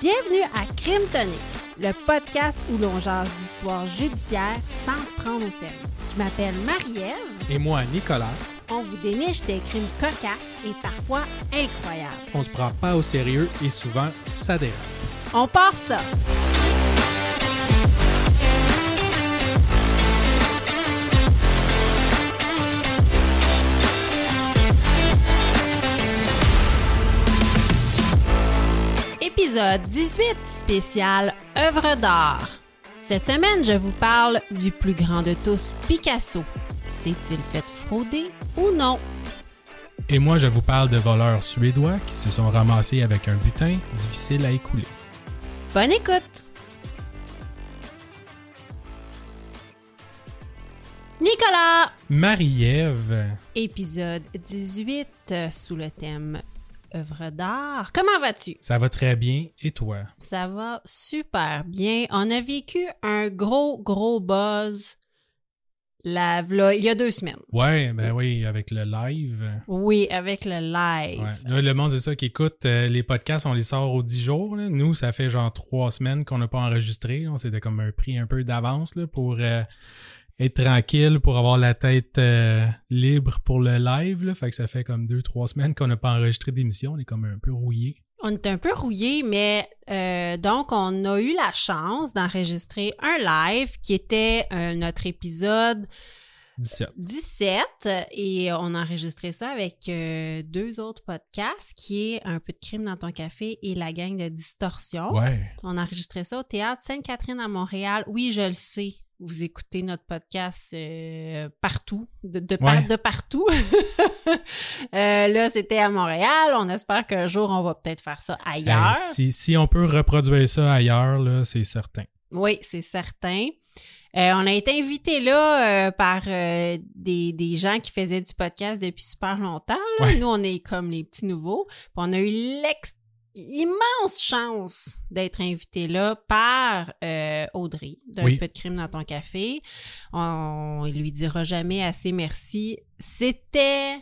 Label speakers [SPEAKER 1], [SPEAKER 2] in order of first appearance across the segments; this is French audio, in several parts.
[SPEAKER 1] Bienvenue à Crime Tonic, le podcast où l'on jase d'histoires judiciaires sans se prendre au sérieux. Je m'appelle Marie-Ève,
[SPEAKER 2] Et moi, Nicolas,
[SPEAKER 1] on vous déniche des crimes cocasses et parfois incroyables.
[SPEAKER 2] on se prend pas au sérieux et souvent ça dérape.
[SPEAKER 1] On part ça! Épisode 18 spécial œuvre d'art. Cette semaine, je vous parle du plus grand de tous, Picasso. S'est-il fait frauder ou non?
[SPEAKER 2] Et moi, je vous parle de voleurs suédois qui se sont ramassés avec un butin difficile à écouler.
[SPEAKER 1] Bonne écoute! Nicolas!
[SPEAKER 2] Marie-Ève,
[SPEAKER 1] Épisode 18 euh, sous le thème œuvre d'art. Comment vas-tu?
[SPEAKER 2] ça va très bien et toi?
[SPEAKER 1] Ça va super bien. On a vécu un gros, gros buzz la, v'là- il y a deux semaines.
[SPEAKER 2] Ouais, ben oui, avec le live.
[SPEAKER 1] Oui, avec le
[SPEAKER 2] Ouais.
[SPEAKER 1] live.
[SPEAKER 2] Là, le monde, c'est ça qui écoute euh, les podcasts, on les sort aux 10 jours. là. Nous, ça fait genre trois semaines qu'on n'a pas enregistré. On s'était comme un prix un peu d'avance là, pour euh, être tranquille, pour avoir la tête euh, libre pour le live. Là. Fait que ça fait comme deux, trois semaines qu'on n'a pas enregistré d'émission. On est comme un peu rouillé.
[SPEAKER 1] On est un peu rouillé, mais euh, donc on a eu la chance d'enregistrer un live qui était euh, notre épisode
[SPEAKER 2] 17.
[SPEAKER 1] 17 et on a enregistré ça avec euh, deux autres podcasts qui est Un peu de crime dans ton café et La gang de distorsion.
[SPEAKER 2] Ouais.
[SPEAKER 1] On a enregistré ça au théâtre Sainte-Catherine à Montréal. Oui, je le sais. Vous écoutez notre podcast euh, partout, de, de, par-
[SPEAKER 2] Ouais.
[SPEAKER 1] de partout. Euh, là, c'était à Montréal. On espère qu'un jour, on va peut-être faire ça ailleurs.
[SPEAKER 2] Ben, si, si on peut reproduire ça ailleurs, là, c'est certain.
[SPEAKER 1] Oui, c'est certain. Euh, on a été invité là euh, par euh, des, des gens qui faisaient du podcast depuis super longtemps. là.
[SPEAKER 2] Ouais.
[SPEAKER 1] Nous, on est comme les petits nouveaux. Puis on a eu l'ex- immense chance d'être invité là par euh, Audrey d'un
[SPEAKER 2] Oui.
[SPEAKER 1] peu de crime dans ton café. On, il lui dira jamais assez merci. C'était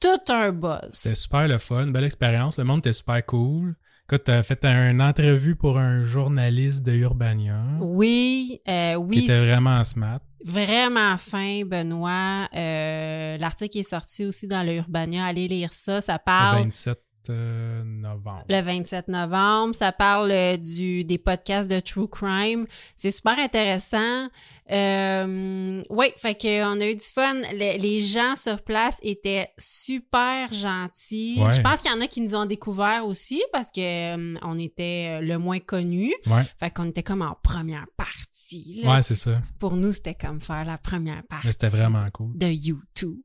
[SPEAKER 1] tout un buzz.
[SPEAKER 2] C'était super le fun, belle expérience. Le monde était super cool. Écoute, t'as fait une entrevue pour un journaliste de Urbania.
[SPEAKER 1] Oui, euh,
[SPEAKER 2] Qui
[SPEAKER 1] oui.
[SPEAKER 2] était vraiment smart.
[SPEAKER 1] vraiment fin, Benoît. Euh, L'article est sorti aussi dans le Urbania. Allez lire ça. Ça
[SPEAKER 2] Le
[SPEAKER 1] parle
[SPEAKER 2] 27 euh, novembre.
[SPEAKER 1] le 27 novembre. Ça parle euh, du des podcasts de True Crime. C'est super intéressant. Euh, oui, fait que on a eu du fun. Le- les gens sur place étaient super gentils.
[SPEAKER 2] Ouais.
[SPEAKER 1] Je pense qu'il y en a qui nous ont découvert aussi parce que euh, on était euh, le moins connus.
[SPEAKER 2] Ouais,
[SPEAKER 1] Fait qu'on était comme en première partie. là.
[SPEAKER 2] ouais c'est ça.
[SPEAKER 1] Pour nous, c'était comme faire la première partie
[SPEAKER 2] Mais c'était vraiment cool.
[SPEAKER 1] de YouTube.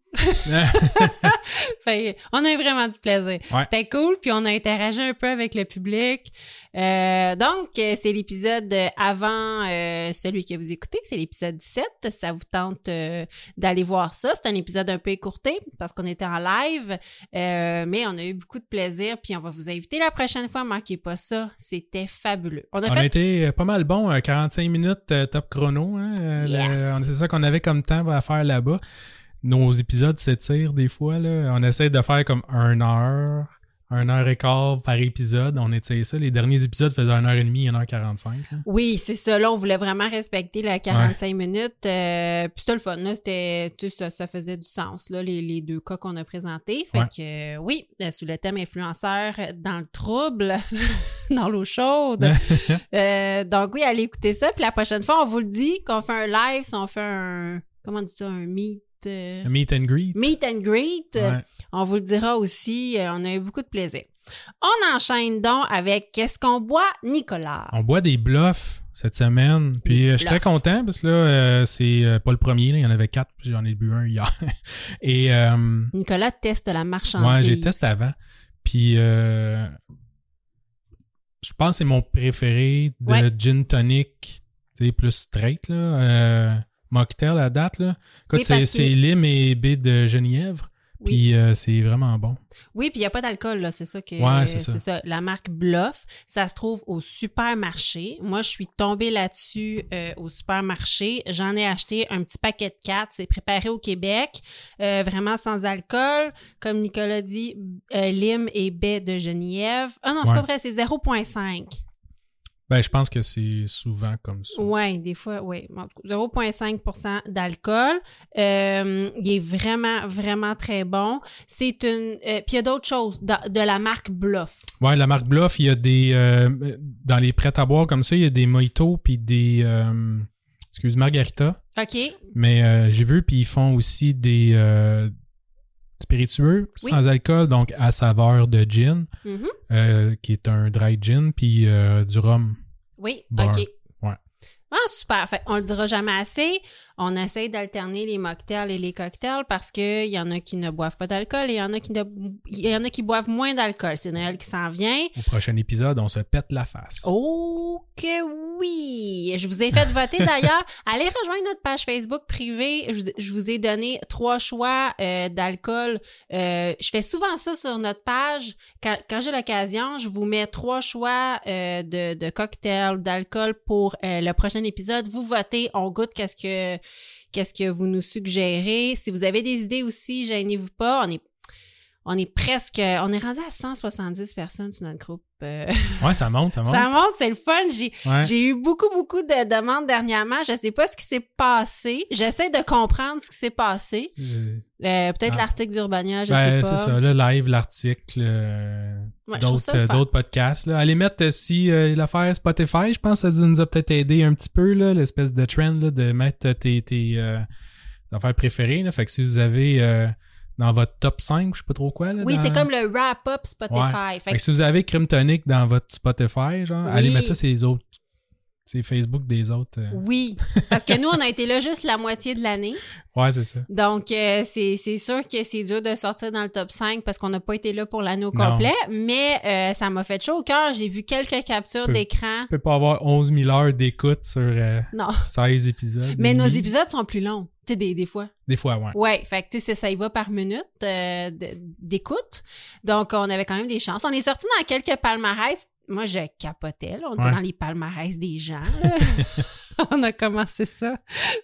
[SPEAKER 2] ouais,
[SPEAKER 1] Fait, on a eu vraiment du plaisir.
[SPEAKER 2] Ouais.
[SPEAKER 1] C'était cool, puis on a interagi un peu avec le public. Euh, donc, euh, c'est l'épisode euh, avant euh, celui que vous écoutez, c'est l'épisode 17. Ça vous tente euh, d'aller voir ça. C'est un épisode un peu écourté parce qu'on était en live, euh, mais on a eu beaucoup de plaisir, puis on va vous inviter la prochaine fois. Manquez pas ça, c'était fabuleux. On a
[SPEAKER 2] on
[SPEAKER 1] fait...
[SPEAKER 2] a été euh, pas mal bon, euh, 45 minutes euh, top chrono. hein, euh,
[SPEAKER 1] Yes.
[SPEAKER 2] le- on- c'est ça qu'on avait comme temps à faire là-bas. Nos épisodes s'étirent des fois. Là. On essaie de faire comme un heure, un heure et quart par épisode. On étire ça. Les derniers épisodes faisaient une heure et demie, une heure quarante-cinq. là.
[SPEAKER 1] Oui, c'est ça. Là, on voulait vraiment respecter la 45 minutes. Euh, puis c'était le fun. Là, c'était, tu sais, ça, ça faisait du sens, là, les, les deux cas qu'on a présentés. Fait
[SPEAKER 2] Ouais.
[SPEAKER 1] que, euh, oui, euh, sous le thème influenceur dans le trouble, dans l'eau chaude. Euh, donc, oui, allez écouter ça. Puis la prochaine fois, on vous le dit, qu'on fait un live, si on fait un, comment on dit ça, un meet. euh,
[SPEAKER 2] Meet and greet.
[SPEAKER 1] Meet and greet,
[SPEAKER 2] Ouais.
[SPEAKER 1] on vous le dira aussi. Euh, on Euh, a eu beaucoup de plaisir. On enchaîne donc avec Qu'est-ce qu'on boit, Nicolas?
[SPEAKER 2] On boit des bluffs cette semaine. Puis euh, je suis très
[SPEAKER 1] bluffs.
[SPEAKER 2] content parce que là, euh, c'est euh, pas le premier. là. Il y en avait quatre, puis j'en ai bu un hier. Et euh,
[SPEAKER 1] Nicolas teste la marchandise.
[SPEAKER 2] ouais, j'ai testé avant. Puis euh, je pense que c'est mon préféré de
[SPEAKER 1] Ouais.
[SPEAKER 2] gin tonic, tu sais, plus straight, là. euh, mocktail à date, là. Écoute,
[SPEAKER 1] Oui,
[SPEAKER 2] c'est
[SPEAKER 1] parce que-
[SPEAKER 2] c'est lime et baie de genièvre.
[SPEAKER 1] Oui.
[SPEAKER 2] Puis euh, c'est vraiment bon.
[SPEAKER 1] Oui, puis il n'y a pas d'alcool, là. C'est ça que.
[SPEAKER 2] Ouais, c'est ça.
[SPEAKER 1] La marque Bluff, ça se trouve au supermarché. Moi, je suis tombée là-dessus euh, au supermarché. J'en ai acheté un petit paquet de quatre. C'est préparé au Québec, euh, vraiment sans alcool. Comme Nicolas dit, euh, lime et baie de Genièvre. Ah non, c'est
[SPEAKER 2] Ouais.
[SPEAKER 1] pas vrai, c'est 0,5.
[SPEAKER 2] Ben, je pense que c'est souvent comme ça.
[SPEAKER 1] Ouais, des fois, oui. 0,5 d'alcool. Euh, il est vraiment, vraiment très bon. C'est une. euh, Puis il y a d'autres choses dans- de la marque Bluff.
[SPEAKER 2] Ouais, la marque Bluff, il y a des. euh, dans les prêts à boire comme ça, il y a des mojitos puis des. euh, excuse, margarita.
[SPEAKER 1] OK.
[SPEAKER 2] Mais euh, j'ai vu, puis ils font aussi des euh, spiritueux
[SPEAKER 1] Oui.
[SPEAKER 2] sans alcool, donc à saveur de gin,
[SPEAKER 1] Mhm.
[SPEAKER 2] euh, qui est un dry gin, puis euh, du rhum.
[SPEAKER 1] Oui,
[SPEAKER 2] Bar.
[SPEAKER 1] OK.
[SPEAKER 2] Ouais.
[SPEAKER 1] Ah, super. Fait, on le dira jamais assez. On essaye d'alterner les mocktails et les cocktails parce que il y en a qui ne boivent pas d'alcool et il y en a qui ne, il y en a qui boivent moins d'alcool. C'est Noël qui s'en vient.
[SPEAKER 2] Au prochain épisode, on se pète la face.
[SPEAKER 1] Oh que oui! Je vous ai fait voter d'ailleurs. Allez rejoindre notre page Facebook privée. Je, je vous ai donné trois choix euh, d'alcool. Euh, je fais souvent ça sur notre page. Quand, quand j'ai l'occasion, je vous mets trois choix euh, de, de cocktail, d'alcool pour euh, le prochain épisode. Vous votez, on goûte qu'est-ce que qu'est-ce que vous nous suggérez. Si vous avez des idées aussi, gênez-vous pas. On est on est presque, on est rendu à 170 personnes sur notre groupe. euh,
[SPEAKER 2] Ouais, ça monte, ça monte.
[SPEAKER 1] ça monte, c'est le fun. J'ai
[SPEAKER 2] Ouais.
[SPEAKER 1] j'ai eu beaucoup, beaucoup de demandes dernièrement. Je sais pas ce qui s'est passé. J'essaie de comprendre ce qui s'est passé.
[SPEAKER 2] Euh,
[SPEAKER 1] Euh, Peut-être
[SPEAKER 2] Ah.
[SPEAKER 1] l'article d'Urbania, je
[SPEAKER 2] ben,
[SPEAKER 1] sais pas.
[SPEAKER 2] c'est ça, le live, l'article, euh,
[SPEAKER 1] Ouais, je trouve
[SPEAKER 2] d'autres
[SPEAKER 1] ça le
[SPEAKER 2] euh,
[SPEAKER 1] fun.
[SPEAKER 2] d'autres podcasts. Là. Allez mettre euh, si euh, l'affaire Spotify, je pense que ça nous a peut-être aidé un petit peu, là, l'espèce de trend là, de mettre tes, tes, euh, affaires préférées. Là. Fait que si vous avez euh, dans votre top 5, je sais pas trop quoi. Là,
[SPEAKER 1] Oui,
[SPEAKER 2] euh, dans-
[SPEAKER 1] c'est comme le wrap-up Spotify.
[SPEAKER 2] Ouais.
[SPEAKER 1] Fait
[SPEAKER 2] Fait que
[SPEAKER 1] que-
[SPEAKER 2] si vous avez Crime Tonic dans votre Spotify, genre,
[SPEAKER 1] Oui.
[SPEAKER 2] allez mettre ça sur les autres. C'est Facebook des autres. euh.
[SPEAKER 1] oui, parce que nous, on a été là juste la moitié de l'année.
[SPEAKER 2] Ouais, c'est ça.
[SPEAKER 1] Donc, euh, c'est c'est sûr que c'est dur de sortir dans le top 5 parce qu'on n'a pas été là pour l'année au
[SPEAKER 2] Non.
[SPEAKER 1] complet, mais euh, ça m'a fait chaud au cœur. J'ai vu quelques captures
[SPEAKER 2] Peu-
[SPEAKER 1] d'écran.
[SPEAKER 2] On peut pas avoir 11 000 heures d'écoute sur euh,
[SPEAKER 1] Non.
[SPEAKER 2] 16 épisodes.
[SPEAKER 1] Mais nos
[SPEAKER 2] Oui.
[SPEAKER 1] épisodes sont plus longs, tu sais, des, des fois.
[SPEAKER 2] Des fois, ouais.
[SPEAKER 1] Ouais, fait que tu sais, ça- ça y va par minute euh, de- d'écoute. Donc, on avait quand même des chances. On est sorti dans quelques palmarès. Moi, je capotais. là. On était
[SPEAKER 2] Ouais.
[SPEAKER 1] dans les palmarès des gens. là. on a commencé ça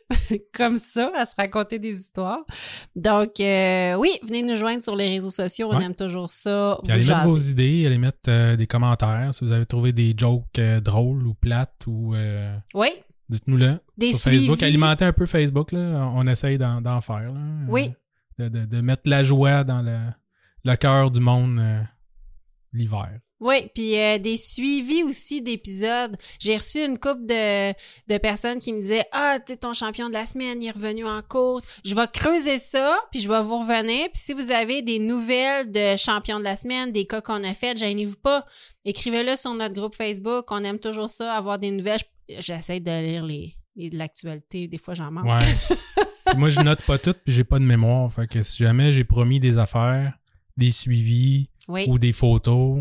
[SPEAKER 1] comme ça, à se raconter des histoires. Donc, euh, oui, venez nous joindre sur les réseaux sociaux. On
[SPEAKER 2] Ouais.
[SPEAKER 1] aime toujours ça. vous
[SPEAKER 2] Puis allez mettre
[SPEAKER 1] jaser.
[SPEAKER 2] vos idées, allez mettre euh, des commentaires. Si vous avez trouvé des jokes euh, drôles ou plates ou euh,
[SPEAKER 1] Oui,
[SPEAKER 2] dites-nous-le.
[SPEAKER 1] des
[SPEAKER 2] Sur Facebook,
[SPEAKER 1] suivis.
[SPEAKER 2] alimentez un peu Facebook, là. On on essaye d'en d'en faire. là.
[SPEAKER 1] Oui.
[SPEAKER 2] De, de- de mettre la joie dans le, le cœur du monde euh, l'hiver.
[SPEAKER 1] Oui, puis euh, des suivis aussi d'épisodes. J'ai reçu une couple de, de personnes qui me disaient Ah, tu sais, ton champion de la semaine, il est revenu en cours. Je vais creuser ça, puis je vais vous revenir. Puis si vous avez des nouvelles de champion de la semaine, des cas qu'on a fait, gênez-vous pas. Écrivez-le sur notre groupe Facebook. On aime toujours ça, avoir des nouvelles. Je- J'essaie de lire les, les de l'actualité. Des fois, j'en manque.
[SPEAKER 2] Ouais. Puis moi, je note pas tout, puis j'ai pas de mémoire. Fait que si jamais j'ai promis des affaires, des suivis
[SPEAKER 1] Oui.
[SPEAKER 2] ou des photos,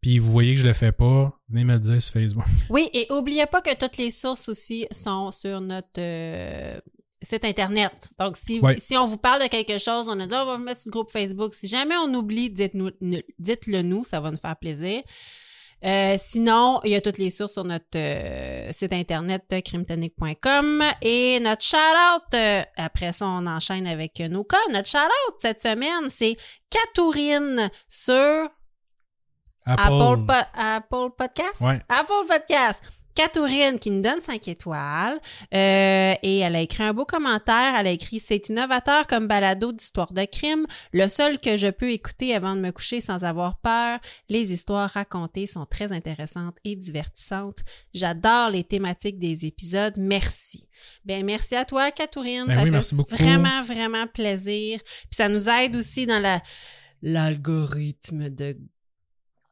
[SPEAKER 2] puis vous voyez que je le fais pas, venez me le dire sur Facebook.
[SPEAKER 1] Oui, et oubliez pas que toutes les sources aussi sont sur notre euh, site Internet. Donc, si,
[SPEAKER 2] Ouais.
[SPEAKER 1] si on vous parle de quelque chose, on a dit, oh, on va vous mettre sur le groupe Facebook. Si jamais on oublie, dites-nous- nous- dites-le nous, ça va nous faire plaisir. Euh, sinon, il y a toutes les sources sur notre euh, site internet euh, crimetonic.com et notre shout-out, euh, après ça, on enchaîne avec euh, nos cas. Notre shout-out cette semaine, c'est Katourine sur Apple, Po- Apple Podcast?
[SPEAKER 2] Ouais.
[SPEAKER 1] Apple Podcast. Catherine qui nous donne 5 étoiles euh, et elle a écrit un beau commentaire. Elle a écrit C'est innovateur comme balado d'histoire de crime. Le seul que je peux écouter avant de me coucher sans avoir peur. Les histoires racontées sont très intéressantes et divertissantes. J'adore les thématiques des épisodes. Merci. Ben merci à toi, Catherine.
[SPEAKER 2] Ben
[SPEAKER 1] ça
[SPEAKER 2] oui,
[SPEAKER 1] fait
[SPEAKER 2] merci beaucoup.
[SPEAKER 1] vraiment, vraiment plaisir. Puis ça nous aide aussi dans la l'algorithme de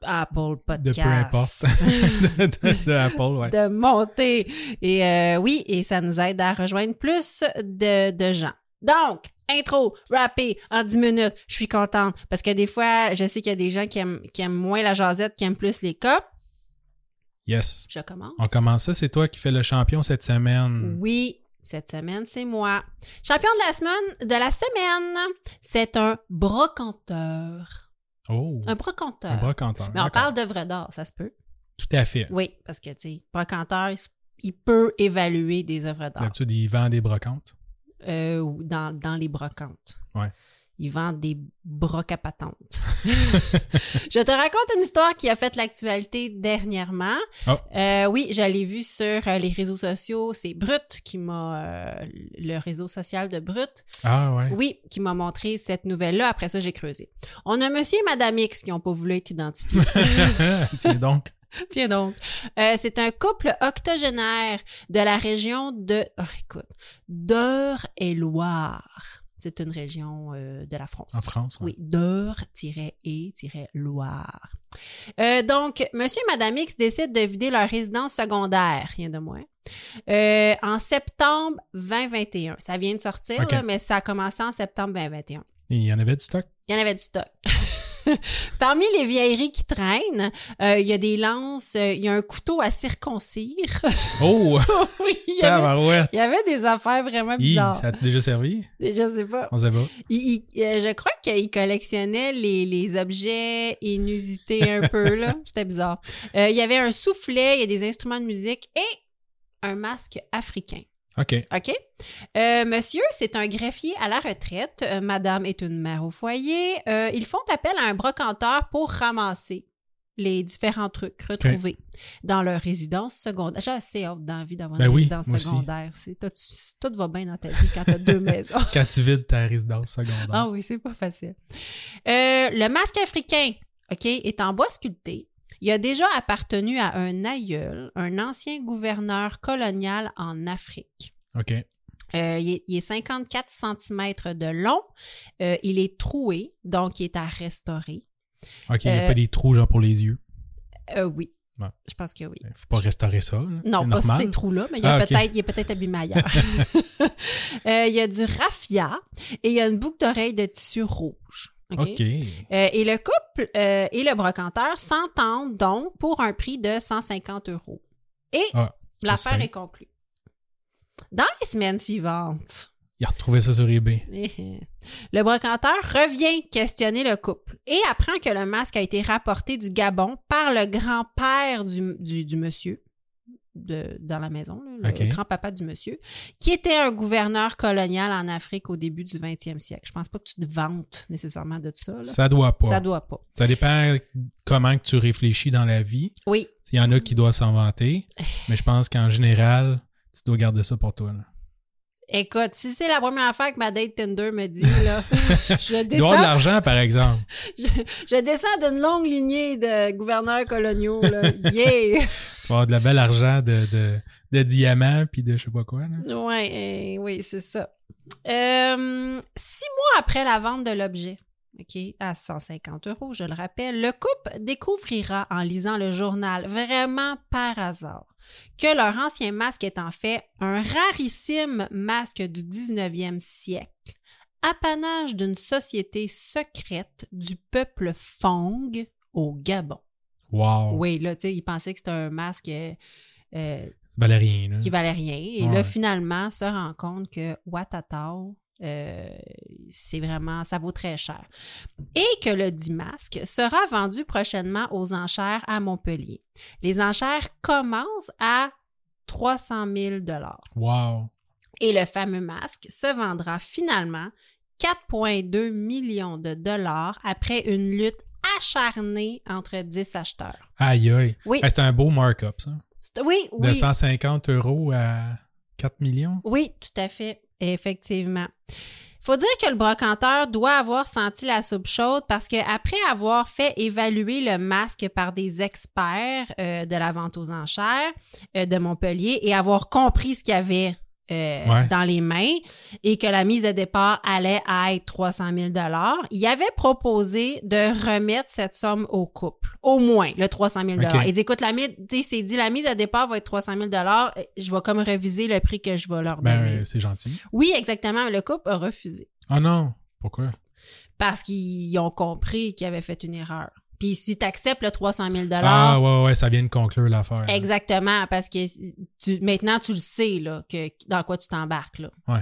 [SPEAKER 1] Apple Podcast.
[SPEAKER 2] De peu importe. de, de- de Apple, ouais.
[SPEAKER 1] de monter. Et euh, oui, et ça nous aide à rejoindre plus de, de gens. Donc, intro, rappé en 10 minutes. Je suis contente parce que des fois, je sais qu'il y a des gens qui aiment, qui aiment moins la jasette, qui aiment plus les cas.
[SPEAKER 2] Yes.
[SPEAKER 1] Je commence.
[SPEAKER 2] On commence ça. C'est toi qui fais le champion cette semaine.
[SPEAKER 1] Oui, cette semaine, c'est moi. Champion de la semaine, de la semaine, c'est un brocanteur.
[SPEAKER 2] Oh.
[SPEAKER 1] Un brocanteur.
[SPEAKER 2] Un brocanteur.
[SPEAKER 1] Mais on
[SPEAKER 2] D'accord.
[SPEAKER 1] parle d'œuvres d'art, ça se peut.
[SPEAKER 2] Tout à fait.
[SPEAKER 1] Oui, parce que, tu sais, brocanteur, il s- il peut évaluer des œuvres d'art.
[SPEAKER 2] D'habitude, ils vendent des brocantes.
[SPEAKER 1] euh, ou dans, dans les brocantes.
[SPEAKER 2] Ouais.
[SPEAKER 1] Ils vendent des brocs à patente. je te raconte une histoire qui a fait l'actualité dernièrement.
[SPEAKER 2] Oh.
[SPEAKER 1] Euh, oui, je l'ai vue sur euh, les réseaux sociaux. C'est Brut qui m'a... euh, le réseau social de Brut.
[SPEAKER 2] Ah ouais.
[SPEAKER 1] Oui, qui m'a montré cette nouvelle-là. Après ça, j'ai creusé. On a Monsieur et Madame X qui n'ont pas voulu être identifiés.
[SPEAKER 2] Tiens donc.
[SPEAKER 1] Tiens donc. Euh, c'est un couple octogénaire de la région de... oh, écoute, d'Eure-et-Loire. C'est une région euh, de la France.
[SPEAKER 2] En France. ouais.
[SPEAKER 1] Oui, d'Eure-et-Loire. Euh, donc, monsieur et madame X décident de vider leur résidence secondaire, rien de moins, euh, en septembre 2021. Ça vient de sortir,
[SPEAKER 2] Ok.
[SPEAKER 1] là, mais ça a commencé en septembre 2021.
[SPEAKER 2] Et Il y en avait du stock.
[SPEAKER 1] Il y en avait du stock. Parmi les vieilleries qui traînent, euh, il y a des lances, euh, il y a un couteau à circoncire.
[SPEAKER 2] Oh!
[SPEAKER 1] oui, il y, avait,
[SPEAKER 2] Tabarouette!
[SPEAKER 1] il y avait des affaires vraiment
[SPEAKER 2] Hi,
[SPEAKER 1] bizarres.
[SPEAKER 2] ça a-tu déjà servi?
[SPEAKER 1] Je sais pas.
[SPEAKER 2] On sait pas.
[SPEAKER 1] Il- il- euh, je crois qu'il collectionnait les, les objets inusités un peu, là. C'était bizarre. Euh, il y avait un soufflet, il y a des instruments de musique et un masque africain.
[SPEAKER 2] OK.
[SPEAKER 1] OK? Euh, monsieur, c'est un greffier à la retraite. Euh, madame est une mère au foyer. Euh, ils font appel à un brocanteur pour ramasser les différents trucs retrouvés dans leur résidence secondaire. J'ai assez hâte d'envie d'avoir
[SPEAKER 2] Ben
[SPEAKER 1] une
[SPEAKER 2] oui,
[SPEAKER 1] résidence
[SPEAKER 2] moi aussi.
[SPEAKER 1] secondaire. C'est- toi, tu- tout va bien dans ta vie quand t'as deux maisons.
[SPEAKER 2] Quand tu vides ta résidence secondaire.
[SPEAKER 1] Ah oui, c'est pas facile. Euh, le masque africain, OK, est en bois sculpté. Il a déjà appartenu à un aïeul, un ancien gouverneur colonial en Afrique.
[SPEAKER 2] OK.
[SPEAKER 1] Euh, il, est, il est 54 cm de long. Euh, il est troué, donc il est à restaurer.
[SPEAKER 2] OK, il n'y a
[SPEAKER 1] Euh,
[SPEAKER 2] pas des trous genre pour les yeux.
[SPEAKER 1] Euh, oui.
[SPEAKER 2] Ouais.
[SPEAKER 1] Je pense que oui.
[SPEAKER 2] Faut pas restaurer ça. là.
[SPEAKER 1] Non,
[SPEAKER 2] C'est
[SPEAKER 1] pas
[SPEAKER 2] normal.
[SPEAKER 1] ces trous-là, mais il, y a
[SPEAKER 2] Ah, ok.
[SPEAKER 1] peut-être, il est peut-être abîmé ailleurs. Euh, il y a du raffia et il y a une boucle d'oreille de tissu rouge. OK?
[SPEAKER 2] OK.
[SPEAKER 1] Euh, et le couple euh, et le brocanteur s'entendent donc pour un prix de 150 euros. Et
[SPEAKER 2] Ah, c'est pas si
[SPEAKER 1] l'affaire
[SPEAKER 2] pire.
[SPEAKER 1] est conclue. Dans les semaines suivantes,
[SPEAKER 2] Il a retrouvé ça sur eBay.
[SPEAKER 1] Le brocanteur revient questionner le couple et apprend que le masque a été rapporté du Gabon par le grand-père du, du- du monsieur de, dans la maison, là, le
[SPEAKER 2] Ok.
[SPEAKER 1] grand-papa du monsieur, qui était un gouverneur colonial en Afrique au début du 20e siècle. Je pense pas que tu te vantes nécessairement de ça. Là.
[SPEAKER 2] Ça doit pas.
[SPEAKER 1] Ça doit pas.
[SPEAKER 2] Ça dépend comment que tu réfléchis dans la vie.
[SPEAKER 1] Oui,
[SPEAKER 2] Il y en a qui doivent s'en vanter, mais je pense qu'en général, tu dois garder ça pour toi. là.
[SPEAKER 1] écoute, si c'est la première affaire que ma date Tinder me dit, là, je
[SPEAKER 2] Il doit avoir de
[SPEAKER 1] descends,
[SPEAKER 2] l'argent, par exemple.
[SPEAKER 1] je, je descends d'une longue lignée de gouverneurs coloniaux. Là. Yeah!
[SPEAKER 2] tu vas avoir de la belle argent de, de, de diamants puis de je sais pas quoi. là.
[SPEAKER 1] Ouais, euh, oui, c'est ça. Euh, six mois après la vente de l'objet, OK, à 150 euros, je le rappelle, le couple découvrira en lisant le journal, vraiment par hasard, que leur ancien masque est en fait un rarissime masque du 19e siècle, apanage d'une société secrète du peuple Fong au Gabon.
[SPEAKER 2] Wow.
[SPEAKER 1] Oui, là, tu sais, ils pensaient que c'était un masque euh, euh,
[SPEAKER 2] Valérien. là.
[SPEAKER 1] qui valait rien. Et
[SPEAKER 2] Ouais.
[SPEAKER 1] là, finalement, se rend compte que Watatao, euh, c'est vraiment, ça vaut très cher. Et que le Dimasque sera vendu prochainement aux enchères à Montpellier. Les enchères commencent à 300 000
[SPEAKER 2] Wow.
[SPEAKER 1] Et le fameux masque se vendra finalement 4,2 millions de dollars après une lutte acharnée entre 10 acheteurs.
[SPEAKER 2] Aïe aïe.
[SPEAKER 1] Oui.
[SPEAKER 2] Hey, c'est un beau markup, ça.
[SPEAKER 1] C'est- Oui, oui.
[SPEAKER 2] De 150 euros à 4 millions.
[SPEAKER 1] Oui, tout à fait, effectivement. Faut dire que le brocanteur doit avoir senti la soupe chaude parce que après avoir fait évaluer le masque par des experts euh, de la vente aux enchères euh, de Montpellier et avoir compris ce qu'il y avait euh,
[SPEAKER 2] Ouais.
[SPEAKER 1] dans les mains et que la mise de départ allait à être 300 000 il avait proposé de remettre cette somme au couple, au moins le 300 000
[SPEAKER 2] Ok.
[SPEAKER 1] Il dit, écoute, la mise, tu sais, c'est dit, la mise à départ va être 300 000 euh, je vais comme reviser le prix que je vais leur
[SPEAKER 2] Ben,
[SPEAKER 1] donner.
[SPEAKER 2] euh, c'est gentil.
[SPEAKER 1] Oui, exactement, mais le couple a refusé
[SPEAKER 2] Ah non, pourquoi?
[SPEAKER 1] parce qu'ils ont compris qu'ils avaient fait une erreur. Puis si tu acceptes le 300 000
[SPEAKER 2] Ah ouais, ouais, ça vient de conclure l'affaire. là.
[SPEAKER 1] Exactement, parce que tu, maintenant, tu le sais là, que, dans quoi tu t'embarques. Là.
[SPEAKER 2] Ouais.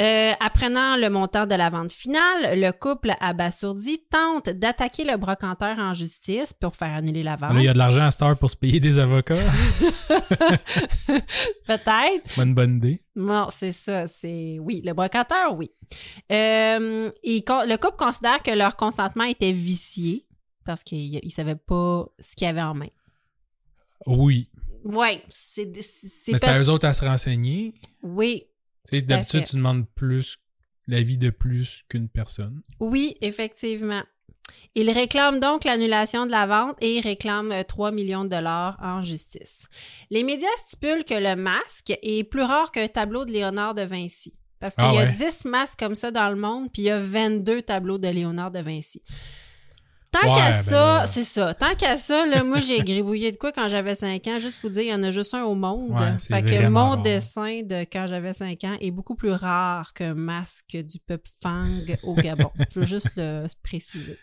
[SPEAKER 1] Euh, apprenant le montant de la vente finale, le couple abasourdi tente d'attaquer le brocanteur en justice pour faire annuler la vente.
[SPEAKER 2] Là, il y a de l'argent à cette heure pour se payer des avocats.
[SPEAKER 1] Peut-être.
[SPEAKER 2] C'est pas une bonne idée.
[SPEAKER 1] Bon, c'est ça. C'est oui, le brocanteur, oui. Euh, et con- le couple considère que leur consentement était vicié parce qu'ils ne savaient pas ce qu'il y avait en main.
[SPEAKER 2] Oui.
[SPEAKER 1] Oui, c'est c'est
[SPEAKER 2] Mais c'est
[SPEAKER 1] peut-
[SPEAKER 2] à eux autres à se renseigner.
[SPEAKER 1] oui.
[SPEAKER 2] Tu sais,
[SPEAKER 1] Tout à
[SPEAKER 2] D'habitude,
[SPEAKER 1] fait.
[SPEAKER 2] tu demandes plus l'avis de plus qu'une personne.
[SPEAKER 1] Oui, effectivement. Il réclame donc l'annulation de la vente et il réclame euh, 3 millions de dollars en justice. Les médias stipulent que le masque est plus rare qu'un tableau de Léonard de Vinci. Parce qu'il
[SPEAKER 2] Ah
[SPEAKER 1] y a
[SPEAKER 2] ouais.
[SPEAKER 1] 10 masques comme ça dans le monde, puis il y a 22 tableaux de Léonard de Vinci. Tant
[SPEAKER 2] Ouais,
[SPEAKER 1] qu'à
[SPEAKER 2] ben
[SPEAKER 1] ça,
[SPEAKER 2] là.
[SPEAKER 1] c'est ça. Tant qu'à ça, là, moi, j'ai gribouillé de quoi quand j'avais 5 ans. Juste vous dire, il y en a juste un au monde.
[SPEAKER 2] Ouais, c'est
[SPEAKER 1] fait que
[SPEAKER 2] vraiment
[SPEAKER 1] mon
[SPEAKER 2] rare.
[SPEAKER 1] dessin de quand j'avais 5 ans est beaucoup plus rare qu'un masque du peuple Fang au Gabon. Je veux juste le préciser.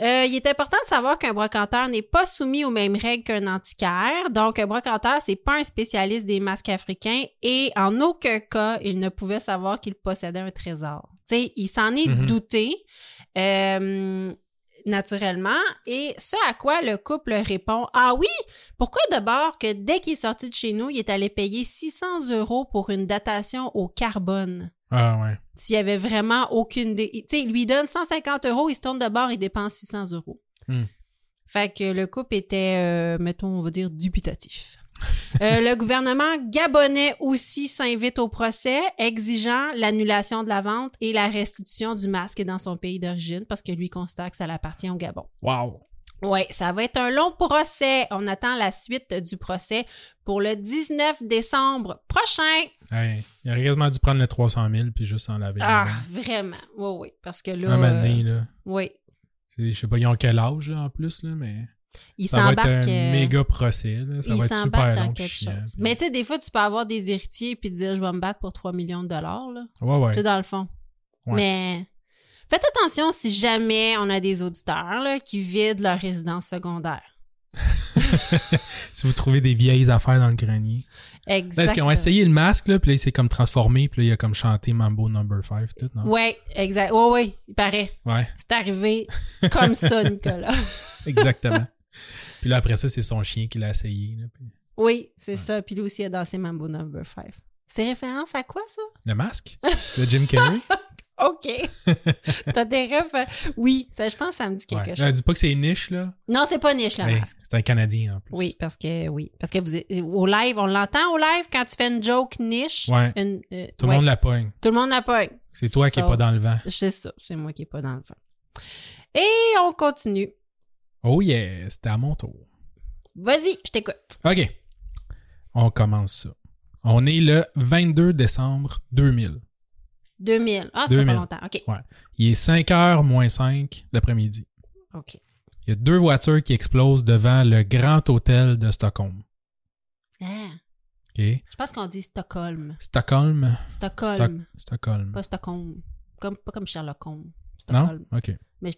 [SPEAKER 1] Euh, il est important de savoir qu'un brocanteur n'est pas soumis aux mêmes règles qu'un antiquaire. Donc, un brocanteur, c'est pas un spécialiste des masques africains et en aucun cas, il ne pouvait savoir qu'il possédait un trésor. Tu sais, il s'en est
[SPEAKER 2] Mhm.
[SPEAKER 1] douté. euh, naturellement. Et ce à quoi le couple répond Ah oui, pourquoi d'abord que dès qu'il est sorti de chez nous, il est allé payer 600 euros pour une datation au carbone
[SPEAKER 2] Ah ouais.
[SPEAKER 1] S'il y avait vraiment aucune. idée. Il- Tu sais, il lui donne 150 euros, il se tourne de bord et dépense 600 euros.
[SPEAKER 2] Hmm.
[SPEAKER 1] Fait que le couple était, euh, mettons, on va dire, dubitatif. Euh, le gouvernement gabonais aussi s'invite au procès, exigeant l'annulation de la vente et la restitution du masque dans son pays d'origine parce que lui constate que ça l'appartient au Gabon.
[SPEAKER 2] Wow.
[SPEAKER 1] Oui, ça va être un long procès. On attend la suite du procès pour le 19 décembre prochain.
[SPEAKER 2] Hey, il aurait quasiment dû prendre le 300 000 puis juste s'en laver. les
[SPEAKER 1] Ah,
[SPEAKER 2] mains.
[SPEAKER 1] vraiment. Oui, oui. Parce que là.
[SPEAKER 2] Un moment donné,
[SPEAKER 1] euh,
[SPEAKER 2] là.
[SPEAKER 1] oui.
[SPEAKER 2] C'est- Je sais pas, ils ont quel âge, là, en plus, là, mais
[SPEAKER 1] Il
[SPEAKER 2] ça va
[SPEAKER 1] s'embarque.
[SPEAKER 2] être un
[SPEAKER 1] euh,
[SPEAKER 2] méga procès, là. Ça
[SPEAKER 1] il
[SPEAKER 2] va être
[SPEAKER 1] s'embarque
[SPEAKER 2] super
[SPEAKER 1] dans
[SPEAKER 2] long.
[SPEAKER 1] quelque
[SPEAKER 2] chiant,
[SPEAKER 1] chose.
[SPEAKER 2] puis-
[SPEAKER 1] Mais tu sais, des fois, tu peux avoir des héritiers puis dire je vais me battre pour 3 millions de dollars. Là.
[SPEAKER 2] Ouais, ouais.
[SPEAKER 1] Tu sais, dans le fond.
[SPEAKER 2] Ouais.
[SPEAKER 1] Mais faites attention si jamais on a des auditeurs là, qui vident leur résidence secondaire.
[SPEAKER 2] Si vous trouvez des vieilles affaires dans le grenier. Là,
[SPEAKER 1] Exactement.
[SPEAKER 2] Est-ce Ben, qu'ils ont essayé le masque, là, puis là, il s'est comme transformé, puis là, il a comme chanté Mambo Number 5, tout, non?
[SPEAKER 1] Oui, exact. Oui, oui, il paraît.
[SPEAKER 2] Ouais,
[SPEAKER 1] C'est arrivé comme ça, Nicolas.
[SPEAKER 2] exactement. puis là, après ça, c'est son chien qui l'a essayé. là, puis-
[SPEAKER 1] Oui, c'est ça. Puis lui aussi il a dansé Mambo Number 5. C'est référence à quoi, ça?
[SPEAKER 2] Le masque? Le Jim Carrey?
[SPEAKER 1] OK. T'as des refs. Oui, ça, je pense que ça me dit quelque
[SPEAKER 2] ouais.
[SPEAKER 1] chose.
[SPEAKER 2] Là, dis pas que c'est niche, là.
[SPEAKER 1] Non, c'est pas niche, la
[SPEAKER 2] mais
[SPEAKER 1] masque.
[SPEAKER 2] C'est un Canadien, en plus.
[SPEAKER 1] Oui, parce que oui. Parce que vous au live, on l'entend au live quand tu fais une joke niche.
[SPEAKER 2] Ouais.
[SPEAKER 1] une- euh,
[SPEAKER 2] Tout le
[SPEAKER 1] ouais.
[SPEAKER 2] monde la pogne.
[SPEAKER 1] Tout le monde n'a pas.
[SPEAKER 2] C'est toi qui n'es
[SPEAKER 1] Sauf-
[SPEAKER 2] pas dans le vent.
[SPEAKER 1] C'est ça, c'est moi qui n'ai pas dans le vent. Et on continue.
[SPEAKER 2] Oh yeah, c'était à mon tour.
[SPEAKER 1] Vas-y, je t'écoute.
[SPEAKER 2] OK. On commence ça. On est le 22 décembre 2000.
[SPEAKER 1] 2000. Ah, ça fait pas
[SPEAKER 2] 2000.
[SPEAKER 1] longtemps. OK.
[SPEAKER 2] Ouais. Il est 5h moins 5 l'après-midi.
[SPEAKER 1] OK.
[SPEAKER 2] Il y a deux voitures qui explosent devant le Grand Hôtel de Stockholm.
[SPEAKER 1] Ah,
[SPEAKER 2] OK?
[SPEAKER 1] je pense qu'on dit Stockholm.
[SPEAKER 2] Stockholm.
[SPEAKER 1] Stockholm.
[SPEAKER 2] Stock- Stockholm.
[SPEAKER 1] Pas Stockholm. Comme, pas comme Sherlock Holmes.
[SPEAKER 2] non?
[SPEAKER 1] Stockholm.
[SPEAKER 2] OK.
[SPEAKER 1] Mais-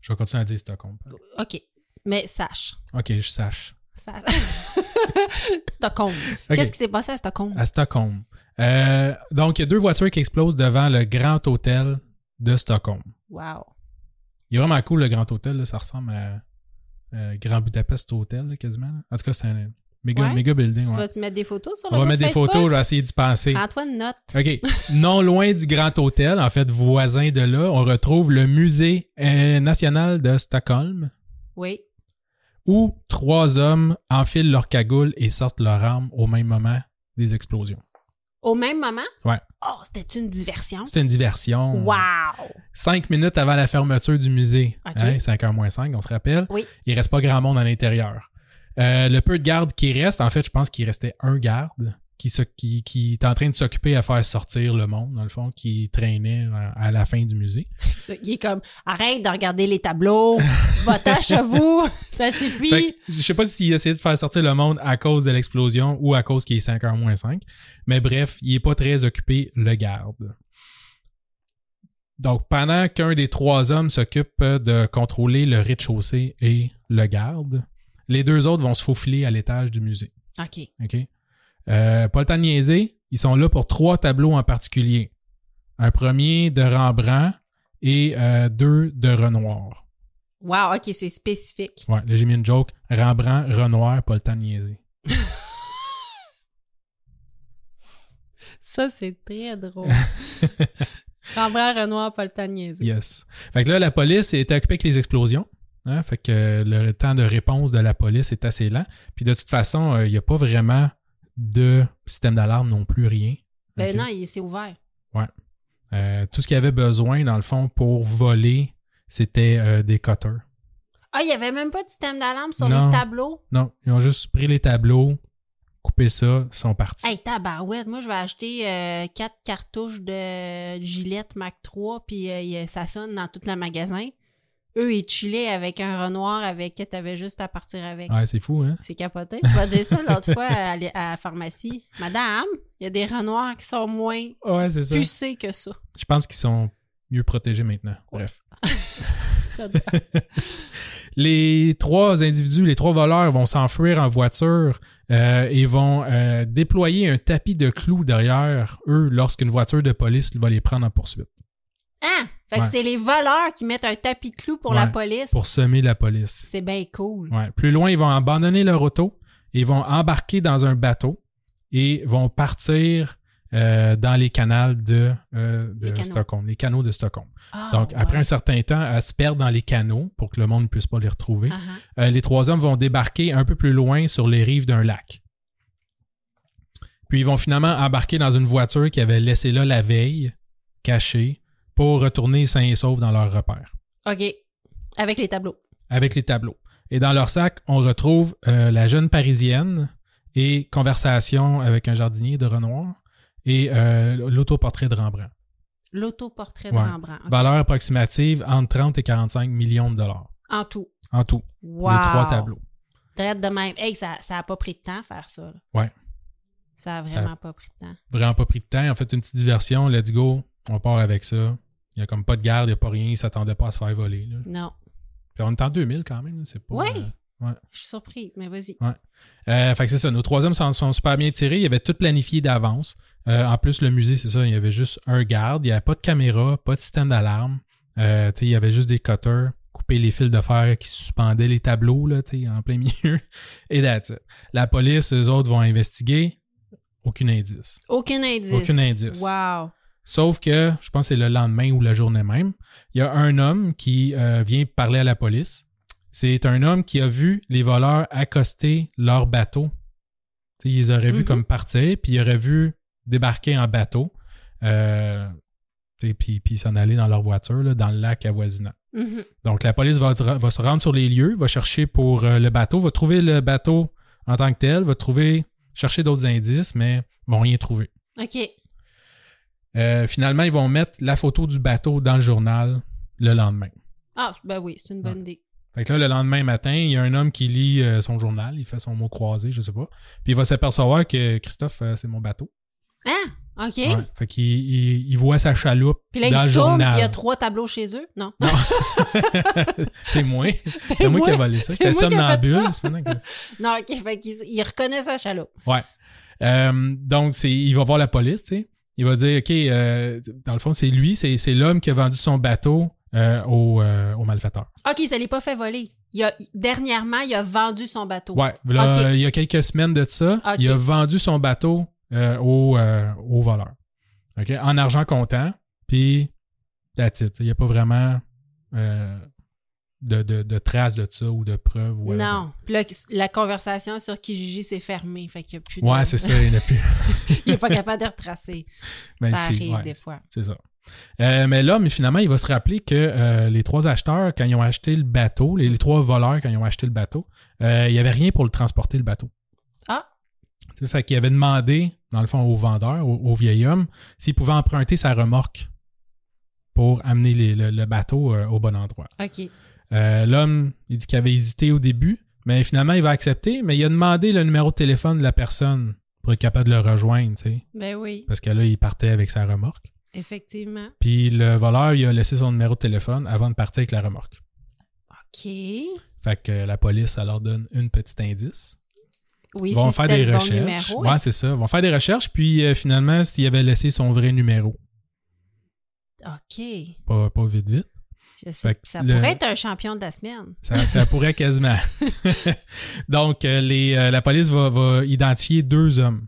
[SPEAKER 2] Je vais continuer à dire Stockholm.
[SPEAKER 1] OK. Mais sache.
[SPEAKER 2] OK, je sache.
[SPEAKER 1] sache. Stockholm.
[SPEAKER 2] OK.
[SPEAKER 1] Qu'est-ce qui s'est passé à Stockholm?
[SPEAKER 2] À Stockholm. Euh, donc, il y a deux voitures qui explosent devant le Grand Hôtel de Stockholm.
[SPEAKER 1] Wow.
[SPEAKER 2] Il est vraiment cool, le Grand Hôtel. là. Ça ressemble à euh, Grand Budapest Hotel, là, quasiment. là. En tout cas, c'est un méga,
[SPEAKER 1] Ouais.
[SPEAKER 2] méga building.
[SPEAKER 1] Tu
[SPEAKER 2] ouais.
[SPEAKER 1] vas-tu mettre des photos sur le
[SPEAKER 2] On va
[SPEAKER 1] groupe
[SPEAKER 2] mettre des
[SPEAKER 1] Facebook?
[SPEAKER 2] photos, je vais essayer d'y penser.
[SPEAKER 1] Antoine note.
[SPEAKER 2] OK. Non loin du Grand Hôtel, en fait, voisin de là, on retrouve le Musée euh, national de Stockholm.
[SPEAKER 1] Oui.
[SPEAKER 2] où trois hommes enfilent leur cagoule et sortent leur arme au même moment des explosions.
[SPEAKER 1] Au même moment?
[SPEAKER 2] Ouais.
[SPEAKER 1] Oh, c'était une diversion.
[SPEAKER 2] C'était une diversion.
[SPEAKER 1] Wow!
[SPEAKER 2] Cinq minutes avant la fermeture du musée.
[SPEAKER 1] Ok.
[SPEAKER 2] 5h moins 5, on se rappelle.
[SPEAKER 1] Oui.
[SPEAKER 2] Il reste pas grand monde à l'intérieur. Euh, le peu de gardes qui restent, en fait, je pense qu'il restait un garde qui, se- qui, qui est en train de s'occuper à faire sortir le monde, dans le fond, qui traînait à, à la fin du musée.
[SPEAKER 1] Ça, Il est comme arrête de regarder les tableaux, votre à vous, ça suffit.
[SPEAKER 2] Fait que, je sais pas s'il essayait de faire sortir le monde à cause de l'explosion ou à cause qu'il est 5h moins 5. Mais bref, il est pas très occupé, le garde. Donc, pendant qu'un des trois hommes s'occupe de contrôler le rez-de-chaussée et le garde, les deux autres vont se faufiler à l'étage du musée.
[SPEAKER 1] OK.
[SPEAKER 2] OK? Euh, pas le temps de niaiser, ils sont là pour trois tableaux en particulier. Un premier de Rembrandt et euh, deux de Renoir.
[SPEAKER 1] Wow, OK, c'est spécifique.
[SPEAKER 2] Ouais, là j'ai mis une joke. Rembrandt, Renoir, pas le temps de niaiser.
[SPEAKER 1] Ça, c'est très drôle. Rembrandt, Renoir, Paul Tanier.
[SPEAKER 2] Yes. Fait que là, la police est occupée avec les explosions. hein, fait que euh, le temps de réponse de la police est assez lent. Puis de toute façon, euh, il n'y a pas vraiment de système d'alarme non plus, rien.
[SPEAKER 1] Ben
[SPEAKER 2] OK?
[SPEAKER 1] non, il s'est ouvert.
[SPEAKER 2] Euh, tout ce qu'il y avait besoin, dans le fond, pour voler, c'était euh, des cutters.
[SPEAKER 1] Ah, il n'y avait même pas de système d'alarme sur
[SPEAKER 2] Non.
[SPEAKER 1] les tableaux.
[SPEAKER 2] Non, ils ont juste pris les tableaux, coupé ça, sont partis.
[SPEAKER 1] Hey, tabarouette, moi, je vais acheter euh, quatre cartouches de Gillette Mac 3, puis euh, il- ça sonne dans tout le magasin. Eux, ils chillaient avec un Renoir avec que t'avais juste à partir avec.
[SPEAKER 2] Ouais, c'est fou, hein?
[SPEAKER 1] C'est capoté. Je vais dire ça l'autre fois à, la- à la pharmacie. Madame, il y a des Renoirs qui sont moins
[SPEAKER 2] Ouais, c'est ça.
[SPEAKER 1] pucés que ça.
[SPEAKER 2] Je pense qu'ils sont mieux protégés maintenant. Bref.
[SPEAKER 1] Ça doit-
[SPEAKER 2] les trois individus, les trois voleurs vont s'enfuir en voiture euh, et vont euh, déployer un tapis de clous derrière eux lorsqu'une voiture de police va les prendre en poursuite
[SPEAKER 1] Hein? Fait que
[SPEAKER 2] Ouais.
[SPEAKER 1] c'est les voleurs qui mettent un tapis de clous pour la
[SPEAKER 2] Ouais,
[SPEAKER 1] police.
[SPEAKER 2] pour semer la police.
[SPEAKER 1] C'est bien cool.
[SPEAKER 2] Ouais. Plus loin, ils vont abandonner leur auto, ils vont embarquer dans un bateau et vont partir euh, dans les canals de, euh, de
[SPEAKER 1] Les canaux.
[SPEAKER 2] Stockholm, les canaux de Stockholm.
[SPEAKER 1] Ah,
[SPEAKER 2] Donc,
[SPEAKER 1] ouais.
[SPEAKER 2] après un certain temps, à se perdre dans les canaux pour que le monde ne puisse pas les retrouver,
[SPEAKER 1] Ah, ah.
[SPEAKER 2] euh, les trois hommes vont débarquer un peu plus loin sur les rives d'un lac. Puis ils vont finalement embarquer dans une voiture qu'ils avaient laissée là la veille, cachée, pour retourner sains et saufs dans leur repère
[SPEAKER 1] OK. Avec les tableaux.
[SPEAKER 2] avec les tableaux. Et dans leur sac, on retrouve euh, la jeune parisienne et conversation avec un jardinier de Renoir et euh, l'autoportrait de Rembrandt.
[SPEAKER 1] L'autoportrait
[SPEAKER 2] Ouais. Bah.
[SPEAKER 1] de Rembrandt. OK.
[SPEAKER 2] Valeur approximative entre 30 et 45 millions de dollars
[SPEAKER 1] En tout.
[SPEAKER 2] en tout, pour
[SPEAKER 1] Wow.
[SPEAKER 2] les trois tableaux.
[SPEAKER 1] Traite de même. Hey, ça n'a pas pris de temps à faire ça. là.
[SPEAKER 2] Ouais.
[SPEAKER 1] Ça a vraiment pas pris de temps.
[SPEAKER 2] Vraiment pas pris de temps. En fait, une petite diversion, let's go, on part avec ça. Il n'y a comme pas de garde, il n'y a pas rien, ils s'attendaient pas à se faire voler. là.
[SPEAKER 1] Non.
[SPEAKER 2] Puis on est en 2000 quand même, là, c'est pas...
[SPEAKER 1] Oui.
[SPEAKER 2] euh,
[SPEAKER 1] Je suis surprise, mais vas-y.
[SPEAKER 2] Euh, fait que c'est ça, nos trois hommes s'en sont super bien tirés. Ils avaient tout planifié d'avance. Euh, en plus, le musée, c'est ça, il y avait juste un garde. Il n'y avait pas de caméra, pas de système d'alarme. Euh, tu sais, il y avait juste des cutters, couper les fils de fer qui suspendaient les tableaux là, tu sais, en plein milieu. Et that's it. La police, eux autres, vont investiguer. Aucun indice.
[SPEAKER 1] Aucun indice.
[SPEAKER 2] Aucun indice.
[SPEAKER 1] Wow.
[SPEAKER 2] Sauf que, je pense que c'est le lendemain ou la journée même, il y a un homme qui euh, vient parler à la police. C'est un homme qui a vu les voleurs accoster leur bateau. Tu sais, ils auraient vu
[SPEAKER 1] Mhm.
[SPEAKER 2] comme partir, puis ils auraient vu débarquer en bateau, euh, tu sais, puis puis s'en aller dans leur voiture, là, dans le lac avoisinant.
[SPEAKER 1] Mhm.
[SPEAKER 2] Donc, la police va, va se rendre sur les lieux, va chercher pour euh, le bateau, va trouver le bateau en tant que tel, va trouver, chercher d'autres indices, mais vont rien trouver.
[SPEAKER 1] OK.
[SPEAKER 2] Euh, finalement, ils vont mettre la photo du bateau dans le journal le lendemain.
[SPEAKER 1] Ah, ben oui, c'est une bonne idée.
[SPEAKER 2] Fait que là, le lendemain matin, il y a un homme qui lit euh, son journal, il fait son mot croisé, je sais pas. Puis il va s'apercevoir que Christophe, euh, c'est mon bateau.
[SPEAKER 1] Ah, OK.
[SPEAKER 2] Ouais. Fait qu'il il, il voit sa chaloupe
[SPEAKER 1] Puis là,
[SPEAKER 2] dans
[SPEAKER 1] ils
[SPEAKER 2] le
[SPEAKER 1] se tournent, puis il y a
[SPEAKER 2] journal.
[SPEAKER 1] trois tableaux chez eux. Non.
[SPEAKER 2] c'est moi. C'est moi qui ai volé ça.
[SPEAKER 1] C'est
[SPEAKER 2] J'étais
[SPEAKER 1] moi qui ai fait
[SPEAKER 2] somnambule.
[SPEAKER 1] ça.
[SPEAKER 2] c'est maintenant que-
[SPEAKER 1] Non, OK. Fait qu'ils ils reconnaissent la chaloupe.
[SPEAKER 2] Ouais. Euh, donc, c'est, il va voir la police, tu sais. Il va dire, OK, euh, dans le fond, c'est lui, c'est, c'est l'homme qui a vendu son bateau euh, au, euh, au malfaiteur.
[SPEAKER 1] OK, ça l'est pas fait voler. Il a, dernièrement, il a vendu son bateau.
[SPEAKER 2] Ouais, là,
[SPEAKER 1] Ok.
[SPEAKER 2] il y a quelques semaines de ça,
[SPEAKER 1] Ok.
[SPEAKER 2] il a vendu son bateau euh, au, euh, au voleur. OK? En argent comptant, puis that's it. Il n'y a pas vraiment euh, de, de, de traces de ça ou de preuves. ou whatever.
[SPEAKER 1] Non. Puis là, la conversation sur Kijiji s'est fermée. Fait qu'il n'y a plus de-
[SPEAKER 2] Ouais, c'est ça, il n'y en a plus.
[SPEAKER 1] il n'est pas capable de retracer.
[SPEAKER 2] Ben,
[SPEAKER 1] ça
[SPEAKER 2] c'est-
[SPEAKER 1] arrive
[SPEAKER 2] ouais,
[SPEAKER 1] des fois.
[SPEAKER 2] C'est ça. Euh, mais là, mais finalement, il va se rappeler que euh, les trois acheteurs, quand ils ont acheté le bateau, les, les trois voleurs, quand ils ont acheté le bateau, euh, il n'y avait rien pour le transporter, le bateau.
[SPEAKER 1] Ah.
[SPEAKER 2] Tu sais, fait qu'il avait demandé, dans le fond, au vendeur, au, au vieil homme, s'il pouvait emprunter sa remorque pour amener les- le, le bateau euh, au bon endroit.
[SPEAKER 1] OK.
[SPEAKER 2] Euh, L'homme, il dit qu'il avait hésité au début, mais finalement, il va accepter, mais il a demandé le numéro de téléphone de la personne pour être capable de le rejoindre, tu sais,
[SPEAKER 1] Ben oui,
[SPEAKER 2] parce que là, il partait avec sa remorque.
[SPEAKER 1] effectivement.
[SPEAKER 2] Puis le voleur, il a laissé son numéro de téléphone avant de partir avec la remorque.
[SPEAKER 1] OK. Oui,
[SPEAKER 2] Fait que euh, la police, ça leur donne une petite indice. Ils
[SPEAKER 1] si
[SPEAKER 2] vont faire
[SPEAKER 1] c'était
[SPEAKER 2] des
[SPEAKER 1] le bon
[SPEAKER 2] recherches.
[SPEAKER 1] numéro,
[SPEAKER 2] ouais, c'est ça. Ils vont faire des recherches, puis euh, finalement, s'il avait laissé son vrai numéro.
[SPEAKER 1] OK.
[SPEAKER 2] Pas, pas vite, vite.
[SPEAKER 1] Je sais.
[SPEAKER 2] Fait que
[SPEAKER 1] Ça
[SPEAKER 2] le-
[SPEAKER 1] pourrait être un champion de la semaine.
[SPEAKER 2] Ça, ça pourrait quasiment. Donc, euh, les, euh, la police va, va identifier deux hommes.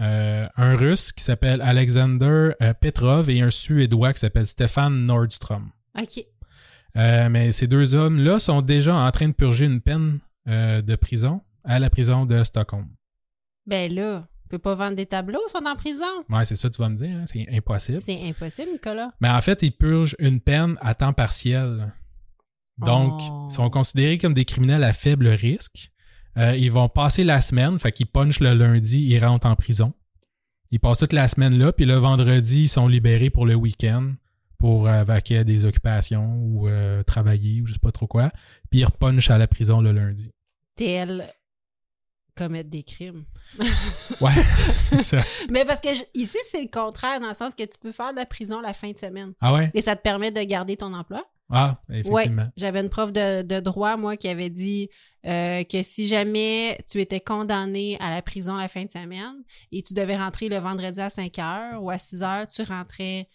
[SPEAKER 2] Euh, un russe qui s'appelle Alexander euh, Petrov et un suédois qui s'appelle Stefan Nordstrom.
[SPEAKER 1] OK.
[SPEAKER 2] Euh, mais ces deux hommes-là sont déjà en train de purger une peine euh, de prison à la prison de Stockholm.
[SPEAKER 1] Ben là, on peut pas vendre des tableaux, ils sont en prison.
[SPEAKER 2] Ouais, c'est ça, tu vas me dire, hein, c'est impossible.
[SPEAKER 1] C'est impossible, Nicolas.
[SPEAKER 2] Mais en fait, ils purgent une peine à temps partiel. Donc,
[SPEAKER 1] Oh.
[SPEAKER 2] ils sont considérés comme des criminels à faible risque. Euh, ils vont passer la semaine, fait qu'ils punchent le lundi, ils rentrent en prison. Ils passent toute la semaine là, puis le vendredi, ils sont libérés pour le week-end pour euh, vaquer à des occupations ou euh, travailler ou je sais pas trop quoi. Puis ils repunchent à la prison le lundi.
[SPEAKER 1] Tel commettre des crimes.
[SPEAKER 2] Ouais, c'est ça.
[SPEAKER 1] Mais parce que je- ici, c'est le contraire, dans le sens que tu peux faire de la prison la fin de semaine.
[SPEAKER 2] Ah ouais?
[SPEAKER 1] Et ça te permet de garder ton emploi.
[SPEAKER 2] Ah,
[SPEAKER 1] Oui,
[SPEAKER 2] effectivement.
[SPEAKER 1] j'avais une prof de, de droit, moi, qui avait dit euh, que si jamais tu étais condamné à la prison la fin de semaine et tu devais rentrer le vendredi à 5 heures ou à 6 heures, tu rentrais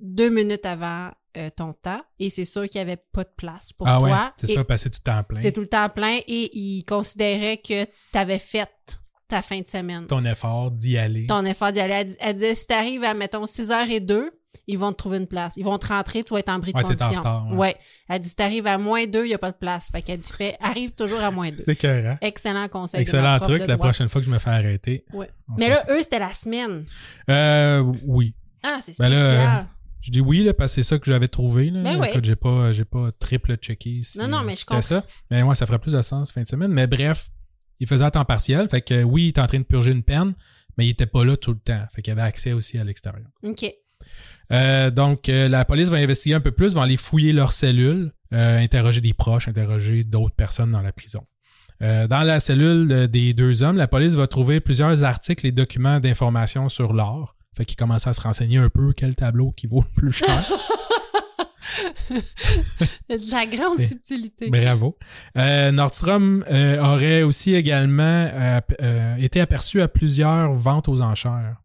[SPEAKER 1] deux minutes avant euh, ton temps et c'est sûr qu'il n'y avait pas de place pour
[SPEAKER 2] ah
[SPEAKER 1] toi.
[SPEAKER 2] ouais, c'est
[SPEAKER 1] Et
[SPEAKER 2] ça, passer tout le temps plein.
[SPEAKER 1] C'est tout le temps plein et ils considéraient que tu avais fait ta fin de semaine.
[SPEAKER 2] Ton effort d'y aller.
[SPEAKER 1] Ton effort d'y aller. Elle dis- Elle disait, si t'arrives à, mettons, 6h02, ils vont te trouver une place. Ils vont te rentrer, tu vas être en bris de
[SPEAKER 2] Ouais, t'es en
[SPEAKER 1] condition.
[SPEAKER 2] retard, ouais.
[SPEAKER 1] ouais. Elle dit, si t'arrives à moins 2, il n'y a pas de place. Fait qu'elle dit, fais, arrive toujours à moins 2.
[SPEAKER 2] C'est écœurant.
[SPEAKER 1] Excellent conseil. de ma
[SPEAKER 2] Excellent
[SPEAKER 1] prof
[SPEAKER 2] truc,
[SPEAKER 1] de
[SPEAKER 2] la
[SPEAKER 1] droit.
[SPEAKER 2] prochaine fois que je me fais arrêter.
[SPEAKER 1] Ouais.
[SPEAKER 2] on
[SPEAKER 1] Mais
[SPEAKER 2] fait
[SPEAKER 1] là,
[SPEAKER 2] ça.
[SPEAKER 1] eux, c'était la semaine.
[SPEAKER 2] Euh, oui.
[SPEAKER 1] Ah, c'est
[SPEAKER 2] Ben
[SPEAKER 1] spécial.
[SPEAKER 2] là, Je dis oui, là, parce que c'est ça que j'avais trouvé. Là.
[SPEAKER 1] Ben oui.
[SPEAKER 2] Écoute, j'ai pas, j'ai pas triple checké si
[SPEAKER 1] Non, non, mais
[SPEAKER 2] si
[SPEAKER 1] je
[SPEAKER 2] c'était ça. Mais moi, ça ferait plus de sens fin de semaine. Mais bref, il faisait à temps partiel. Fait que euh, oui, il était en train de purger une peine, mais il était pas là tout le temps. Fait qu'il avait accès aussi à l'extérieur.
[SPEAKER 1] OK.
[SPEAKER 2] Euh, donc, euh, la police va investiguer un peu plus, va aller fouiller leurs cellules, euh, interroger des proches, interroger d'autres personnes dans la prison. Euh, dans la cellule de- des deux hommes, la police va trouver plusieurs articles et documents d'information sur l'or. Fait qu'ils commencent à se renseigner un peu quel tableau qui vaut le plus cher.
[SPEAKER 1] De la grande
[SPEAKER 2] C'est- ben,
[SPEAKER 1] subtilité.
[SPEAKER 2] Bravo. Euh, Nordstrom euh, aurait aussi également euh, ap- euh, été aperçu à plusieurs ventes aux enchères.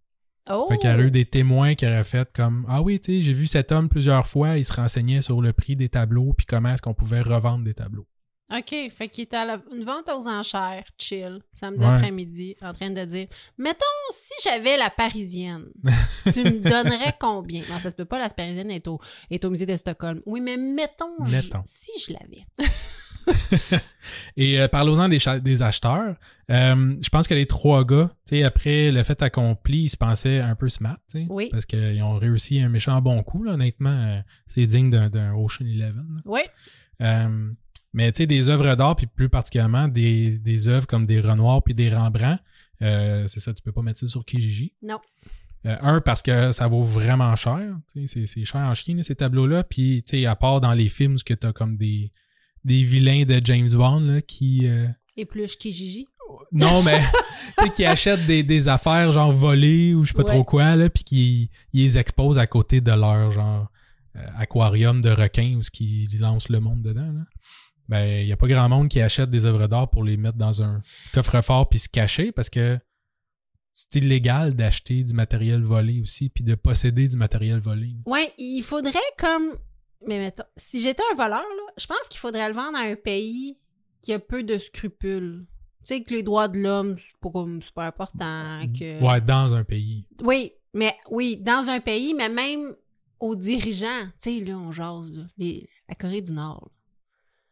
[SPEAKER 1] oh!
[SPEAKER 2] Fait qu'il y aurait eu des témoins qui auraient fait comme Ah oui, tu sais, j'ai vu cet homme plusieurs fois, il se renseignait sur le prix des tableaux, puis comment est-ce qu'on pouvait revendre des tableaux.
[SPEAKER 1] OK. Fait qu'il était à la- une vente aux enchères, chill, samedi
[SPEAKER 2] Ouais.
[SPEAKER 1] après-midi, en train de dire Mettons, si j'avais la parisienne, tu me donnerais combien Non, ça se peut pas, la parisienne est au, est au musée de Stockholm. Oui, mais mettons, je-
[SPEAKER 2] Mettons.
[SPEAKER 1] si je l'avais.
[SPEAKER 2] Et euh, parlons-en des, cha- des acheteurs. Euh, je pense que les trois gars, tu sais, après le fait accompli, ils se pensaient un peu smart, tu sais,
[SPEAKER 1] Oui.
[SPEAKER 2] parce qu'ils ont réussi un méchant bon coup, là, honnêtement. Euh, C'est digne d'un- d'un Ocean Eleven. là.
[SPEAKER 1] Oui.
[SPEAKER 2] Euh, mais tu sais, des œuvres d'art, puis plus particulièrement des, des œuvres comme des Renoir puis des Rembrandt, euh, c'est ça, tu peux pas mettre ça sur Kijiji.
[SPEAKER 1] Non.
[SPEAKER 2] Euh, un, parce que ça vaut vraiment cher. tu sais, C'est c'est cher en chien, là, ces tableaux-là. Puis, tu sais, à part dans les films, ce que t'as comme des, des vilains de James Bond là, qui. euh,
[SPEAKER 1] Et plus Kijiji.
[SPEAKER 2] non, mais tu sais, qui achètent des, des affaires genre volées ou je sais pas
[SPEAKER 1] Ouais.
[SPEAKER 2] trop quoi, là, puis qui ils les exposent à côté de leur genre euh, aquarium de requins où ce qui lance le monde dedans. Là. Ben, il n'y a pas grand monde qui achète des œuvres d'art pour les mettre dans un coffre-fort puis se cacher parce que c'est illégal d'acheter du matériel volé aussi puis de posséder du matériel volé.
[SPEAKER 1] Ouais, il faudrait comme. Mais mettons, si j'étais un voleur, là, je pense qu'il faudrait le vendre à un pays qui a peu de scrupules. Tu sais que les droits de l'homme, c'est pas comme super important. Que...
[SPEAKER 2] Mm-hmm. Ouais, dans un pays.
[SPEAKER 1] Oui, mais oui, dans un pays, mais même aux dirigeants. Tu sais, là, on jase, là, les- la Corée du Nord.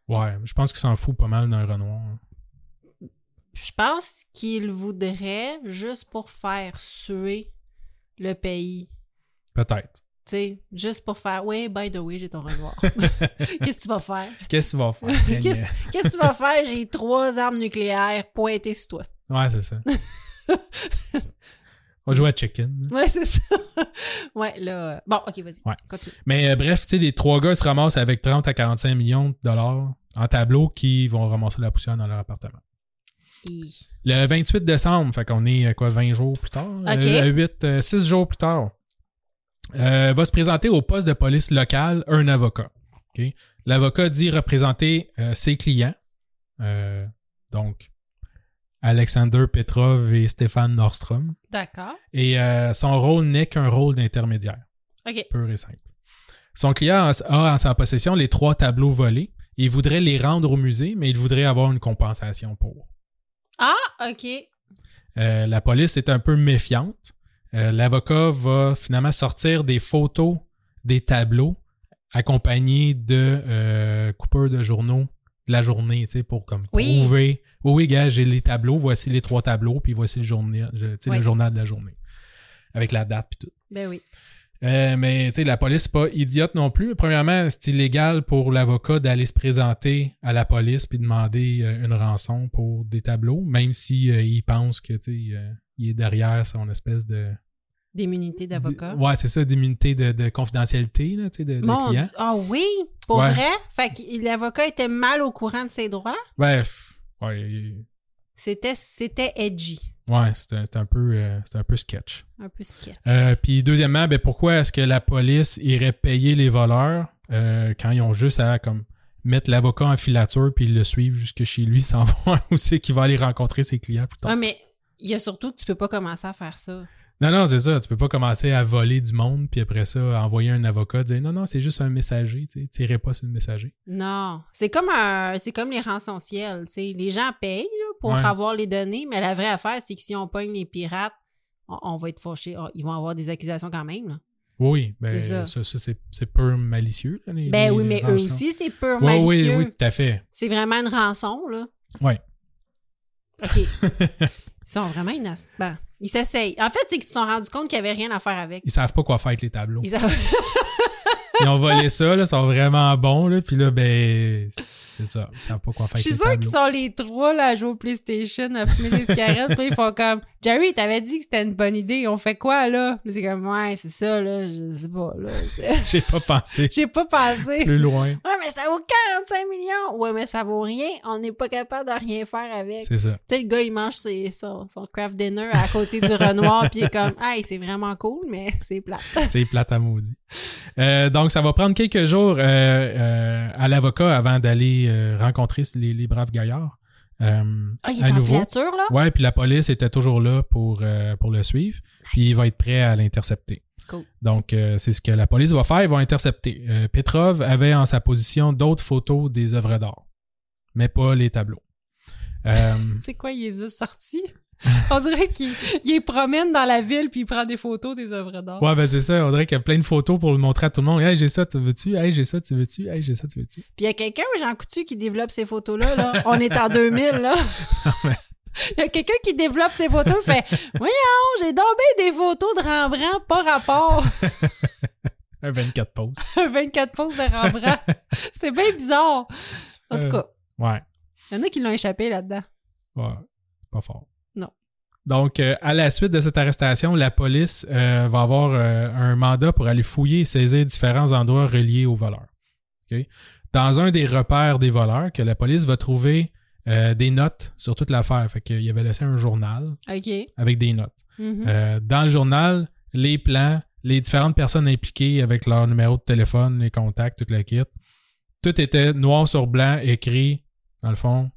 [SPEAKER 1] là.
[SPEAKER 2] Ouais, je pense qu'ils s'en foutent pas mal d'un Renoir.
[SPEAKER 1] Je pense qu'ils voudraient juste pour faire suer le pays.
[SPEAKER 2] Peut-être.
[SPEAKER 1] Tu sais, juste pour faire, oui, by the way, j'ai ton revoir. Qu'est-ce que tu vas faire?
[SPEAKER 2] Qu'est-ce qu'il va faire?
[SPEAKER 1] Qu'est-ce qu'est-ce que tu vas faire? J'ai trois armes nucléaires pointées sur toi.
[SPEAKER 2] Ouais, c'est ça. On jouait à Chicken.
[SPEAKER 1] Ouais, c'est ça. ouais, là. euh, Bon, ok, vas-y.
[SPEAKER 2] Ouais.
[SPEAKER 1] Continue.
[SPEAKER 2] Mais euh, bref, tu sais, les trois gars se ramassent avec 30 à 45 millions de dollars en tableau qui vont ramasser la poussière dans leur appartement.
[SPEAKER 1] Hi.
[SPEAKER 2] Le 28 décembre, fait qu'on est euh, quoi, 20 jours plus tard? Euh,
[SPEAKER 1] Ok.
[SPEAKER 2] 8, 6 jours plus tard, euh, va se présenter au poste de police local un avocat. ok? L'avocat dit représenter euh, ses clients, euh, donc Alexander Petrov et Stéphane Nordstrom.
[SPEAKER 1] D'accord.
[SPEAKER 2] Et euh, son rôle n'est qu'un rôle d'intermédiaire
[SPEAKER 1] Ok.
[SPEAKER 2] pur et simple. Son client a- a en sa possession les trois tableaux volés. Il voudrait les rendre au musée, mais il voudrait avoir une compensation pour.
[SPEAKER 1] Ah, ok.
[SPEAKER 2] Euh, la police est un peu méfiante. Euh, L'avocat va finalement sortir des photos des tableaux accompagnés de euh, coupeurs de journaux de la journée, tu sais, pour comme
[SPEAKER 1] Oui.
[SPEAKER 2] prouver. Oui, oui, gars, j'ai les tableaux, voici les trois tableaux, puis voici le journal, je- tu sais,
[SPEAKER 1] Ouais.
[SPEAKER 2] le journal de la journée, avec la date puis tout.
[SPEAKER 1] Ben oui.
[SPEAKER 2] Euh, mais tu sais, la police c'est pas idiote non plus. Premièrement, c'est illégal pour l'avocat d'aller se présenter à la police puis demander euh, une rançon pour des tableaux, même si euh, il pense que tu sais, euh, il est derrière son espèce de
[SPEAKER 1] D'immunité d'avocat.
[SPEAKER 2] Ouais, c'est ça, d'immunité de, de confidentialité là, tu sais, de, de
[SPEAKER 1] Mon-
[SPEAKER 2] client.
[SPEAKER 1] Ah oui, pour
[SPEAKER 2] Ouais.
[SPEAKER 1] vrai? Fait que l'avocat était mal au courant de ses droits.
[SPEAKER 2] Bref, ouais, il-
[SPEAKER 1] C'était, c'était edgy.
[SPEAKER 2] ouais, c'est un, c'est un peu, euh, c'est un peu sketch.
[SPEAKER 1] Un peu sketch.
[SPEAKER 2] Euh, puis deuxièmement, ben pourquoi est-ce que la police irait payer les voleurs euh, quand ils ont juste à comme mettre l'avocat en filature puis le suivre jusque chez lui sans voir où c'est qu'il va aller rencontrer ses clients plus tard.
[SPEAKER 1] Ah, mais il y a surtout que tu peux pas commencer à faire ça.
[SPEAKER 2] Non, non, c'est ça. Tu peux pas commencer à voler du monde puis après ça envoyer un avocat dire non, non, c'est juste un messager, tu sais, tirez pas sur le messager.
[SPEAKER 1] Non. C'est comme un, c'est comme les rançons ciel, tu sais. Les gens payent, là, pour
[SPEAKER 2] Ouais.
[SPEAKER 1] avoir les données, mais la vraie affaire, c'est que si on pogne les pirates, on, on va être fauchés. Ah, Ils vont avoir des accusations quand même, là.
[SPEAKER 2] Oui, ben
[SPEAKER 1] C'est ça.
[SPEAKER 2] ça, ça, c'est, c'est peu malicieux. là, les-
[SPEAKER 1] Ben
[SPEAKER 2] les
[SPEAKER 1] oui, mais eux
[SPEAKER 2] rançons.
[SPEAKER 1] aussi, c'est pur
[SPEAKER 2] Ouais,
[SPEAKER 1] malicieux.
[SPEAKER 2] Oui, oui, tout à fait.
[SPEAKER 1] C'est vraiment une rançon, là.
[SPEAKER 2] Ouais.
[SPEAKER 1] OK. ils sont vraiment innocents. Ben, ils s'essayent. En fait, c'est qu'ils se sont rendus compte qu'il n'y avait rien à faire avec.
[SPEAKER 2] Ils savent pas quoi faire avec les tableaux.
[SPEAKER 1] Ils avaient-
[SPEAKER 2] Ils ont volé ça, là, sont vraiment bons, là, puis là, ben, c'est ça, ils savent pas quoi faire.
[SPEAKER 1] Je suis
[SPEAKER 2] avec les
[SPEAKER 1] sûre qu'ils
[SPEAKER 2] tableaux.
[SPEAKER 1] sont les trois là, à jouer au PlayStation, à fumer des cigarettes. puis ils font comme Jerry, t'avais dit que c'était une bonne idée. On fait quoi là? Puis c'est comme Ouais, c'est ça, là. Je sais pas. là. C'est-
[SPEAKER 2] J'ai pas pensé
[SPEAKER 1] J'ai pas pensé.
[SPEAKER 2] plus loin.
[SPEAKER 1] Ouais, mais ça vaut 45 millions. Ouais, mais ça vaut rien. On n'est pas capable de rien faire avec.
[SPEAKER 2] C'est ça.
[SPEAKER 1] Tu sais, le gars, il mange ses- son, son craft dinner à côté du Renoir, puis il est comme, hey, c'est vraiment cool, mais c'est plat.
[SPEAKER 2] C'est plate à maudit. Euh, donc, ça va prendre quelques jours euh, euh, à l'avocat avant d'aller euh, rencontrer les, les braves gaillards. Euh,
[SPEAKER 1] Ah, il
[SPEAKER 2] à
[SPEAKER 1] est en
[SPEAKER 2] nouveau.
[SPEAKER 1] filature, là?
[SPEAKER 2] Ouais, puis la police était toujours là pour, euh, pour le suivre, puis il va être prêt à l'intercepter.
[SPEAKER 1] Cool.
[SPEAKER 2] Donc, euh, c'est ce que la police va faire, ils vont intercepter. Euh, Petrov avait en sa position d'autres photos des œuvres d'art, mais pas les tableaux. Euh,
[SPEAKER 1] C'est quoi, il les a sortis? On dirait qu'il il les promène dans la ville, puis il prend des photos des œuvres d'art.
[SPEAKER 2] ouais, ben c'est ça, on dirait qu'il y a plein de photos pour le montrer à tout le monde. Hey, j'ai ça, tu veux-tu? Hey, j'ai ça, tu veux-tu? Hey, j'ai ça, tu veux-tu?
[SPEAKER 1] Puis il y a quelqu'un, Jean Coutu, qui développe ces photos-là. Là. On est en 2000, là. Il y a quelqu'un qui développe ces photos, fait Voyons, j'ai tombé des photos de Rembrandt, pas rapport.
[SPEAKER 2] Un 24 poses.
[SPEAKER 1] Un 24 pouces de Rembrandt. C'est bien bizarre. En tout
[SPEAKER 2] Euh.
[SPEAKER 1] cas,
[SPEAKER 2] Ouais,
[SPEAKER 1] il y en a qui l'ont échappé là-dedans.
[SPEAKER 2] ouais, pas fort.
[SPEAKER 1] Non.
[SPEAKER 2] Donc, euh, à la suite de cette arrestation, la police euh, va avoir euh, un mandat pour aller fouiller et saisir différents endroits reliés aux voleurs. OK? Dans un des repères des voleurs, que la police va trouver euh, des notes sur toute l'affaire. Fait qu'il avait laissé un journal
[SPEAKER 1] OK.
[SPEAKER 2] avec des notes.
[SPEAKER 1] Mm. Mhm.
[SPEAKER 2] Euh, dans le journal, les plans, les différentes personnes impliquées avec leur numéro de téléphone, les contacts, tout le kit. Tout était noir sur blanc, écrit, dans le fond,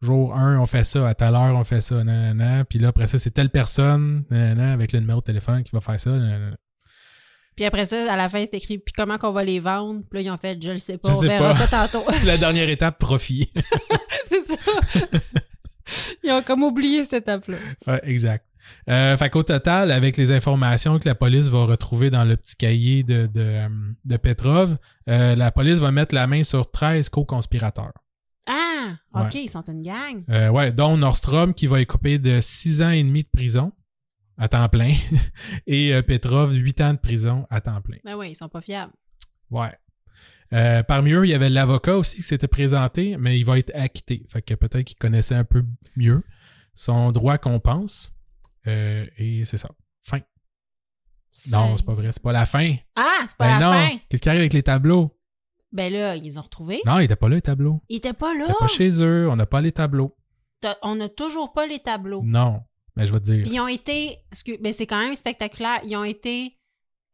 [SPEAKER 2] jour 1, on fait ça, à telle heure, on fait ça, nanana. Puis là, après ça, c'est telle personne, nanana, avec le numéro de téléphone qui va faire ça, nanana.
[SPEAKER 1] Puis après ça, à la fin, c'est écrit Puis comment qu'on va les vendre Puis là, ils ont fait Je le sais pas,
[SPEAKER 2] Je
[SPEAKER 1] on
[SPEAKER 2] sais
[SPEAKER 1] verra
[SPEAKER 2] pas.
[SPEAKER 1] ça tantôt.
[SPEAKER 2] La dernière étape, profit.
[SPEAKER 1] c'est ça. ils ont comme oublié cette étape-là.
[SPEAKER 2] Ouais, exact. Euh, fait qu'au total, avec les informations que la police va retrouver dans le petit cahier de, de, euh, de Petrov, euh, la police va mettre la main sur 13 co-conspirateurs.
[SPEAKER 1] Ah, OK,
[SPEAKER 2] Ouais.
[SPEAKER 1] ils sont une gang.
[SPEAKER 2] Euh, ouais, dont Nordstrom qui va être coupé de 6 ans et demi de prison à temps plein et euh, Petrov 8 ans de prison à temps plein.
[SPEAKER 1] Ben oui, ils sont pas fiables.
[SPEAKER 2] Ouais. Euh, parmi eux, il y avait l'avocat aussi qui s'était présenté, mais il va être acquitté. Fait que peut-être qu'il connaissait un peu mieux. son droit compense. Euh, et c'est ça. Fin. Non, c'est pas vrai. C'est pas la fin.
[SPEAKER 1] Ah, c'est pas
[SPEAKER 2] Ben
[SPEAKER 1] la
[SPEAKER 2] non.
[SPEAKER 1] fin.
[SPEAKER 2] Qu'est-ce qui arrive avec les tableaux?
[SPEAKER 1] Ben là, ils les ont retrouvé.
[SPEAKER 2] Non, il était pas là, les tableaux.
[SPEAKER 1] Ils étaient pas
[SPEAKER 2] Il
[SPEAKER 1] là.
[SPEAKER 2] était pas chez eux. On n'a pas les tableaux.
[SPEAKER 1] T'as- On n'a toujours pas les tableaux.
[SPEAKER 2] Non. Mais je vais te dire.
[SPEAKER 1] Puis ils ont été, excuse- ben c'est quand même spectaculaire, ils ont été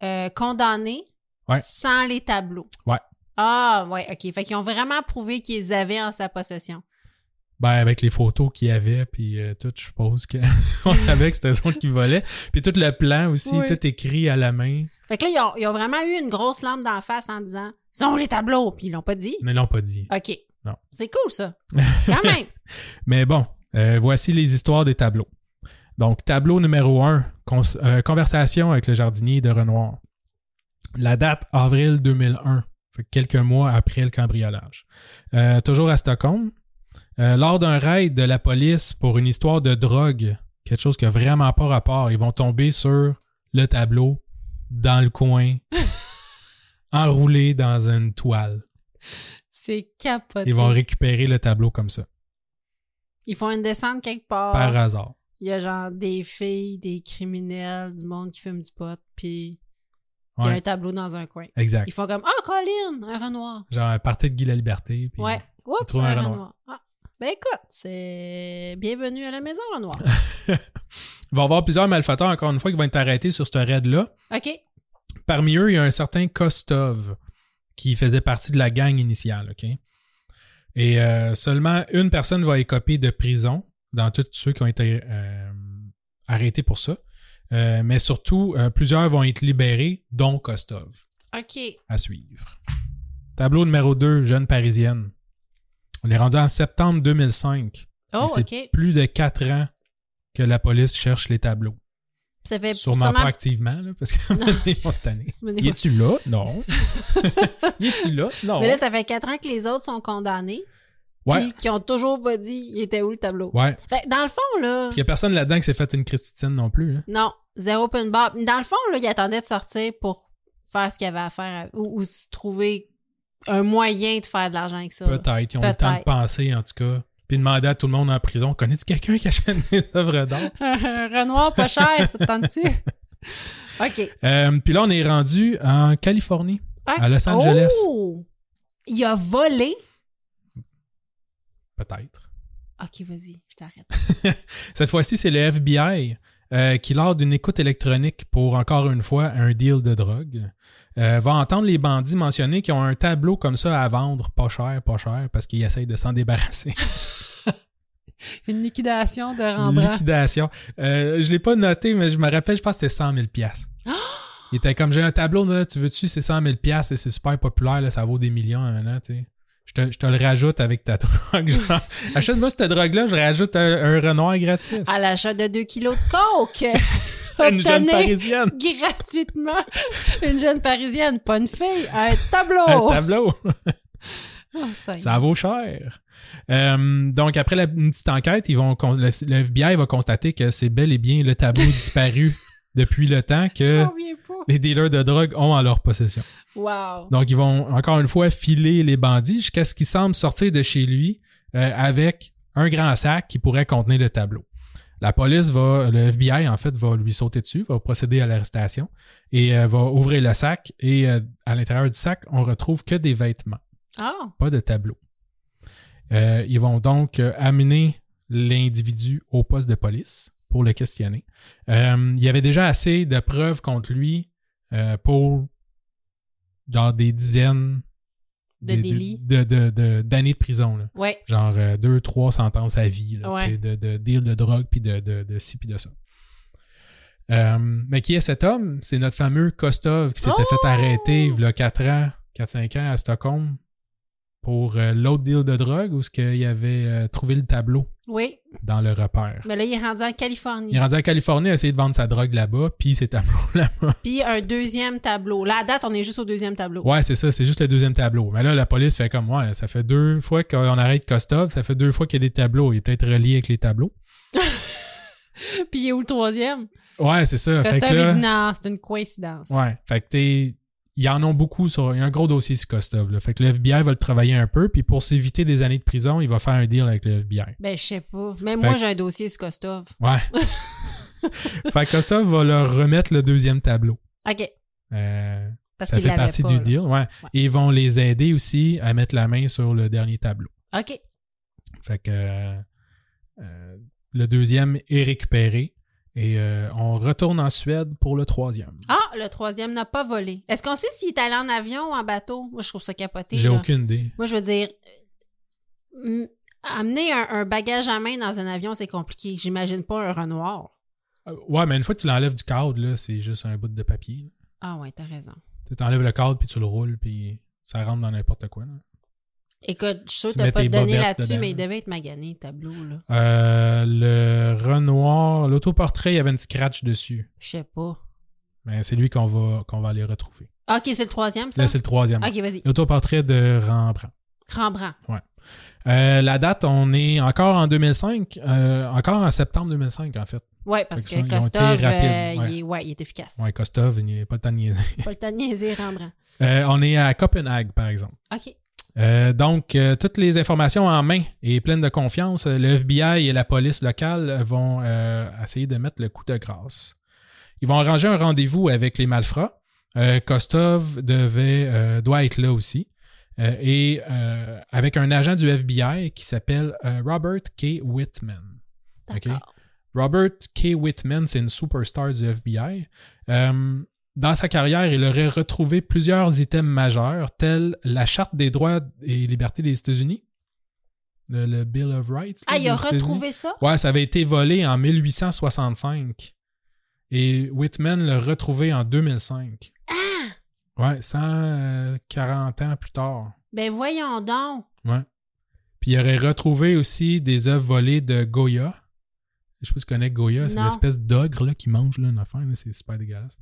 [SPEAKER 1] euh, condamnés
[SPEAKER 2] Ouais.
[SPEAKER 1] sans les tableaux.
[SPEAKER 2] Ouais.
[SPEAKER 1] Ah, ouais, OK. Fait qu'ils ont vraiment prouvé qu'ils avaient en sa possession.
[SPEAKER 2] Ben, avec les photos qu'il y avait, puis euh, tout, je suppose qu'on savait que c'était son qui volait. Puis tout le plan aussi,
[SPEAKER 1] Oui.
[SPEAKER 2] tout écrit à la main.
[SPEAKER 1] Fait que là, ils ont, ils ont vraiment eu une grosse lampe d'en face en disant « Sont les tableaux! » Puis ils l'ont pas dit.
[SPEAKER 2] Mais ils l'ont pas dit.
[SPEAKER 1] OK.
[SPEAKER 2] Non.
[SPEAKER 1] C'est cool, ça. Quand même.
[SPEAKER 2] Mais bon, euh, voici les histoires des tableaux. Donc, tableau numéro 1, conversation avec le jardinier de Renoir. La date, avril 2001, fait que quelques mois après le cambriolage. Euh, toujours à Stockholm. Euh, lors d'un raid de la police pour une histoire de drogue, quelque chose qui a vraiment pas rapport, ils vont tomber sur le tableau, dans le coin, enroulé dans une toile.
[SPEAKER 1] C'est capoté.
[SPEAKER 2] Ils vont récupérer le tableau comme ça,
[SPEAKER 1] Ils font une descente quelque part.
[SPEAKER 2] par hasard.
[SPEAKER 1] Il y a genre des filles, des criminels, du monde qui fume du pot, puis il y a
[SPEAKER 2] Ouais,
[SPEAKER 1] un tableau dans un coin.
[SPEAKER 2] exact.
[SPEAKER 1] Ils font comme « Ah, Colin! Un Renoir! »
[SPEAKER 2] Genre un parti de Guy la Liberté. Puis
[SPEAKER 1] Ouais. Oups,
[SPEAKER 2] trouve
[SPEAKER 1] un
[SPEAKER 2] un
[SPEAKER 1] Renoir.
[SPEAKER 2] Renoir.
[SPEAKER 1] Ah. Ben écoute, c'est bienvenue à la maison, Renoir.
[SPEAKER 2] Il va y avoir plusieurs malfaiteurs, encore une fois, qui vont être arrêtés sur ce raid-là.
[SPEAKER 1] OK.
[SPEAKER 2] Parmi eux, il y a un certain Kostov qui faisait partie de la gang initiale, OK? Et euh, seulement une personne va écoper de prison dans tous ceux qui ont été euh, arrêtés pour ça. Euh, mais surtout, euh, plusieurs vont être libérés, dont Kostov.
[SPEAKER 1] OK.
[SPEAKER 2] à suivre. Tableau numéro 2, jeune parisienne. On est rendu en septembre 2005.
[SPEAKER 1] Oh,
[SPEAKER 2] Et c'est
[SPEAKER 1] ok.
[SPEAKER 2] plus de quatre ans que la police cherche les tableaux.
[SPEAKER 1] Ça fait
[SPEAKER 2] Sûrement, pas activement, là, parce que ils vont se tanner.
[SPEAKER 1] Mais non.
[SPEAKER 2] Y es-tu là? Non. y es-tu là? Non.
[SPEAKER 1] Mais là, ça fait quatre ans que les autres sont condamnés.
[SPEAKER 2] ouais.
[SPEAKER 1] Puis qui ont toujours pas dit il était où le tableau.
[SPEAKER 2] Ouais.
[SPEAKER 1] Fait que dans le fond, là.
[SPEAKER 2] Il y a personne là-dedans qui s'est fait une Christine non plus. hein.
[SPEAKER 1] Non, zéro open bar. Dans le fond, là, il attendait de sortir pour faire ce qu'il avait à faire à- ou, ou se trouver un moyen de faire de l'argent avec ça. là.
[SPEAKER 2] Peut-être. Ils ont eu le temps
[SPEAKER 1] Peut-être.
[SPEAKER 2] de penser, en tout cas. Puis demander à tout le monde en prison connais-tu quelqu'un qui achète des œuvres d'art?
[SPEAKER 1] Un Renoir pas cher, ça te tente-tu? OK.
[SPEAKER 2] Euh, puis là, on est rendu en Californie, à Los Angeles.
[SPEAKER 1] Oh! Il a volé.
[SPEAKER 2] Peut-être.
[SPEAKER 1] OK, vas-y, je t'arrête.
[SPEAKER 2] Cette fois-ci, c'est le FBI euh, qui, lors d'une écoute électronique pour encore une fois un deal de drogue, euh, va entendre les bandits mentionner qu'ils ont un tableau comme ça à vendre, pas cher, pas cher, parce qu'ils essayent de s'en débarrasser.
[SPEAKER 1] Une liquidation de Rembrandt.
[SPEAKER 2] Liquidation. Euh, je l'ai pas noté, mais je me rappelle, je pense que c'était 100 000 pièces. Il était comme j'ai un tableau, là, tu veux-tu, c'est 100 000 pièces et c'est super populaire, là, ça vaut des millions maintenant, tu sais. Je te, je te le rajoute avec ta drogue. genre. Achète-moi cette drogue-là, je rajoute un, un Renoir gratis.
[SPEAKER 1] À l'achat de 2 kilos de coke.
[SPEAKER 2] Une jeune
[SPEAKER 1] Obtenez
[SPEAKER 2] parisienne.
[SPEAKER 1] Gratuitement. Une jeune parisienne, pas une fille. Un
[SPEAKER 2] Un
[SPEAKER 1] tableau.
[SPEAKER 2] tableau.
[SPEAKER 1] Oh, ça-
[SPEAKER 2] Ça vaut cher. Euh, donc, après la, une petite enquête, ils vont con- le, le FBI va constater que c'est bel et bien le tableau disparu depuis le temps que
[SPEAKER 1] J'en reviens pas.
[SPEAKER 2] les dealers de drogue ont en leur possession.
[SPEAKER 1] Wow.
[SPEAKER 2] Donc, ils vont encore une fois filer les bandits jusqu'à ce qu'ils semblent sortir de chez lui euh, avec un grand sac qui pourrait contenir le tableau. La police va, le FBI en fait, va lui sauter dessus, va procéder à l'arrestation et euh, va ouvrir le sac. Et euh, à l'intérieur du sac, on retrouve que des vêtements
[SPEAKER 1] Ah,
[SPEAKER 2] pas de tableau. Euh, ils vont donc euh, amener l'individu au poste de police pour le questionner. Euh, il y avait déjà assez de preuves contre lui euh, pour genre des dizaines
[SPEAKER 1] De
[SPEAKER 2] des-
[SPEAKER 1] délits.
[SPEAKER 2] de- de- de- d'années de prison. là.
[SPEAKER 1] ouais.
[SPEAKER 2] Genre euh, deux, trois sentences à vie là,
[SPEAKER 1] Ouais.
[SPEAKER 2] tu sais, de, de deal de drogue puis de, de, de ci puis de ça. Euh, mais qui est cet homme? C'est notre fameux Kostov qui s'était
[SPEAKER 1] Oh!
[SPEAKER 2] fait arrêter il y a 4 ans, 4-5 ans à Stockholm pour euh, l'autre deal de drogue où ce qu'il avait euh, trouvé le tableau
[SPEAKER 1] Oui.
[SPEAKER 2] dans le repère.
[SPEAKER 1] Mais là, il est rendu en Californie.
[SPEAKER 2] Il est rendu en Californie, a essayé de vendre sa drogue là-bas, puis ses tableaux là-bas.
[SPEAKER 1] Puis un deuxième tableau. Là, à date, on est juste au deuxième tableau.
[SPEAKER 2] Ouais, c'est ça, c'est juste le deuxième tableau. Mais là, la police fait comme, ouais, ça fait deux fois qu'on arrête Kostov, ça fait deux fois qu'il y a des tableaux. Il est peut-être relié avec les tableaux.
[SPEAKER 1] Puis il est où le troisième?
[SPEAKER 2] Ouais, c'est ça. Fait que
[SPEAKER 1] Costa
[SPEAKER 2] là-
[SPEAKER 1] dit non, c'est une coïncidence.
[SPEAKER 2] Ouais. Fait que t'es. ils en ont beaucoup sur. Il y a un gros dossier sur Kostov. Là. Fait que le FBI va le travailler un peu, puis pour s'éviter des années de prison, il va faire un deal avec le FBI.
[SPEAKER 1] Ben, je sais pas. Même
[SPEAKER 2] Fait
[SPEAKER 1] moi,
[SPEAKER 2] que-
[SPEAKER 1] j'ai un dossier sur Kostov.
[SPEAKER 2] Ouais. fait que Kostov va leur remettre le deuxième tableau.
[SPEAKER 1] OK.
[SPEAKER 2] Euh,
[SPEAKER 1] Parce
[SPEAKER 2] ça
[SPEAKER 1] qu'il
[SPEAKER 2] fait
[SPEAKER 1] l'avait
[SPEAKER 2] partie
[SPEAKER 1] pas,
[SPEAKER 2] du
[SPEAKER 1] là.
[SPEAKER 2] deal. Ouais. Et ils vont les aider aussi à mettre la main sur le dernier tableau.
[SPEAKER 1] OK.
[SPEAKER 2] Fait que euh, euh, le deuxième est récupéré. Et euh, on retourne en Suède pour le troisième.
[SPEAKER 1] Ah, le troisième n'a pas volé. Est-ce qu'on sait s'il est allé en avion ou en bateau? Moi, je trouve ça capoté.
[SPEAKER 2] J'ai
[SPEAKER 1] là.
[SPEAKER 2] aucune idée.
[SPEAKER 1] Moi, je veux dire, euh, m- amener un, un bagage à main dans un avion, c'est compliqué. J'imagine pas un Renoir.
[SPEAKER 2] Euh, Ouais, mais une fois que tu l'enlèves du cadre, là, c'est juste un bout de papier. là.
[SPEAKER 1] Ah ouais, t'as raison.
[SPEAKER 2] Tu t'enlèves le cadre, puis tu le roules, puis ça rentre dans n'importe quoi. là.
[SPEAKER 1] Écoute, je suis sûr
[SPEAKER 2] Tu
[SPEAKER 1] que t'as
[SPEAKER 2] mets
[SPEAKER 1] pas
[SPEAKER 2] tes
[SPEAKER 1] donné
[SPEAKER 2] bobettes
[SPEAKER 1] là-dessus,
[SPEAKER 2] dedans,
[SPEAKER 1] mais il
[SPEAKER 2] là.
[SPEAKER 1] devait être magané, le tableau, là.
[SPEAKER 2] Euh, le Renoir, l'autoportrait, il y avait une scratch dessus.
[SPEAKER 1] Je sais pas.
[SPEAKER 2] Mais c'est lui qu'on va, qu'on va aller retrouver.
[SPEAKER 1] OK, c'est le troisième, ça?
[SPEAKER 2] Là, Ben, c'est le troisième.
[SPEAKER 1] OK, vas-y.
[SPEAKER 2] L'autoportrait de Rembrandt.
[SPEAKER 1] Rembrandt.
[SPEAKER 2] Euh, la date, on est encore en 2005, euh, encore en septembre 2005, en fait.
[SPEAKER 1] Ouais, parce
[SPEAKER 2] Fait que
[SPEAKER 1] que
[SPEAKER 2] ça, ils ont été
[SPEAKER 1] Kostov, euh,
[SPEAKER 2] rapides, ouais.
[SPEAKER 1] il, est, ouais, il est efficace.
[SPEAKER 2] Ouais, Kostov, il n'y a pas le temps de niaiser.
[SPEAKER 1] Pas le temps de niaiser, Rembrandt.
[SPEAKER 2] Euh, on est à Copenhague, par exemple.
[SPEAKER 1] OK.
[SPEAKER 2] Euh, donc, euh, toutes les informations en main et pleines de confiance, euh, le FBI et la police locale vont euh, essayer de mettre le coup de grâce. Ils vont arranger un rendez-vous avec les malfrats. Euh, Kostov devait, euh, doit être là aussi. Euh, et euh, avec un agent du FBI qui s'appelle euh, Robert K. Whitman. OK.
[SPEAKER 1] D'accord.
[SPEAKER 2] Robert K. Whitman, c'est une superstar du FBI. Euh, dans sa carrière, il aurait retrouvé plusieurs items majeurs, tels la Charte des droits et libertés des États-Unis, le, le Bill of Rights. là,
[SPEAKER 1] Ah, il a
[SPEAKER 2] des États-Unis.
[SPEAKER 1] retrouvé ça?
[SPEAKER 2] Ouais, ça avait été volé en 1865. Et Whitman l'a retrouvé en 2005. Ah! Ouais, 140 ans plus tard.
[SPEAKER 1] Ben voyons donc.
[SPEAKER 2] Ouais. Puis il aurait retrouvé aussi des œuvres volées de Goya. Je sais pas si tu connais Goya, c'est
[SPEAKER 1] Non.
[SPEAKER 2] l'espèce d'ogre là, qui mange là, une affaire, là, c'est super dégueulasse.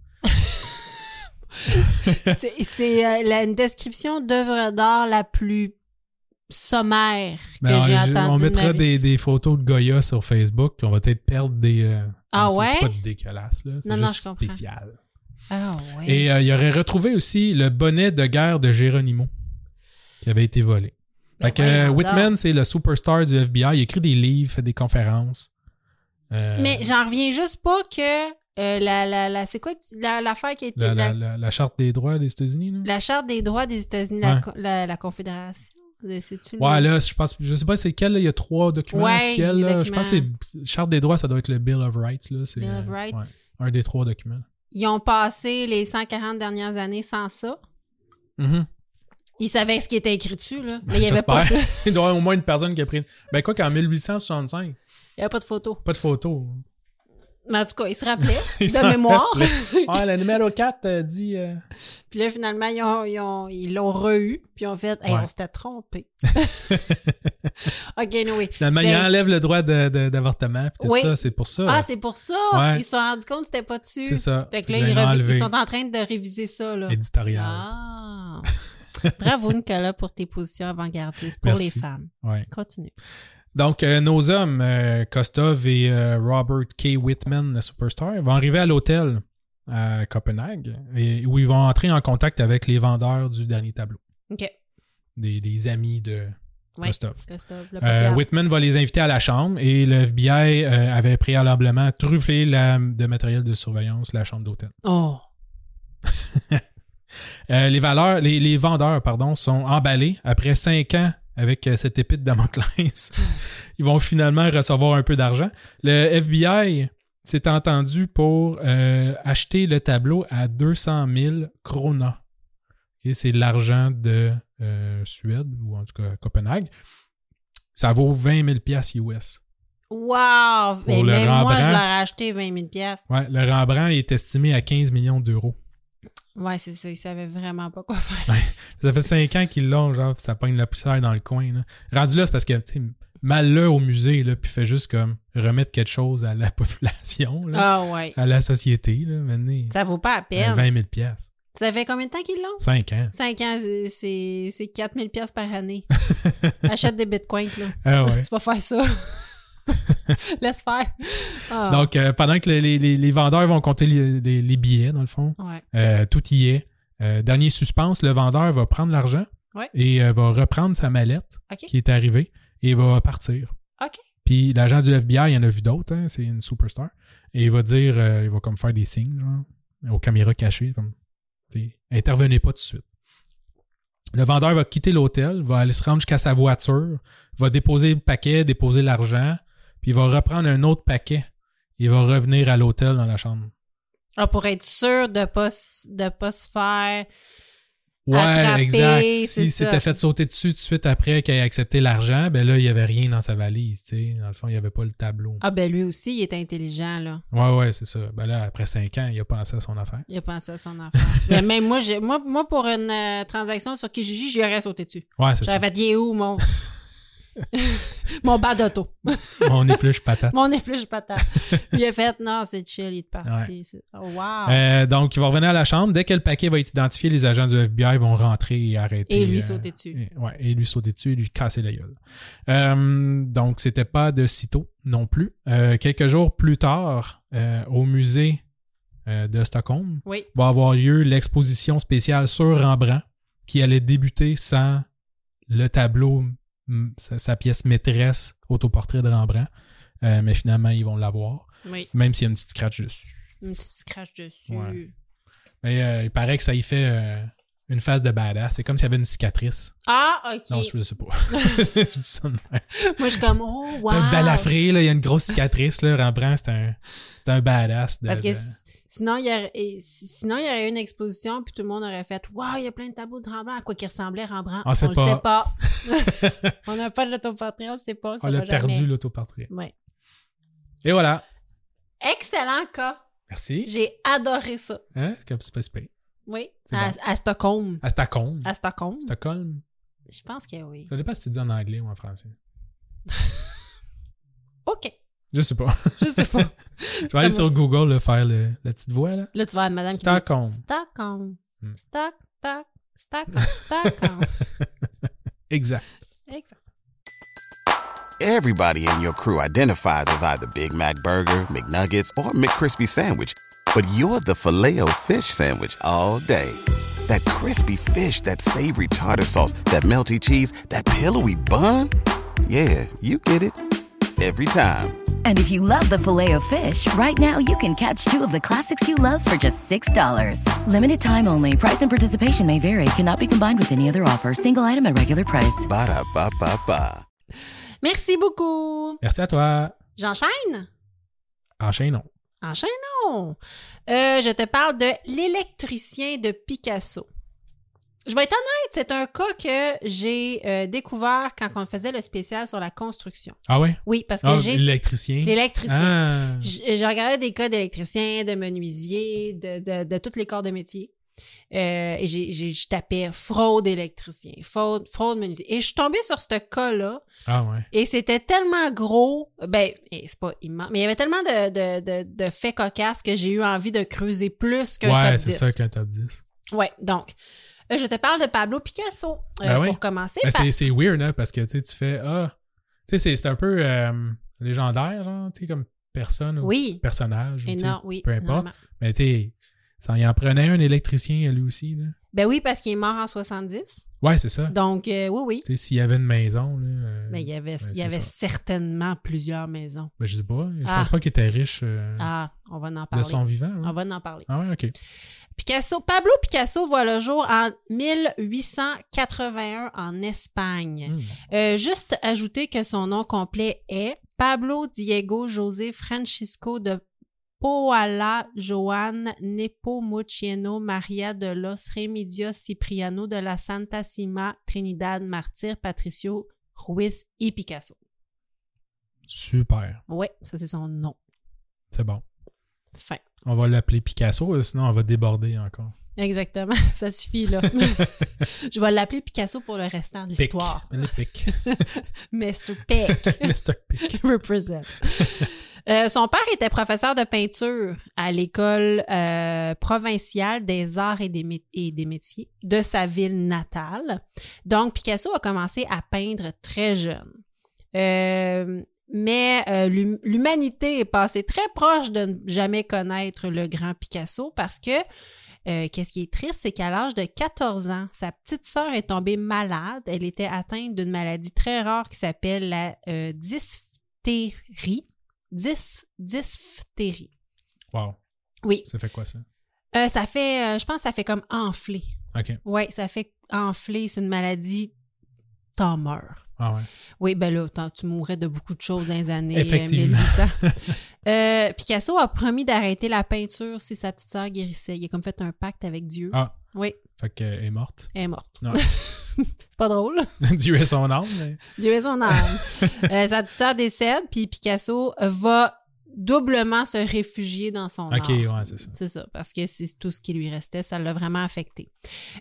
[SPEAKER 1] C'est- C'est euh, la une description d'œuvre d'art la plus sommaire
[SPEAKER 2] Mais
[SPEAKER 1] que j'ai
[SPEAKER 2] alors, je-
[SPEAKER 1] entendue.
[SPEAKER 2] Ben, on
[SPEAKER 1] de ma
[SPEAKER 2] mettra
[SPEAKER 1] vie.
[SPEAKER 2] des, des photos de Goya sur Facebook, puis on va peut-être perdre des. euh,
[SPEAKER 1] Ah
[SPEAKER 2] c'est- C'est
[SPEAKER 1] ouais?
[SPEAKER 2] pas dégueulasse, là. C'est
[SPEAKER 1] Non, non,
[SPEAKER 2] juste
[SPEAKER 1] je comprends.
[SPEAKER 2] spécial.
[SPEAKER 1] Ah ouais.
[SPEAKER 2] Et euh, il aurait retrouvé aussi le bonnet de guerre de Geronimo qui avait été volé. Fait
[SPEAKER 1] Ben
[SPEAKER 2] que
[SPEAKER 1] voyons
[SPEAKER 2] euh, Whitman,
[SPEAKER 1] donc.
[SPEAKER 2] c'est le superstar du FBI. Il écrit des livres, fait des conférences. Euh,
[SPEAKER 1] Mais j'en reviens juste pas que euh, la, la, la c'est quoi la- l'affaire qui a été
[SPEAKER 2] la,
[SPEAKER 1] la,
[SPEAKER 2] la- la- la charte des droits des États-Unis, là.
[SPEAKER 1] la charte des droits des États-Unis, la
[SPEAKER 2] Ouais.
[SPEAKER 1] co- la, la confédération, c'est une
[SPEAKER 2] Ouais, là, je pense, je sais pas c'est quel, là, il y a trois documents
[SPEAKER 1] Ouais,
[SPEAKER 2] officiels.
[SPEAKER 1] les
[SPEAKER 2] là. Je
[SPEAKER 1] documents.
[SPEAKER 2] pense que c'est Charte des droits, ça doit être le Bill of Rights. Là. c'est,
[SPEAKER 1] Bill of
[SPEAKER 2] euh,
[SPEAKER 1] Rights.
[SPEAKER 2] ouais, un des trois documents.
[SPEAKER 1] ils ont passé les 140 dernières années sans ça.
[SPEAKER 2] Mhm.
[SPEAKER 1] Ils savaient ce qui était écrit dessus là, mais il y avait pas
[SPEAKER 2] Ben, J'espère.
[SPEAKER 1] de,
[SPEAKER 2] il doit y avoir au moins une personne qui a pris. Ben, quoi qu'en 1865,
[SPEAKER 1] il y avait pas de photo.
[SPEAKER 2] pas de photo.
[SPEAKER 1] Mais en tout cas, ils se rappelaient
[SPEAKER 2] Ils s'en
[SPEAKER 1] de mémoire.
[SPEAKER 2] rappelaient. Ah, le numéro 4 dit. euh,
[SPEAKER 1] Puis là, finalement, ils ont- ils ont- ils l'ont re-eu, puis ils ont fait, hey,
[SPEAKER 2] Ouais.
[SPEAKER 1] on s'était trompé. OK, anyway.
[SPEAKER 2] Finalement, il
[SPEAKER 1] C'est-
[SPEAKER 2] enlève le droit de- de- d'avortement. puis tout
[SPEAKER 1] Oui.
[SPEAKER 2] ça, c'est pour ça.
[SPEAKER 1] Ah, c'est pour ça!
[SPEAKER 2] Ouais.
[SPEAKER 1] Ils se sont rendus compte que c'était pas dessus.
[SPEAKER 2] C'est ça.
[SPEAKER 1] Fait que là,
[SPEAKER 2] Puis là,
[SPEAKER 1] ils,
[SPEAKER 2] ils l'ont
[SPEAKER 1] revi-
[SPEAKER 2] enlevé.
[SPEAKER 1] ils sont en train de réviser ça, là.
[SPEAKER 2] éditorial.
[SPEAKER 1] Ah! Bravo, Nicolas, pour tes positions avant-gardistes pour
[SPEAKER 2] Merci.
[SPEAKER 1] les femmes.
[SPEAKER 2] Ouais.
[SPEAKER 1] Continue.
[SPEAKER 2] Donc, euh, nos hommes, euh, Kostov et euh, Robert K. Whitman, le superstar, vont arriver à l'hôtel à Copenhague, et, où ils vont entrer en contact avec les vendeurs du dernier tableau,
[SPEAKER 1] OK.
[SPEAKER 2] des, des amis de
[SPEAKER 1] Ouais.
[SPEAKER 2] Kostov.
[SPEAKER 1] Kostov, le
[SPEAKER 2] Euh,
[SPEAKER 1] patriarche.
[SPEAKER 2] Whitman va les inviter à la chambre et le FBI euh, avait préalablement trufflé la- de matériel de surveillance la chambre d'hôtel.
[SPEAKER 1] Oh!
[SPEAKER 2] Euh, les, valeurs, les, les vendeurs pardon, sont emballés après cinq ans avec euh, cette épée de Damoclès. Ils vont finalement recevoir un peu d'argent. Le FBI s'est entendu pour euh, acheter le tableau à 200 000 kronas. Et c'est l'argent de euh, Suède, ou en tout cas Copenhague. Ça vaut 20 000 piastres US.
[SPEAKER 1] Wow! Mais
[SPEAKER 2] Pour le
[SPEAKER 1] même moi, je
[SPEAKER 2] Rembrandt.
[SPEAKER 1] leur ai acheté 20 000 piastres.
[SPEAKER 2] Ouais, le Rembrandt est estimé à 15 millions d'euros.
[SPEAKER 1] Ouais, c'est ça. Ils savaient vraiment pas quoi faire.
[SPEAKER 2] Ça fait cinq ans qu'ils l'ont, genre, ça pogne la poussière dans le coin. Là. Rendu là, c'est parce que, tu sais, mal là au musée, là, puis fait juste comme remettre quelque chose à la population, là,
[SPEAKER 1] Ah ouais.
[SPEAKER 2] à la société, là, maintenant.
[SPEAKER 1] Ça vaut pas la peine.
[SPEAKER 2] 20 000 Euh, piastres.
[SPEAKER 1] Ça fait combien de temps qu'ils l'ont?
[SPEAKER 2] 5 ans.
[SPEAKER 1] 5 ans, c'est- c'est c'est 4000 pièces par année. Achète des bitcoins, là.
[SPEAKER 2] Ah ouais.
[SPEAKER 1] Tu vas faire ça. Laisse faire. Ah,
[SPEAKER 2] Donc, euh, pendant que les, les- les vendeurs vont compter les, les- les billets, dans le fond,
[SPEAKER 1] ouais.
[SPEAKER 2] euh, tout y est. Euh, dernier suspense, le vendeur va prendre l'argent
[SPEAKER 1] Ouais.
[SPEAKER 2] et euh, va reprendre sa mallette
[SPEAKER 1] OK.
[SPEAKER 2] qui est arrivée et va partir.
[SPEAKER 1] OK.
[SPEAKER 2] Puis l'agent du FBI, il y en a vu d'autres, hein, c'est une superstar. Et il va dire, euh, il va comme faire des signes, genre, aux caméras cachées, comme, t'sais, intervenez pas tout de suite. Le vendeur va quitter l'hôtel, va aller se rendre jusqu'à sa voiture, va déposer le paquet, déposer l'argent, puis il va reprendre un autre paquet. Il va revenir à l'hôtel dans la chambre.
[SPEAKER 1] Ah, pour être sûr de pas s- de pas se faire
[SPEAKER 2] Ouais,
[SPEAKER 1] Attraper,
[SPEAKER 2] exact.
[SPEAKER 1] c'est
[SPEAKER 2] Si
[SPEAKER 1] ça.
[SPEAKER 2] s'était fait sauter dessus tout de suite après qu'il ait accepté l'argent, ben là, il n'y avait rien dans sa valise, tu sais. Dans le fond, il n'y avait pas le tableau.
[SPEAKER 1] ah ben lui aussi il est intelligent là
[SPEAKER 2] Ouais, ouais, c'est ça. Ben là, après cinq ans, il a pensé à son affaire.
[SPEAKER 1] il a pensé à son enfant mais même moi j'ai- moi moi pour une euh, transaction sur Kijiji j'aurais sauté dessus
[SPEAKER 2] Ouais, c'est ça.
[SPEAKER 1] j'avais dit où mon mon bas d'auto
[SPEAKER 2] On épluche patate.
[SPEAKER 1] mon épluche patate il a fait non c'est chill il est parti C'est- oh, wow
[SPEAKER 2] Euh, donc, il va revenir à la chambre. Dès que le paquet va être identifié, les agents du FBI vont rentrer et arrêter.
[SPEAKER 1] Et lui
[SPEAKER 2] euh,
[SPEAKER 1] sauter dessus.
[SPEAKER 2] Et, ouais, et lui sauter dessus et lui casser la gueule. Euh, donc, c'était pas de sitôt non plus. Euh, quelques jours plus tard, euh, au musée euh, de Stockholm,
[SPEAKER 1] oui
[SPEAKER 2] va avoir lieu l'exposition spéciale sur Rembrandt qui allait débuter sans le tableau, mm, sa, sa pièce maîtresse, autoportrait de Rembrandt. Euh, mais finalement, ils vont l'avoir,
[SPEAKER 1] oui
[SPEAKER 2] même s'il y a une petite scratch dessus.
[SPEAKER 1] une petite scratch dessus
[SPEAKER 2] Ouais. Mais euh, il paraît que ça y fait euh, une phase de badass. C'est comme s'il y avait une cicatrice.
[SPEAKER 1] ah ok
[SPEAKER 2] Non, je sais pas. je dis ça de même.
[SPEAKER 1] moi je suis comme oh wow
[SPEAKER 2] C'est un balafré, là. Il y a une grosse cicatrice, là. Rembrandt, c'est un, c'est un badass. de-
[SPEAKER 1] Parce que
[SPEAKER 2] de-
[SPEAKER 1] s- sinon, il y aurait, et si- sinon, il y aurait eu une exposition, puis tout le monde aurait fait Waouh, il y a plein de tableaux de Rembrandt. À quoi qui ressemblait Rembrandt
[SPEAKER 2] On sait
[SPEAKER 1] le
[SPEAKER 2] pas.
[SPEAKER 1] sait pas. on n'a pas de l'autoportrait, on ne sait pas.
[SPEAKER 2] On l'a perdu, l'autoportrait.
[SPEAKER 1] Ouais.
[SPEAKER 2] Et voilà.
[SPEAKER 1] Excellent cas.
[SPEAKER 2] Merci.
[SPEAKER 1] J'ai adoré ça.
[SPEAKER 2] Hein? C'est comme c'est pas si pire.
[SPEAKER 1] Oui.
[SPEAKER 2] C'est
[SPEAKER 1] À,
[SPEAKER 2] bon.
[SPEAKER 1] à Stockholm.
[SPEAKER 2] À Stockholm.
[SPEAKER 1] À Stockholm.
[SPEAKER 2] Stockholm.
[SPEAKER 1] Je pense que oui.
[SPEAKER 2] Je sais pas si tu dis en anglais ou en français.
[SPEAKER 1] OK.
[SPEAKER 2] Je sais pas.
[SPEAKER 1] Je sais pas.
[SPEAKER 2] Je vais aller sur Google là, faire le- la petite voix, là.
[SPEAKER 1] Là, tu vas à madame qui dit,
[SPEAKER 2] Stockholm.
[SPEAKER 1] Stockholm.
[SPEAKER 2] Hmm.
[SPEAKER 1] Stock, stock, Stockholm. Stockholm.
[SPEAKER 2] Exact.
[SPEAKER 1] Exact.
[SPEAKER 3] Everybody in your crew identifies as either Big Mac Burger, McNuggets, or McCrispy Sandwich. But you're the filet fish Sandwich all day. That crispy fish, that savory tartar sauce, that melty cheese, that pillowy bun. Yeah, you get it. Every time.
[SPEAKER 4] And if you love the filet of fish, right now you can catch two of the classics you love for just $6. Limited time only. Price and participation may vary. Cannot be combined with any other offer. Single item at regular price.
[SPEAKER 3] Ba-da-ba-ba-ba.
[SPEAKER 1] Merci beaucoup.
[SPEAKER 2] Merci à toi.
[SPEAKER 1] J'enchaîne?
[SPEAKER 2] Enchaînons.
[SPEAKER 1] Enchaînons. Euh, je te parle de l'électricien de Picasso. Je vais être honnête, c'est un cas que j'ai euh, découvert quand on faisait le spécial sur la construction.
[SPEAKER 2] Ah ouais?
[SPEAKER 1] Oui, parce que
[SPEAKER 2] Ah,
[SPEAKER 1] j'ai
[SPEAKER 2] l'électricien.
[SPEAKER 1] l'électricien.
[SPEAKER 2] Ah.
[SPEAKER 1] J- Je regardais des cas d'électriciens, de menuisiers, de, de, de tous les corps de métier. Euh, et j'ai, j'ai- je tapais fraude électricien, fraude, fraude menuisier. Et je suis tombée sur ce cas-là.
[SPEAKER 2] Ah ouais.
[SPEAKER 1] Et c'était tellement gros, ben, eh, c'est pas immense, mais il y avait tellement de, de, de, de faits cocasses que j'ai eu envie de creuser plus qu'un
[SPEAKER 2] Ouais,
[SPEAKER 1] top
[SPEAKER 2] c'est
[SPEAKER 1] 10.
[SPEAKER 2] ça qu'un top 10.
[SPEAKER 1] Ouais, donc, euh, je te parle de Pablo Picasso euh,
[SPEAKER 2] Ben oui.
[SPEAKER 1] pour commencer.
[SPEAKER 2] Mais
[SPEAKER 1] Pa-
[SPEAKER 2] c'est, c'est weird, hein, parce que tu sais, tu fais Ah, tu sais, c'est, c'est un peu euh, légendaire, genre, tu sais, comme personne ou
[SPEAKER 1] Oui.
[SPEAKER 2] personnage. ou, tu sais,
[SPEAKER 1] Énorme, oui,
[SPEAKER 2] Peu importe.
[SPEAKER 1] énormément.
[SPEAKER 2] Mais tu sais, ça y en prenait un électricien, lui aussi. Là.
[SPEAKER 1] Ben oui, parce qu'il est mort en 70.
[SPEAKER 2] Ouais, c'est ça.
[SPEAKER 1] Donc, euh, oui, oui.
[SPEAKER 2] Tu sais, s'il y avait une maison, là. euh,
[SPEAKER 1] Mais il y avait,
[SPEAKER 2] ouais,
[SPEAKER 1] il
[SPEAKER 2] c'est
[SPEAKER 1] y avait
[SPEAKER 2] ça.
[SPEAKER 1] certainement plusieurs maisons.
[SPEAKER 2] Ben, je sais pas. Je
[SPEAKER 1] Ah.
[SPEAKER 2] pense pas qu'il était riche euh,
[SPEAKER 1] Ah, on va en
[SPEAKER 2] de
[SPEAKER 1] parler.
[SPEAKER 2] son vivant. hein.
[SPEAKER 1] On va en parler.
[SPEAKER 2] Ah ouais, ok.
[SPEAKER 1] Picasso, Pablo Picasso voit le jour en 1881 en Espagne.
[SPEAKER 2] Hmm.
[SPEAKER 1] Euh, juste ajouter que son nom complet est Pablo Diego José Francisco de Poala Joan Nepomuceno Maria de los Remedios Cipriano de la Santa Sima Trinidad Martyr Patricio Ruiz y Picasso.
[SPEAKER 2] Super.
[SPEAKER 1] Ouais, ça c'est son nom.
[SPEAKER 2] C'est bon.
[SPEAKER 1] Fin.
[SPEAKER 2] On va l'appeler Picasso, euh, sinon on va déborder encore.
[SPEAKER 1] Exactement, ça suffit là. Je vais l'appeler Picasso pour le restant de
[SPEAKER 2] Pic.
[SPEAKER 1] l'histoire.
[SPEAKER 2] Allez, Pic.
[SPEAKER 1] Mr. Peck.
[SPEAKER 2] Mr. Pic.
[SPEAKER 1] represent. Euh, son père était professeur de peinture à l'école euh, provinciale des arts et des, mé- et des métiers de sa ville natale. Donc, Picasso a commencé à peindre très jeune. Euh, mais euh, l'hum- l'humanité est passée très proche de ne jamais connaître le grand Picasso parce que Euh, Qu'est-ce qui est triste, c'est qu'à l'âge de 14 ans, sa petite sœur est tombée malade. Elle était atteinte d'une maladie très rare qui s'appelle la euh, dyphtérie. Dys- dyphtérie.
[SPEAKER 2] Wow.
[SPEAKER 1] Oui.
[SPEAKER 2] Ça fait quoi ça?
[SPEAKER 1] Euh, ça fait, euh, je pense, que ça fait comme enfler.
[SPEAKER 2] OK.
[SPEAKER 1] Oui, ça fait enfler. C'est une maladie. T'en meurs.
[SPEAKER 2] Ah ouais.
[SPEAKER 1] Oui, ben là, t'en- tu mourrais de beaucoup de choses dans les années euh,
[SPEAKER 2] Effectivement.
[SPEAKER 1] 1800. Euh, Picasso a promis d'arrêter la peinture si sa petite sœur guérissait. Il a comme fait un pacte avec Dieu.
[SPEAKER 2] Ah,
[SPEAKER 1] Oui,
[SPEAKER 2] fait qu'elle est morte.
[SPEAKER 1] elle est morte.
[SPEAKER 2] Ouais.
[SPEAKER 1] C'est pas drôle.
[SPEAKER 2] Dieu est son âme, mais.
[SPEAKER 1] Dieu est son âme. Euh, sa petite sœur décède, puis Picasso va doublement se réfugier dans son
[SPEAKER 2] Ok,
[SPEAKER 1] art.
[SPEAKER 2] ouais, c'est ça.
[SPEAKER 1] C'est ça, parce que c'est tout ce qui lui restait, ça l'a vraiment affecté.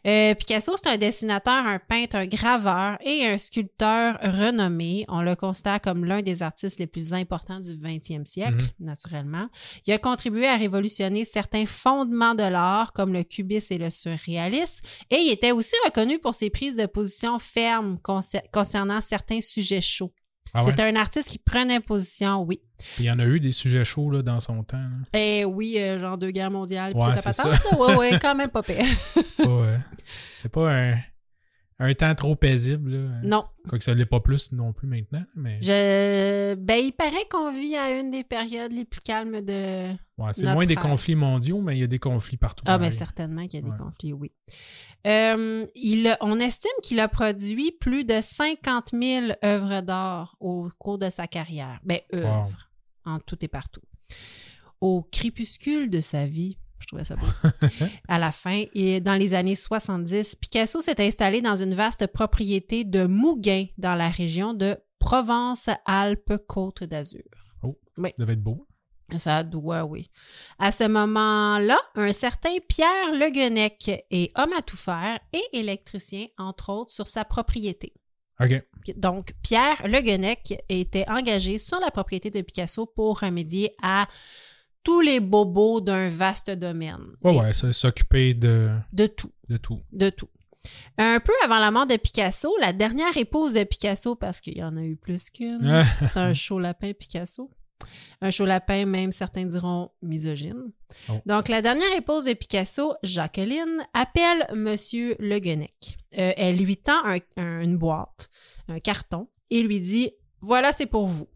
[SPEAKER 1] Euh, Picasso, c'est un dessinateur, un peintre, un graveur et un sculpteur renommé. On le considère comme l'un des artistes les plus importants du 20e siècle,
[SPEAKER 2] Mhm.
[SPEAKER 1] naturellement. Il a contribué à révolutionner certains fondements de l'art, comme le cubisme et le surréalisme, et il était aussi reconnu pour ses prises de position fermes concer- concernant certains sujets chauds.
[SPEAKER 2] Ah ouais.
[SPEAKER 1] C'était un artiste qui prenait position, oui.
[SPEAKER 2] Puis il y en a eu des sujets chauds là, dans son temps. là.
[SPEAKER 1] Eh oui, euh, genre deux guerres mondiales, puis
[SPEAKER 2] Ouais,
[SPEAKER 1] toute la
[SPEAKER 2] c'est
[SPEAKER 1] patente, là. Ouais, ouais, quand même pas pire.
[SPEAKER 2] C'est pas, euh, c'est pas un, un temps trop paisible. Là.
[SPEAKER 1] non.
[SPEAKER 2] Quoique ça l'est pas plus non plus maintenant. Mais
[SPEAKER 1] Je... Ben, il paraît qu'on vit à une des périodes les plus calmes de...
[SPEAKER 2] ouais, c'est
[SPEAKER 1] Notre
[SPEAKER 2] moins des
[SPEAKER 1] âge.
[SPEAKER 2] conflits mondiaux, mais il y a des conflits partout.
[SPEAKER 1] Ah,
[SPEAKER 2] dans
[SPEAKER 1] ben
[SPEAKER 2] la vie.
[SPEAKER 1] certainement qu'il y a des
[SPEAKER 2] Ouais.
[SPEAKER 1] conflits, oui. Euh, il a- on estime qu'il a produit plus de 50 000 œuvres d'art au cours de sa carrière. Ben, œuvres, en tout et partout. Au crépuscule de sa vie, je trouvais ça beau. à la fin, et dans les années 70, Picasso s'est installé dans une vaste propriété de Mouguin, dans la région de Provence-Alpes-Côte d'Azur.
[SPEAKER 2] Ça devait être beau.
[SPEAKER 1] Ça doit, oui. À ce moment-là, un certain Pierre Le Guenec est homme à tout faire et électricien, entre autres, sur sa propriété.
[SPEAKER 2] OK.
[SPEAKER 1] Donc, Pierre Le Guenec était engagé sur la propriété de Picasso pour remédier à tous les bobos d'un vaste domaine.
[SPEAKER 2] Ouais,
[SPEAKER 1] Et
[SPEAKER 2] ouais, ça s'occuper de,
[SPEAKER 1] De tout
[SPEAKER 2] de tout.
[SPEAKER 1] de tout. Un peu avant la mort de Picasso, la dernière épouse de Picasso, parce qu'il y en a eu plus qu'une, c'est un chaud lapin Picasso. Un chaud lapin, même certains diront misogyne.
[SPEAKER 2] Oh.
[SPEAKER 1] Donc, la dernière épouse de Picasso, Jacqueline, appelle Monsieur Le Guenec. Euh, elle lui tend un- un- une boîte, un carton, et lui dit Voilà, c'est pour vous.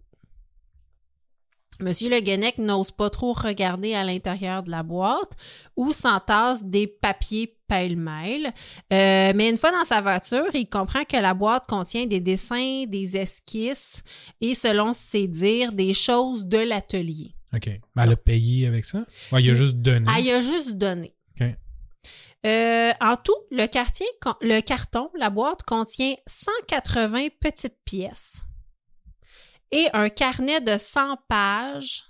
[SPEAKER 1] Monsieur Le Guenec n'ose pas trop regarder à l'intérieur de la boîte où s'entassent des papiers pêle-mêle. Euh, mais une fois dans sa voiture, il comprend que la boîte contient des dessins, des esquisses et, selon ses dires, des choses de l'atelier.
[SPEAKER 2] OK. Ben, elle a payé avec ça. Ouais, il a juste donné.
[SPEAKER 1] Elle y a juste donné.
[SPEAKER 2] Mmh. OK.
[SPEAKER 1] Euh, en tout, le, quartier, con- le carton, la boîte contient 180 petites pièces et un carnet de 100 pages,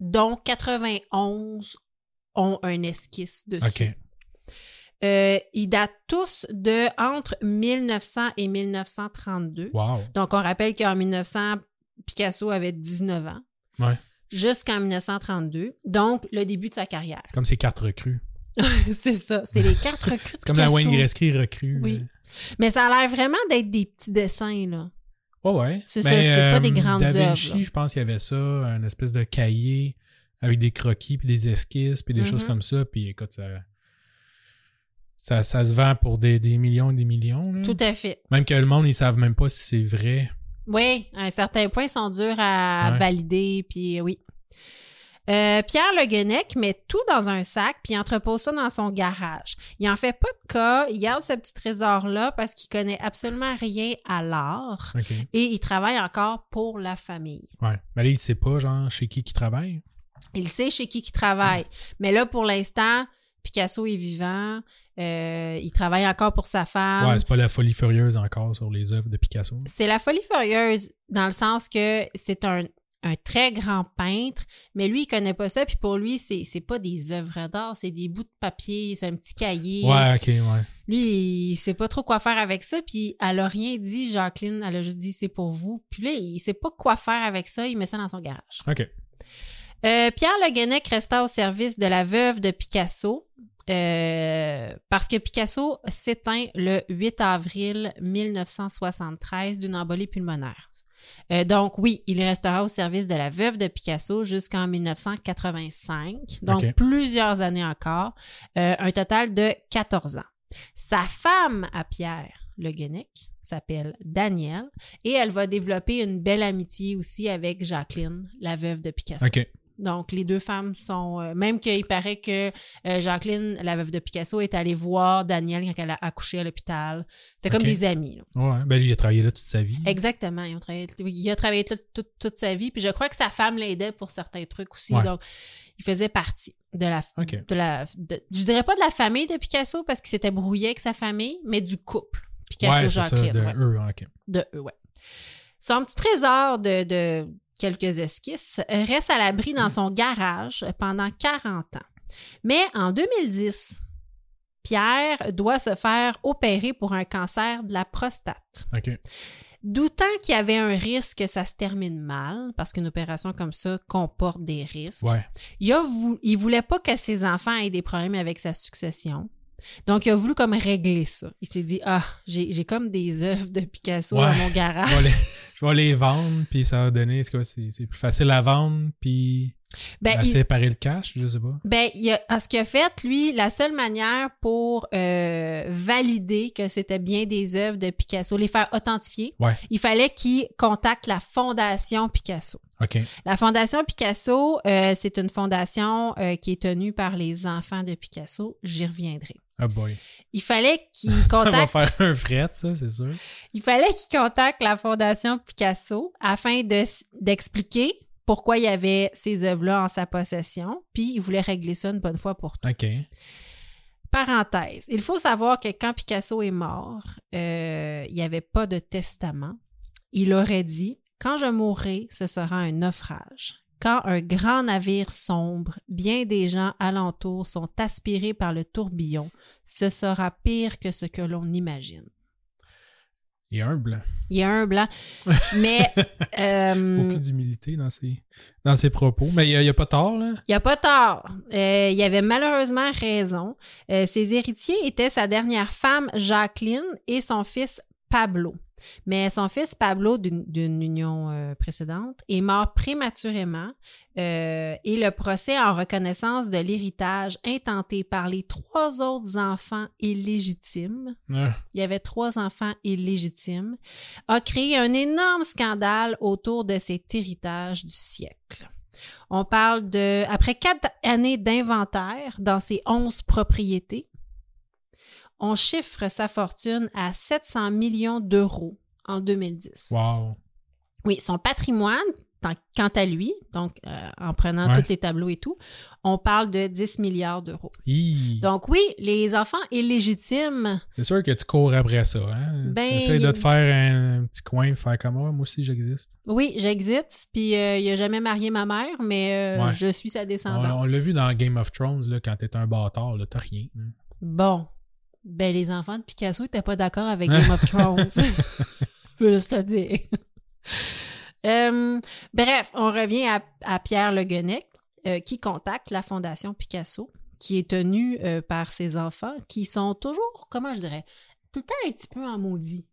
[SPEAKER 1] dont 91 ont un esquisse dessus.
[SPEAKER 2] OK.
[SPEAKER 1] Euh, ils datent tous de entre 1900 et 1932.
[SPEAKER 2] Wow.
[SPEAKER 1] Donc, on rappelle qu'en 1900, Picasso avait 19 ans.
[SPEAKER 2] Ouais.
[SPEAKER 1] Jusqu'en 1932. Donc, le début de sa carrière.
[SPEAKER 2] C'est comme ses cartes recrues.
[SPEAKER 1] c'est ça. C'est les cartes recrues de
[SPEAKER 2] C'est comme la Wayne
[SPEAKER 1] Picasso.
[SPEAKER 2] Gretzky recrue.
[SPEAKER 1] Oui.
[SPEAKER 2] là.
[SPEAKER 1] Mais ça a l'air vraiment d'être des petits dessins, là.
[SPEAKER 2] Ouais, ouais. euh,
[SPEAKER 1] C'est ça, c'est pas des grandes
[SPEAKER 2] Da
[SPEAKER 1] œuvres, là.
[SPEAKER 2] Vinci, je pense qu'il y avait ça, un espèce de cahier avec des croquis, puis des esquisses, puis des
[SPEAKER 1] Mhm.
[SPEAKER 2] choses comme ça. Puis écoute, ça, ça, ça se vend pour des, des millions et des millions. là.
[SPEAKER 1] Tout à fait.
[SPEAKER 2] Même que le monde, ils savent même pas si c'est vrai.
[SPEAKER 1] Oui, à un certain point, ils sont durs à
[SPEAKER 2] Ouais.
[SPEAKER 1] valider, puis oui. Euh, Pierre Le Guenec met tout dans un sac puis il entrepose ça dans son garage. Il en fait pas de cas, il garde ce petit trésor-là parce qu'il connaît absolument rien à l'art
[SPEAKER 2] OK.
[SPEAKER 1] et il travaille encore pour la famille.
[SPEAKER 2] Ouais. Mais là, il sait pas, genre, chez qui qui travaille.
[SPEAKER 1] Il sait chez qui il travaille. Mais là, pour l'instant, Picasso est vivant, euh, il travaille encore pour sa femme.
[SPEAKER 2] ouais, c'est pas la folie furieuse encore sur les œuvres de Picasso.
[SPEAKER 1] C'est la folie furieuse dans le sens que c'est un, un très grand peintre, mais lui, il connaît pas ça. Puis pour lui, c'est c'est pas des œuvres d'art, c'est des bouts de papier, c'est un petit cahier.
[SPEAKER 2] Ouais, OK, ouais.
[SPEAKER 1] Lui, il sait pas trop quoi faire avec ça. Puis elle a rien dit, Jacqueline. Elle a juste dit c'est pour vous. Puis là, il sait pas quoi faire avec ça. Il met ça dans son garage.
[SPEAKER 2] OK.
[SPEAKER 1] Euh, Pierre Le Guenec resta au service de la veuve de Picasso euh, parce que Picasso s'éteint le 8 avril 1973 d'une embolie pulmonaire. Euh, donc oui, il restera au service de la veuve de Picasso jusqu'en 1985, donc
[SPEAKER 2] Ok.
[SPEAKER 1] plusieurs années encore, euh, un total de 14 ans. Sa femme à Pierre, Le Guenic, s'appelle Danielle et elle va développer une belle amitié aussi avec Jacqueline, la veuve de Picasso.
[SPEAKER 2] OK.
[SPEAKER 1] Donc, les deux femmes sont. euh, même qu'il paraît que euh, Jacqueline, la veuve de Picasso, est allée voir Danielle quand elle a accouché à l'hôpital. C'est comme
[SPEAKER 2] Ok.
[SPEAKER 1] des amis. là.
[SPEAKER 2] Ouais, ben lui, il a travaillé là toute sa vie.
[SPEAKER 1] Exactement. Ils ont travaillé- il a travaillé toute, toute- toute sa vie. Puis je crois que sa femme l'aidait pour certains trucs aussi.
[SPEAKER 2] Ouais.
[SPEAKER 1] Donc, il faisait partie de la.
[SPEAKER 2] OK.
[SPEAKER 1] De la de- je dirais pas de la famille de Picasso parce qu'il s'était brouillé avec sa famille, mais du couple.
[SPEAKER 2] ouais, c'est ça,
[SPEAKER 1] Picasso-Jacqueline.
[SPEAKER 2] de
[SPEAKER 1] ouais
[SPEAKER 2] eux. OK.
[SPEAKER 1] de eux, ouais. Son petit trésor de, de quelques esquisses reste à l'abri dans son garage pendant 40 ans. Mais en 2010, Pierre doit se faire opérer pour un cancer de la prostate.
[SPEAKER 2] OK.
[SPEAKER 1] Doutant qu'il y avait un risque que ça se termine mal, parce qu'une opération comme ça comporte des risques,
[SPEAKER 2] Ouais.
[SPEAKER 1] il, a vou- il voulait pas que ses enfants aient des problèmes avec sa succession. Donc, il a voulu comme régler ça. Il s'est dit, ah, j'ai j'ai comme des œuvres de Picasso dans
[SPEAKER 2] Ouais.
[SPEAKER 1] mon garage.
[SPEAKER 2] Je vais, les, je vais les vendre, puis ça va donner. C'est quoi? C'est c'est plus facile à vendre, puis
[SPEAKER 1] Ben,
[SPEAKER 2] à
[SPEAKER 1] il,
[SPEAKER 2] séparer le cash, je sais pas.
[SPEAKER 1] ben, il a- à ce qu'il a fait, lui, la seule manière pour euh, valider que c'était bien des œuvres de Picasso, les faire authentifier,
[SPEAKER 2] Ouais.
[SPEAKER 1] il fallait qu'il contacte la Fondation Picasso.
[SPEAKER 2] OK.
[SPEAKER 1] La Fondation Picasso, euh, c'est une fondation euh, qui est tenue par les enfants de Picasso. J'y reviendrai.
[SPEAKER 2] Ah boy.
[SPEAKER 1] Il fallait qu'il
[SPEAKER 2] Ça va
[SPEAKER 1] contacte
[SPEAKER 2] faire un fret, ça, c'est sûr.
[SPEAKER 1] Il fallait qu'il contacte la Fondation Picasso afin de- d'expliquer pourquoi il y avait ces œuvres-là en sa possession, puis il voulait régler ça une bonne fois pour toutes.
[SPEAKER 2] OK.
[SPEAKER 1] Parenthèse, il faut savoir que quand Picasso est mort, euh, il n'y avait pas de testament. Il aurait dit « Quand je mourrai, ce sera un naufrage. Quand un grand navire sombre, bien des gens alentour sont aspirés par le tourbillon. Ce sera pire que ce que l'on imagine. »
[SPEAKER 2] Il est humble.
[SPEAKER 1] Il y a un blanc. Mais euh,
[SPEAKER 2] Beaucoup d'humilité dans ses, dans ses propos. Mais il n'y a, pas tort, là.
[SPEAKER 1] il n'y a pas tort. Euh, il avait malheureusement raison. Euh, ses héritiers étaient sa dernière femme, Jacqueline, et son fils, Pablo. Mais son fils, Pablo, d'une d'une union euh, précédente, est mort prématurément euh, et le procès en reconnaissance de l'héritage intenté par les trois autres enfants illégitimes
[SPEAKER 2] Ah,
[SPEAKER 1] il y avait trois enfants illégitimes, a créé un énorme scandale autour de cet héritage du siècle. On parle de, après quatre années d'inventaire dans ses onze propriétés, on chiffre sa fortune à 700 millions d'euros en 2010.
[SPEAKER 2] wow.
[SPEAKER 1] Oui, son patrimoine, tant- quant à lui, donc euh, en prenant
[SPEAKER 2] Ouais.
[SPEAKER 1] tous les tableaux et tout, on parle de 10 milliards d'euros.
[SPEAKER 2] Hi.
[SPEAKER 1] Donc oui, les enfants illégitimes
[SPEAKER 2] C'est sûr que tu cours après ça. Hein?
[SPEAKER 1] Ben,
[SPEAKER 2] tu essaies de
[SPEAKER 1] il-
[SPEAKER 2] te faire un petit coin, faire comme Ah, moi aussi j'existe.
[SPEAKER 1] Oui, j'existe. Puis euh, il a jamais marié ma mère, mais euh,
[SPEAKER 2] Ouais.
[SPEAKER 1] je suis sa
[SPEAKER 2] On, on
[SPEAKER 1] descendance.
[SPEAKER 2] l'a vu dans Game of Thrones, là, quand t'es un bâtard, là, t'as rien. hein.
[SPEAKER 1] Bon. Ben, les enfants de Picasso n'étaient pas d'accord avec Game of Thrones. je peux juste le dire. Euh, bref, on revient à, à Pierre Le Guenec, euh, qui contacte la Fondation Picasso, qui est tenue euh, par ses enfants, qui sont toujours, comment je dirais, tout le temps un petit peu en maudit.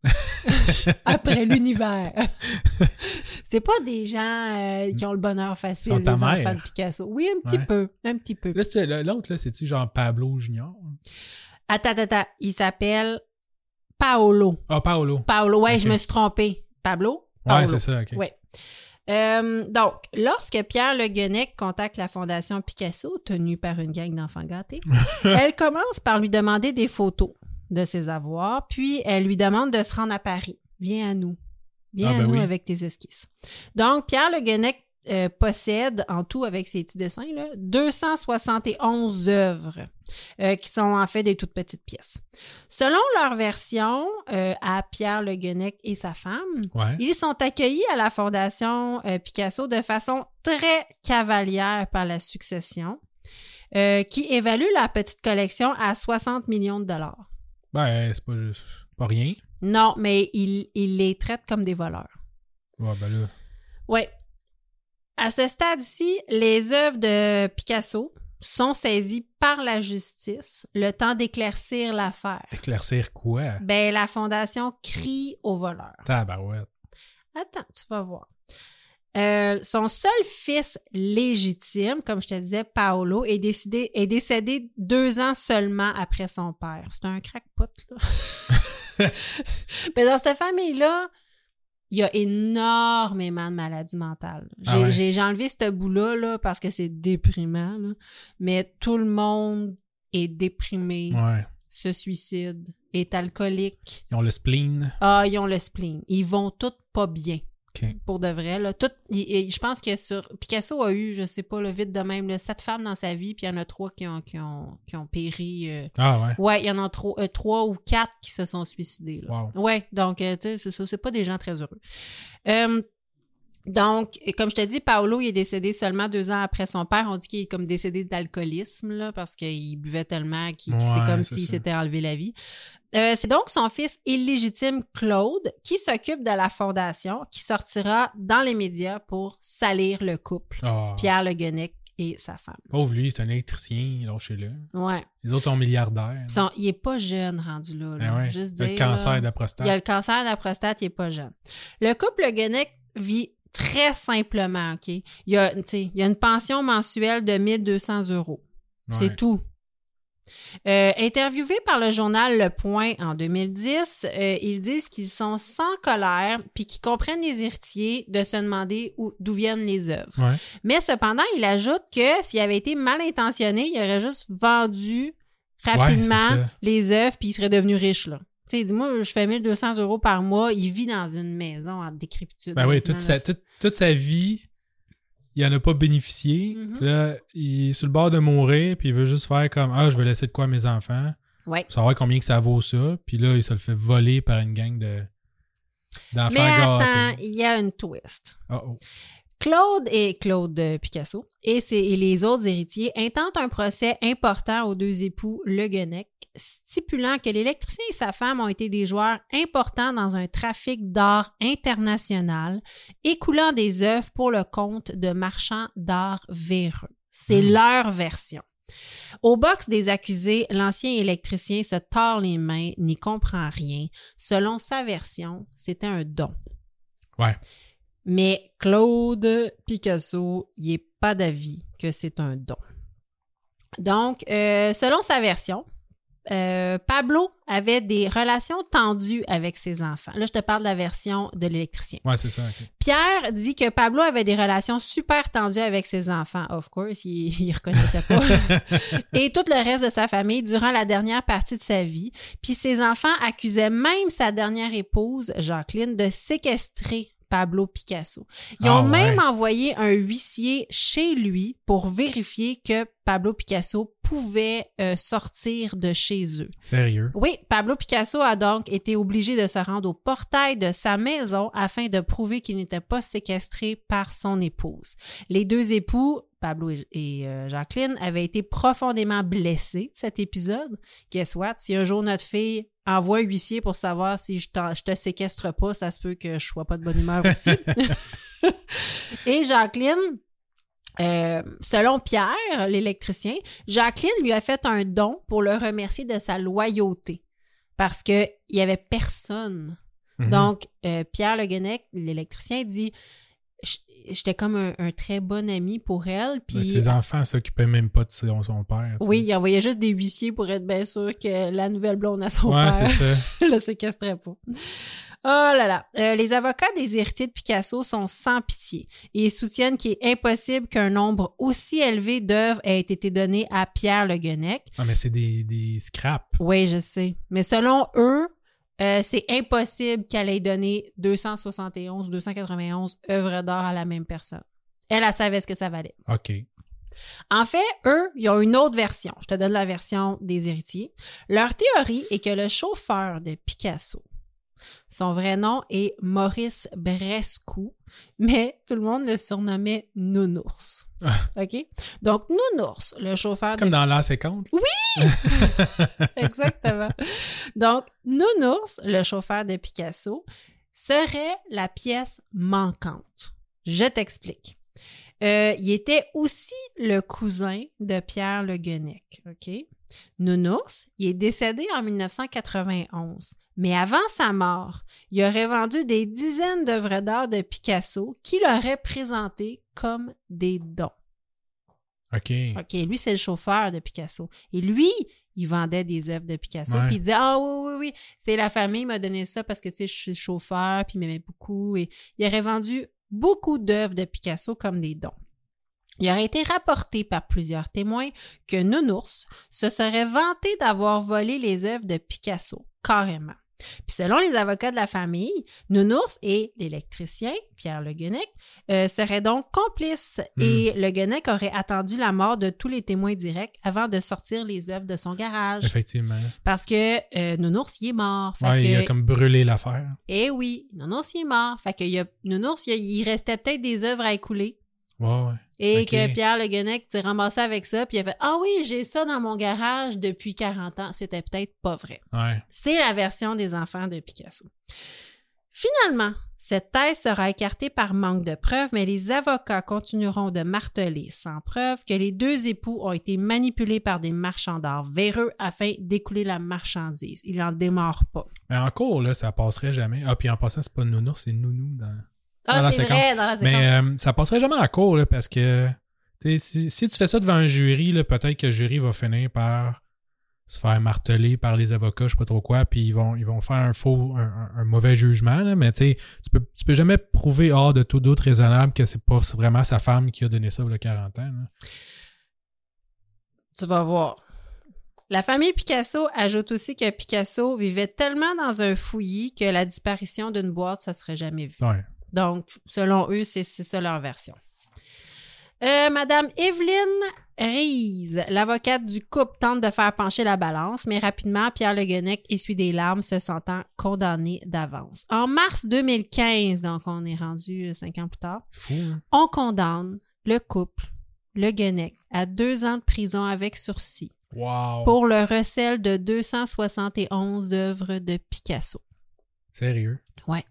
[SPEAKER 1] Après l'univers. C'est pas des gens euh, qui ont le bonheur facile,
[SPEAKER 2] Sont
[SPEAKER 1] les
[SPEAKER 2] ta
[SPEAKER 1] enfants
[SPEAKER 2] mère.
[SPEAKER 1] de Picasso. Oui, un petit
[SPEAKER 2] Ouais.
[SPEAKER 1] peu, un petit peu.
[SPEAKER 2] Là, c'est- là, L'autre, là, c'est-tu genre Pablo Junior?
[SPEAKER 1] Attends, attends, attends. Il s'appelle Paolo.
[SPEAKER 2] Ah, Paolo.
[SPEAKER 1] Paolo, ouais,
[SPEAKER 2] Ok.
[SPEAKER 1] je me suis trompée. Pablo?
[SPEAKER 2] Ouais,
[SPEAKER 1] Paolo.
[SPEAKER 2] c'est ça, Ah, ok.
[SPEAKER 1] Ouais. Euh, donc, lorsque Pierre Le Guenec contacte la Fondation Picasso, tenue par une gang d'enfants gâtés, elle commence par lui demander des photos de ses avoirs, puis elle lui demande de se rendre à Paris. Viens à nous. Viens
[SPEAKER 2] Ah,
[SPEAKER 1] à
[SPEAKER 2] ben
[SPEAKER 1] nous
[SPEAKER 2] oui.
[SPEAKER 1] avec tes esquisses. Donc, Pierre Le Guenec euh, possède en tout avec ses petits dessins là, 271 œuvres euh, qui sont en fait des toutes petites pièces. Selon leur version, euh, à Pierre Le Guenec et sa femme,
[SPEAKER 2] Ouais.
[SPEAKER 1] ils sont accueillis à la Fondation euh, Picasso de façon très cavalière par la succession, euh, qui évalue la petite collection à 60 millions de dollars.
[SPEAKER 2] Ben, c'est pas juste. Pas rien.
[SPEAKER 1] Non, mais ils il les traitent comme des voleurs.
[SPEAKER 2] Ouais, ben là.
[SPEAKER 1] Oui. À ce stade-ci, les œuvres de Picasso sont saisies par la justice le temps d'éclaircir l'affaire.
[SPEAKER 2] Éclaircir quoi?
[SPEAKER 1] Ben, la Fondation crie aux voleurs.
[SPEAKER 2] Tabarouette.
[SPEAKER 1] Attends, tu vas voir. Euh, son seul fils légitime, comme je te disais, Paolo, est, décidé, est décédé deux ans seulement après son père. C'est un crackpot, là. Mais dans cette famille-là, il y a énormément de maladies mentales. J'ai
[SPEAKER 2] Ah ouais.
[SPEAKER 1] j'ai- j'ai enlevé ce bout-là là, parce que c'est déprimant. là. Mais tout le monde est déprimé,
[SPEAKER 2] Ouais.
[SPEAKER 1] se suicide, est alcoolique.
[SPEAKER 2] Ils ont le spleen.
[SPEAKER 1] Ah, ils ont le spleen. Ils vont tous pas bien
[SPEAKER 2] OK.
[SPEAKER 1] pour de vrai. Là, tout, il- il- je pense que sur Picasso a eu, je sais pas, le vite de même, là, sept femmes dans sa vie, puis il y en a trois qui ont, qui ont, qui ont péri. euh.
[SPEAKER 2] Ah ouais.
[SPEAKER 1] Ouais, il y en a trois, euh, trois ou quatre qui se sont suicidés. Là.
[SPEAKER 2] Wow.
[SPEAKER 1] Ouais, donc, euh, tu sais, c'est- c'est c'est pas des gens très heureux. Euh, donc, comme je te dis, Paolo, il est décédé seulement deux ans après son père. On dit qu'il est comme décédé d'alcoolisme, là, parce qu'il buvait tellement qu'il, qu'il- c'est
[SPEAKER 2] Ouais,
[SPEAKER 1] comme
[SPEAKER 2] c'est
[SPEAKER 1] s'il
[SPEAKER 2] ça.
[SPEAKER 1] s'était enlevé la vie. Euh, c'est donc son fils illégitime, Claude, qui s'occupe de la fondation, qui sortira dans les médias pour salir le couple,
[SPEAKER 2] Ah.
[SPEAKER 1] Pierre Le Guenic et sa femme.
[SPEAKER 2] Pauvre lui, c'est un électricien, lâchez-le.
[SPEAKER 1] Ouais.
[SPEAKER 2] Les autres sont milliardaires.
[SPEAKER 1] Ils sont- il est pas jeune rendu là. là.
[SPEAKER 2] Ah ouais.
[SPEAKER 1] Juste
[SPEAKER 2] Le
[SPEAKER 1] dire,
[SPEAKER 2] cancer
[SPEAKER 1] là.
[SPEAKER 2] de la prostate.
[SPEAKER 1] Il a le cancer de la prostate, il est pas jeune. Le couple Guenic vit très simplement, OK? Il y a, tu sais, il y a une pension mensuelle de 1200 euros.
[SPEAKER 2] Ouais.
[SPEAKER 1] C'est tout. Euh, interviewé par le journal Le Point en 2010, euh, ils disent qu'ils sont sans colère puis qu'ils comprennent les héritiers de se demander où- d'où viennent les œuvres.
[SPEAKER 2] Ouais.
[SPEAKER 1] Mais cependant, il ajoute que s'il avait été mal intentionné, il aurait juste vendu rapidement
[SPEAKER 2] Ouais, c'est ça.
[SPEAKER 1] les œuvres puis il serait devenu riche, là. Tu sais, dis-moi, je fais 1200 euros par mois, il vit dans une maison en décrépitude.
[SPEAKER 2] Ben oui,
[SPEAKER 1] maintenant,
[SPEAKER 2] toute
[SPEAKER 1] là,
[SPEAKER 2] sa, toute, toute sa vie, il en a pas bénéficié.
[SPEAKER 1] Mhm.
[SPEAKER 2] Puis là, il est sur le bord de mourir, puis il veut juste faire comme Ah, je vais laisser de quoi à mes enfants.
[SPEAKER 1] Ouais.
[SPEAKER 2] Pour savoir combien que ça vaut ça. Puis là, il se le fait voler par une gang de d'enfants
[SPEAKER 1] Mais attends,
[SPEAKER 2] gâtés.
[SPEAKER 1] il y a une twist.
[SPEAKER 2] Oh, oh.
[SPEAKER 1] Claude et Claude euh, Picasso et, ses- et les autres héritiers intentent un procès important aux deux époux Le Guenec, stipulant que l'électricien et sa femme ont été des joueurs importants dans un trafic d'art international, écoulant des œuvres pour le compte de marchands d'art véreux. C'est leur version. Au box des accusés, l'ancien électricien se tord les mains, n'y comprend rien. Selon sa version, c'était un don.
[SPEAKER 2] Ouais.
[SPEAKER 1] Mais Claude Picasso, il n'est pas d'avis que c'est un don. Donc, euh, selon sa version, euh, Pablo avait des relations tendues avec ses enfants. Là, je te parle de la version de l'électricien.
[SPEAKER 2] Ouais, c'est ça. ok.
[SPEAKER 1] Pierre dit que Pablo avait des relations super tendues avec ses enfants. Of course, il, il reconnaissait pas. Et tout le reste de sa famille durant la dernière partie de sa vie. Puis ses enfants accusaient même sa dernière épouse, Jacqueline, de séquestrer Pablo Picasso. Ils
[SPEAKER 2] Ah
[SPEAKER 1] ont même
[SPEAKER 2] ouais.
[SPEAKER 1] envoyé un huissier chez lui pour vérifier que Pablo Picasso pouvait euh, sortir de chez eux.
[SPEAKER 2] Sérieux.
[SPEAKER 1] Oui, Pablo Picasso a donc été obligé de se rendre au portail de sa maison afin de prouver qu'il n'était pas séquestré par son épouse. Les deux époux, Pablo et, et, euh, Jacqueline, avaient été profondément blessés de cet épisode. Guess what? Si un jour notre fille envoie un huissier pour savoir si je, t'en- je te séquestre pas, ça se peut que je sois pas de bonne humeur aussi. et Jacqueline, euh, selon Pierre, l'électricien, Jacqueline lui a fait un don pour le remercier de sa loyauté parce qu'il n'y avait personne.
[SPEAKER 2] Mhm.
[SPEAKER 1] Donc, euh, Pierre Le Guenec, l'électricien, dit J- J'étais comme un, un très bon ami pour elle.
[SPEAKER 2] Ben,
[SPEAKER 1] Puis,
[SPEAKER 2] ses enfants s'occupaient même pas de son, son père. tu sais.
[SPEAKER 1] oui, il envoyait juste des huissiers pour être bien sûr que la nouvelle blonde à son
[SPEAKER 2] Ouais, c'est
[SPEAKER 1] père
[SPEAKER 2] ça.
[SPEAKER 1] le séquestrait pas. Oh là là. Euh, les avocats des héritiers de Picasso sont sans pitié et ils soutiennent qu'il est impossible qu'un nombre aussi élevé d'œuvres ait été donné à Pierre Le Guenec.
[SPEAKER 2] Ah, mais c'est des, des scraps.
[SPEAKER 1] Oui, je sais. Mais selon eux, euh, c'est impossible qu'elle ait donné 271 291 œuvres d'art à la même personne. Elle, elle savait ce que ça valait.
[SPEAKER 2] OK.
[SPEAKER 1] En fait, eux, ils ont une autre version. Je te donne la version des héritiers. Leur théorie est que le chauffeur de Picasso, son vrai nom est Maurice Brescou, mais tout le monde le surnommait Nounours. OK? Donc, Nounours, le chauffeur
[SPEAKER 2] Ah. C'est
[SPEAKER 1] de
[SPEAKER 2] comme dans l'As et compte. Oui.
[SPEAKER 1] Exactement. Donc, Nounours, le chauffeur de Picasso, serait la pièce manquante. Je t'explique. Euh, il était aussi le cousin de Pierre Le Guenec, OK? Nounours, il est décédé en 1991. Mais avant sa mort, il aurait vendu des dizaines d'œuvres d'art de Picasso qu'il aurait présentées comme des dons.
[SPEAKER 2] OK.
[SPEAKER 1] OK, lui, c'est le chauffeur de Picasso. Et lui, il vendait des œuvres de Picasso.
[SPEAKER 2] Ouais.
[SPEAKER 1] Puis il disait Ah oui, oui, oui, c'est la famille m'a donné ça parce que tu sais, je suis chauffeur, puis il m'aimait beaucoup. Et il aurait vendu beaucoup d'œuvres de Picasso comme des dons. Il aurait été rapporté par plusieurs témoins que Nounours se serait vanté d'avoir volé les œuvres de Picasso, carrément. Puis selon les avocats de la famille, Nounours et l'électricien, Pierre Le Guenec, euh, seraient donc complices et Le Guenec aurait attendu la mort de tous les témoins directs avant de sortir les œuvres de son garage.
[SPEAKER 2] Effectivement.
[SPEAKER 1] Parce que euh, Nounours, il est mort. Fait
[SPEAKER 2] Ouais,
[SPEAKER 1] que-
[SPEAKER 2] il a comme brûlé l'affaire.
[SPEAKER 1] Eh oui, Nounours, il est mort. Fait que il y a- Nounours, il y a- il restait peut-être des œuvres à écouler.
[SPEAKER 2] Ouais, ouais.
[SPEAKER 1] Et
[SPEAKER 2] Ok.
[SPEAKER 1] que Pierre Le Guenec s'est ramassé avec ça, puis il a fait Ah oui, j'ai ça dans mon garage depuis 40 ans. C'était peut-être pas vrai.
[SPEAKER 2] Ouais.
[SPEAKER 1] C'est la version des enfants de Picasso. Finalement, cette thèse sera écartée par manque de preuves, mais les avocats continueront de marteler sans preuve que les deux époux ont été manipulés par des marchands d'art véreux afin d'écouler la marchandise. Ils n'en démarrent pas.
[SPEAKER 2] Mais en cours, là, ça passerait jamais. Ah, puis en passant, c'est pas nounours, c'est nounou. Dans... Dans
[SPEAKER 1] Ah,
[SPEAKER 2] la
[SPEAKER 1] c'est vrai, dans la séquence.
[SPEAKER 2] Mais euh, ça passerait jamais en cours, là, parce que tu sais, si, si tu fais ça devant un jury, là, peut-être que le jury va finir par se faire marteler par les avocats, je sais pas trop quoi, puis ils vont, ils vont faire un faux, un, un- un mauvais jugement, là, mais tu sais, tu peux, tu peux jamais prouver hors de tout doute raisonnable que c'est pas vraiment sa femme qui a donné ça il y a 40 ans. là.
[SPEAKER 1] euh, Tu vas voir. La famille Picasso ajoute aussi que Picasso vivait tellement dans un fouillis que la disparition d'une boîte, ça serait jamais vu.
[SPEAKER 2] Ouais.
[SPEAKER 1] Donc, selon eux, c'est c'est ça leur version. Euh, Madame Evelyne Rees, l'avocate du couple, tente de faire pencher la balance, mais rapidement, Pierre Le Guenec essuie des larmes, se sentant condamné d'avance. En mars 2015, donc on est rendu euh, cinq ans plus tard,
[SPEAKER 2] Fou, hein?
[SPEAKER 1] on condamne le couple, Le Guenec, à deux ans de prison avec sursis
[SPEAKER 2] Wow!
[SPEAKER 1] pour le recel de 271 œuvres de Picasso.
[SPEAKER 2] Sérieux?
[SPEAKER 1] Ouais.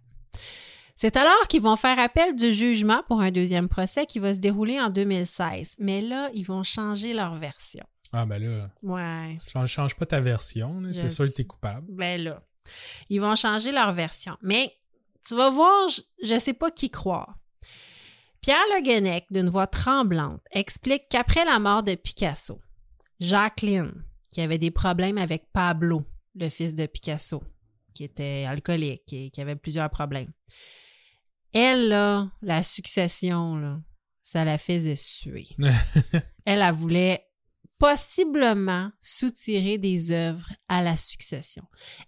[SPEAKER 1] C'est alors qu'ils vont faire appel du jugement pour un deuxième procès qui va se dérouler en 2016. Mais là, ils vont changer leur version.
[SPEAKER 2] Ah, ben là,
[SPEAKER 1] Ouais.
[SPEAKER 2] tu changes- changes pas ta version, là,
[SPEAKER 1] Je
[SPEAKER 2] c'est sûr que
[SPEAKER 1] sais.
[SPEAKER 2] t'es coupable.
[SPEAKER 1] Ben là, ils vont changer leur version. Mais tu vas voir, je- je sais pas qui croire. Pierre Le Guenec, d'une voix tremblante, explique qu'après la mort de Picasso, Jacqueline, qui avait des problèmes avec Pablo, le fils de Picasso, qui était alcoolique et qui avait plusieurs problèmes, elle, là, la succession, là, ça la faisait suer. elle, elle voulait possiblement soutirer des œuvres à la succession.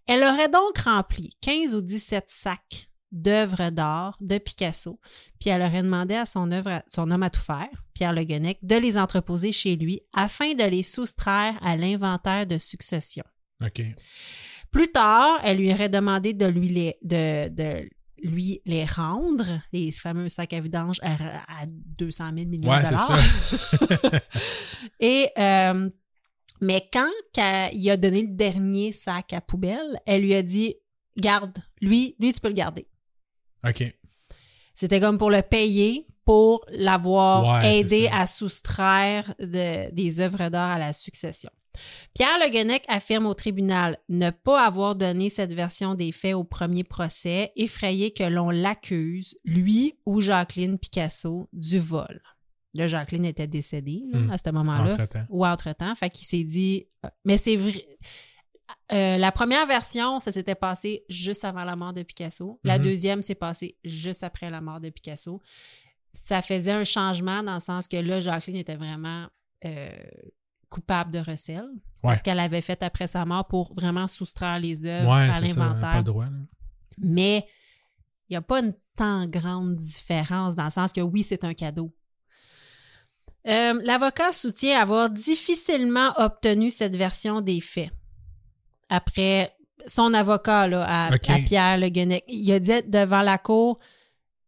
[SPEAKER 1] Elle aurait donc rempli 15 ou 17 sacs d'œuvres d'art de Picasso, puis elle aurait demandé à son, œuvre, son homme à tout faire, Pierre Le Guenec, de les entreposer chez lui afin de les soustraire à l'inventaire de succession.
[SPEAKER 2] OK.
[SPEAKER 1] Plus tard, elle lui aurait demandé de lui les, de, de lui les rendre, les fameux sacs à vidange à, à 200 000 millions de
[SPEAKER 2] Ouais, c'est
[SPEAKER 1] dollars.
[SPEAKER 2] ça.
[SPEAKER 1] Et euh, mais quand qu'a- il a donné le dernier sac à poubelle, elle lui a dit garde, lui, lui tu peux le garder.
[SPEAKER 2] OK.
[SPEAKER 1] Euh, C'était comme pour le payer pour l'avoir
[SPEAKER 2] Ouais, c'est
[SPEAKER 1] aidé
[SPEAKER 2] ça.
[SPEAKER 1] à soustraire de- des œuvres d'art à la succession. Pierre Le Guenec affirme au tribunal ne pas avoir donné cette version des faits au premier procès, effrayé que l'on l'accuse, lui ou Jacqueline Picasso, du vol. Là, Jacqueline était décédée là,
[SPEAKER 2] Hmm.
[SPEAKER 1] à ce moment-là.
[SPEAKER 2] Entre-temps.
[SPEAKER 1] Ou entre-temps. Fait qu'il s'est dit... Mais c'est vrai... Euh, la première version, ça s'était passé juste avant la mort de Picasso. La
[SPEAKER 2] Mhm.
[SPEAKER 1] deuxième s'est passée juste après la mort de Picasso. Ça faisait un changement dans le sens que là, Jacqueline était vraiment euh, coupable de recel.
[SPEAKER 2] Ouais.
[SPEAKER 1] Ce qu'elle avait fait après sa mort pour vraiment soustraire les œuvres
[SPEAKER 2] Ouais,
[SPEAKER 1] à
[SPEAKER 2] c'est ça. Pas
[SPEAKER 1] l'inventaire.
[SPEAKER 2] le droit, là.
[SPEAKER 1] Mais il n'y a pas une tant grande différence dans le sens que oui, c'est un cadeau. Euh, L'avocat soutient avoir difficilement obtenu cette version des faits. Après son avocat, là, à,
[SPEAKER 2] Ok.
[SPEAKER 1] à Pierre Le Guenec, il a dit devant la cour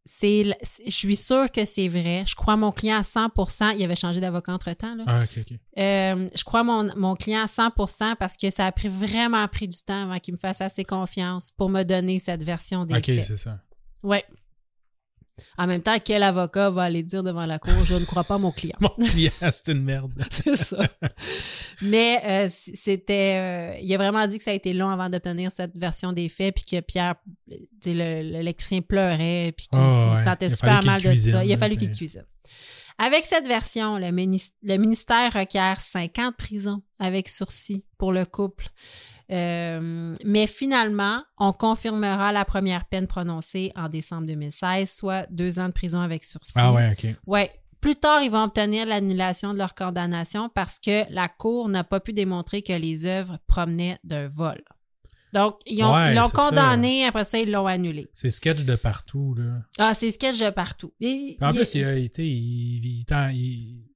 [SPEAKER 1] c'est l- c'est- je suis sûr que c'est vrai. Je crois mon client à 100 Il avait changé d'avocat entre-temps. là.
[SPEAKER 2] Ah, OK, OK.
[SPEAKER 1] Euh, je crois mon, mon client à 100 parce que ça a pris vraiment pris du temps avant qu'il me fasse assez confiance pour me donner cette version des
[SPEAKER 2] OK,
[SPEAKER 1] faits.
[SPEAKER 2] c'est ça.
[SPEAKER 1] Ouais. En même temps, quel avocat va aller dire devant la cour, je ne crois pas à mon client.
[SPEAKER 2] Mon client, c'est une merde.
[SPEAKER 1] c'est ça. Mais euh, c- c'était, euh, il a vraiment dit que ça a été long avant d'obtenir cette version des faits, puis que Pierre, euh, tu sais, le, le lexicoin pleurait, puis qu'il
[SPEAKER 2] Ah,
[SPEAKER 1] se
[SPEAKER 2] ouais.
[SPEAKER 1] sentait
[SPEAKER 2] Il a
[SPEAKER 1] super
[SPEAKER 2] fallu
[SPEAKER 1] mal
[SPEAKER 2] qu'il
[SPEAKER 1] de
[SPEAKER 2] cuisine,
[SPEAKER 1] ça. Il a
[SPEAKER 2] là,
[SPEAKER 1] fallu qu'il
[SPEAKER 2] puis-
[SPEAKER 1] cuisine. Avec cette version, le, minis- le ministère requiert 5 ans de prison avec sursis pour le couple. Euh, mais finalement, on confirmera la première peine prononcée en décembre 2016, soit deux ans de prison avec sursis.
[SPEAKER 2] Ah ouais, ok.
[SPEAKER 1] Ouais. Plus tard, ils vont obtenir l'annulation de leur condamnation parce que la Cour n'a pas pu démontrer que les œuvres provenaient d'un vol. Donc, ils ont-
[SPEAKER 2] Ouais,
[SPEAKER 1] ils l'ont
[SPEAKER 2] c'est ça.
[SPEAKER 1] condamné, après ça, ils l'ont annulé.
[SPEAKER 2] C'est sketch de partout, là.
[SPEAKER 1] Ah, c'est sketch de partout. Et-
[SPEAKER 2] En
[SPEAKER 1] il-
[SPEAKER 2] plus, il a été. Il, il, t'en- il,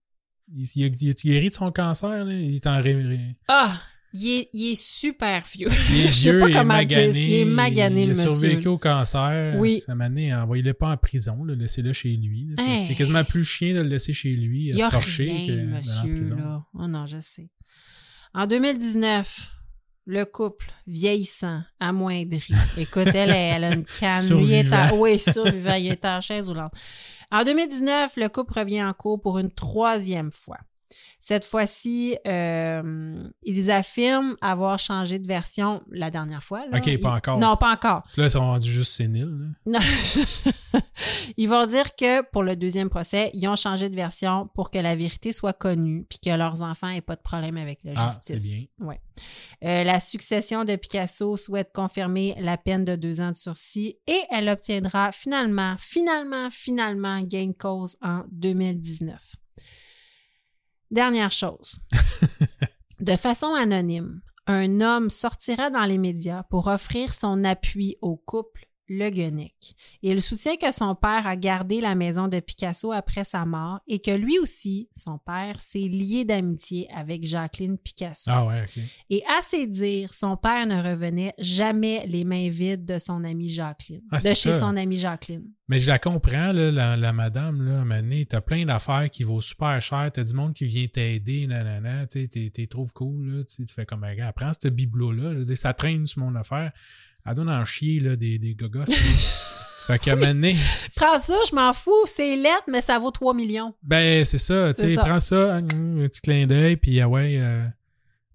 [SPEAKER 2] il, il a- il a guéri de son cancer, là. Il est en ré- ré-
[SPEAKER 1] Ah, il est, il est super vieux.
[SPEAKER 2] Il est
[SPEAKER 1] Je sais
[SPEAKER 2] vieux,
[SPEAKER 1] pas
[SPEAKER 2] il est
[SPEAKER 1] comment dire.
[SPEAKER 2] magané.
[SPEAKER 1] Il est magané,
[SPEAKER 2] il
[SPEAKER 1] le
[SPEAKER 2] a
[SPEAKER 1] monsieur.
[SPEAKER 2] survécu au cancer.
[SPEAKER 1] Oui.
[SPEAKER 2] Ça m'a amené, envoyez-le pas en prison, là, laissez-le chez lui. là. C'est
[SPEAKER 1] Hey.
[SPEAKER 2] c'est quasiment plus chien de le laisser chez lui,
[SPEAKER 1] Il
[SPEAKER 2] à
[SPEAKER 1] n'y
[SPEAKER 2] se
[SPEAKER 1] a
[SPEAKER 2] torcher,
[SPEAKER 1] rien,
[SPEAKER 2] que
[SPEAKER 1] le
[SPEAKER 2] d'aller en
[SPEAKER 1] monsieur,
[SPEAKER 2] prison.
[SPEAKER 1] là. Oh non, je sais. En 2019, le couple vieillissant, amoindri. Écoute, elle, elle a une canne. Lui est en-
[SPEAKER 2] Survivant.
[SPEAKER 1] oui, survivant. Il est en chaise roulante. En 2019, le couple revient en cours pour une troisième fois. Cette fois-ci, euh, ils affirment avoir changé de version la dernière fois. là.
[SPEAKER 2] Ok, pas
[SPEAKER 1] Ils-
[SPEAKER 2] encore.
[SPEAKER 1] Non, pas encore.
[SPEAKER 2] Là, ils sont rendus juste séniles.
[SPEAKER 1] Non. ils vont dire que pour le deuxième procès, ils ont changé de version pour que la vérité soit connue puis que leurs enfants n'aient pas de problème avec la
[SPEAKER 2] Ah,
[SPEAKER 1] justice.
[SPEAKER 2] c'est bien.
[SPEAKER 1] Ouais. Euh, la succession de Picasso souhaite confirmer la peine de deux ans de sursis et elle obtiendra finalement, finalement, finalement gain de cause en 2019. Dernière chose. de façon anonyme, un homme sortira dans les médias pour offrir son appui au couple Le Guenic. Il soutient que son père a gardé la maison de Picasso après sa mort et que lui aussi, son père, s'est lié d'amitié avec Jacqueline Picasso.
[SPEAKER 2] Ah ouais, ok.
[SPEAKER 1] Et à ses dires, son père ne revenait jamais les mains vides de son amie Jacqueline,
[SPEAKER 2] Ah,
[SPEAKER 1] de
[SPEAKER 2] c'est
[SPEAKER 1] chez
[SPEAKER 2] ça.
[SPEAKER 1] son amie Jacqueline.
[SPEAKER 2] Mais je la comprends, là, la, la madame, là, Mané, t'as plein d'affaires qui vaut super cher, t'as du monde qui vient t'aider, nanana, tu sais, t'es- t'es trouves cool, là, tu sais, tu fais comme, gars, prends ce bibelot-là, je veux dire, ça traîne sur mon affaire, elle donne en chier, là, des, des gogos. fait qu'à Mané,
[SPEAKER 1] Prends ça, je m'en fous, c'est lettre, mais ça vaut 3 millions.
[SPEAKER 2] ben, c'est ça, tu
[SPEAKER 1] C'est
[SPEAKER 2] sais,
[SPEAKER 1] ça.
[SPEAKER 2] prends ça, hein, hum, un petit clin d'œil, puis ah ouais, euh,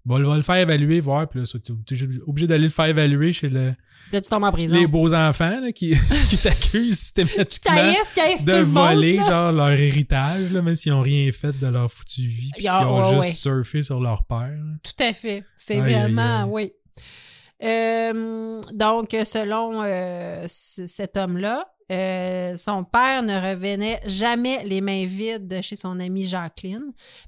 [SPEAKER 2] va, le- va le faire évaluer, voir, puis là, ça, t'es obligé- obligé d'aller le faire évaluer chez le-
[SPEAKER 1] Puis Là, tu tombes en prison.
[SPEAKER 2] les beaux-enfants, là, qui, qui t'accusent systématiquement.
[SPEAKER 1] Caïs, Caïs, tout
[SPEAKER 2] de
[SPEAKER 1] le monde,
[SPEAKER 2] voler
[SPEAKER 1] là.
[SPEAKER 2] genre leur héritage, là, même s'ils n'ont rien fait de leur foutue vie, puis qu'ils
[SPEAKER 1] Ah,
[SPEAKER 2] ont
[SPEAKER 1] ouais,
[SPEAKER 2] juste
[SPEAKER 1] ouais.
[SPEAKER 2] surfé sur leur père. là.
[SPEAKER 1] Tout à fait. C'est
[SPEAKER 2] Aïe, aïe,
[SPEAKER 1] vraiment,
[SPEAKER 2] aïe.
[SPEAKER 1] oui. Euh, donc, selon euh, ce- cet homme-là, euh, son père ne revenait jamais les mains vides de chez son amie Jacqueline.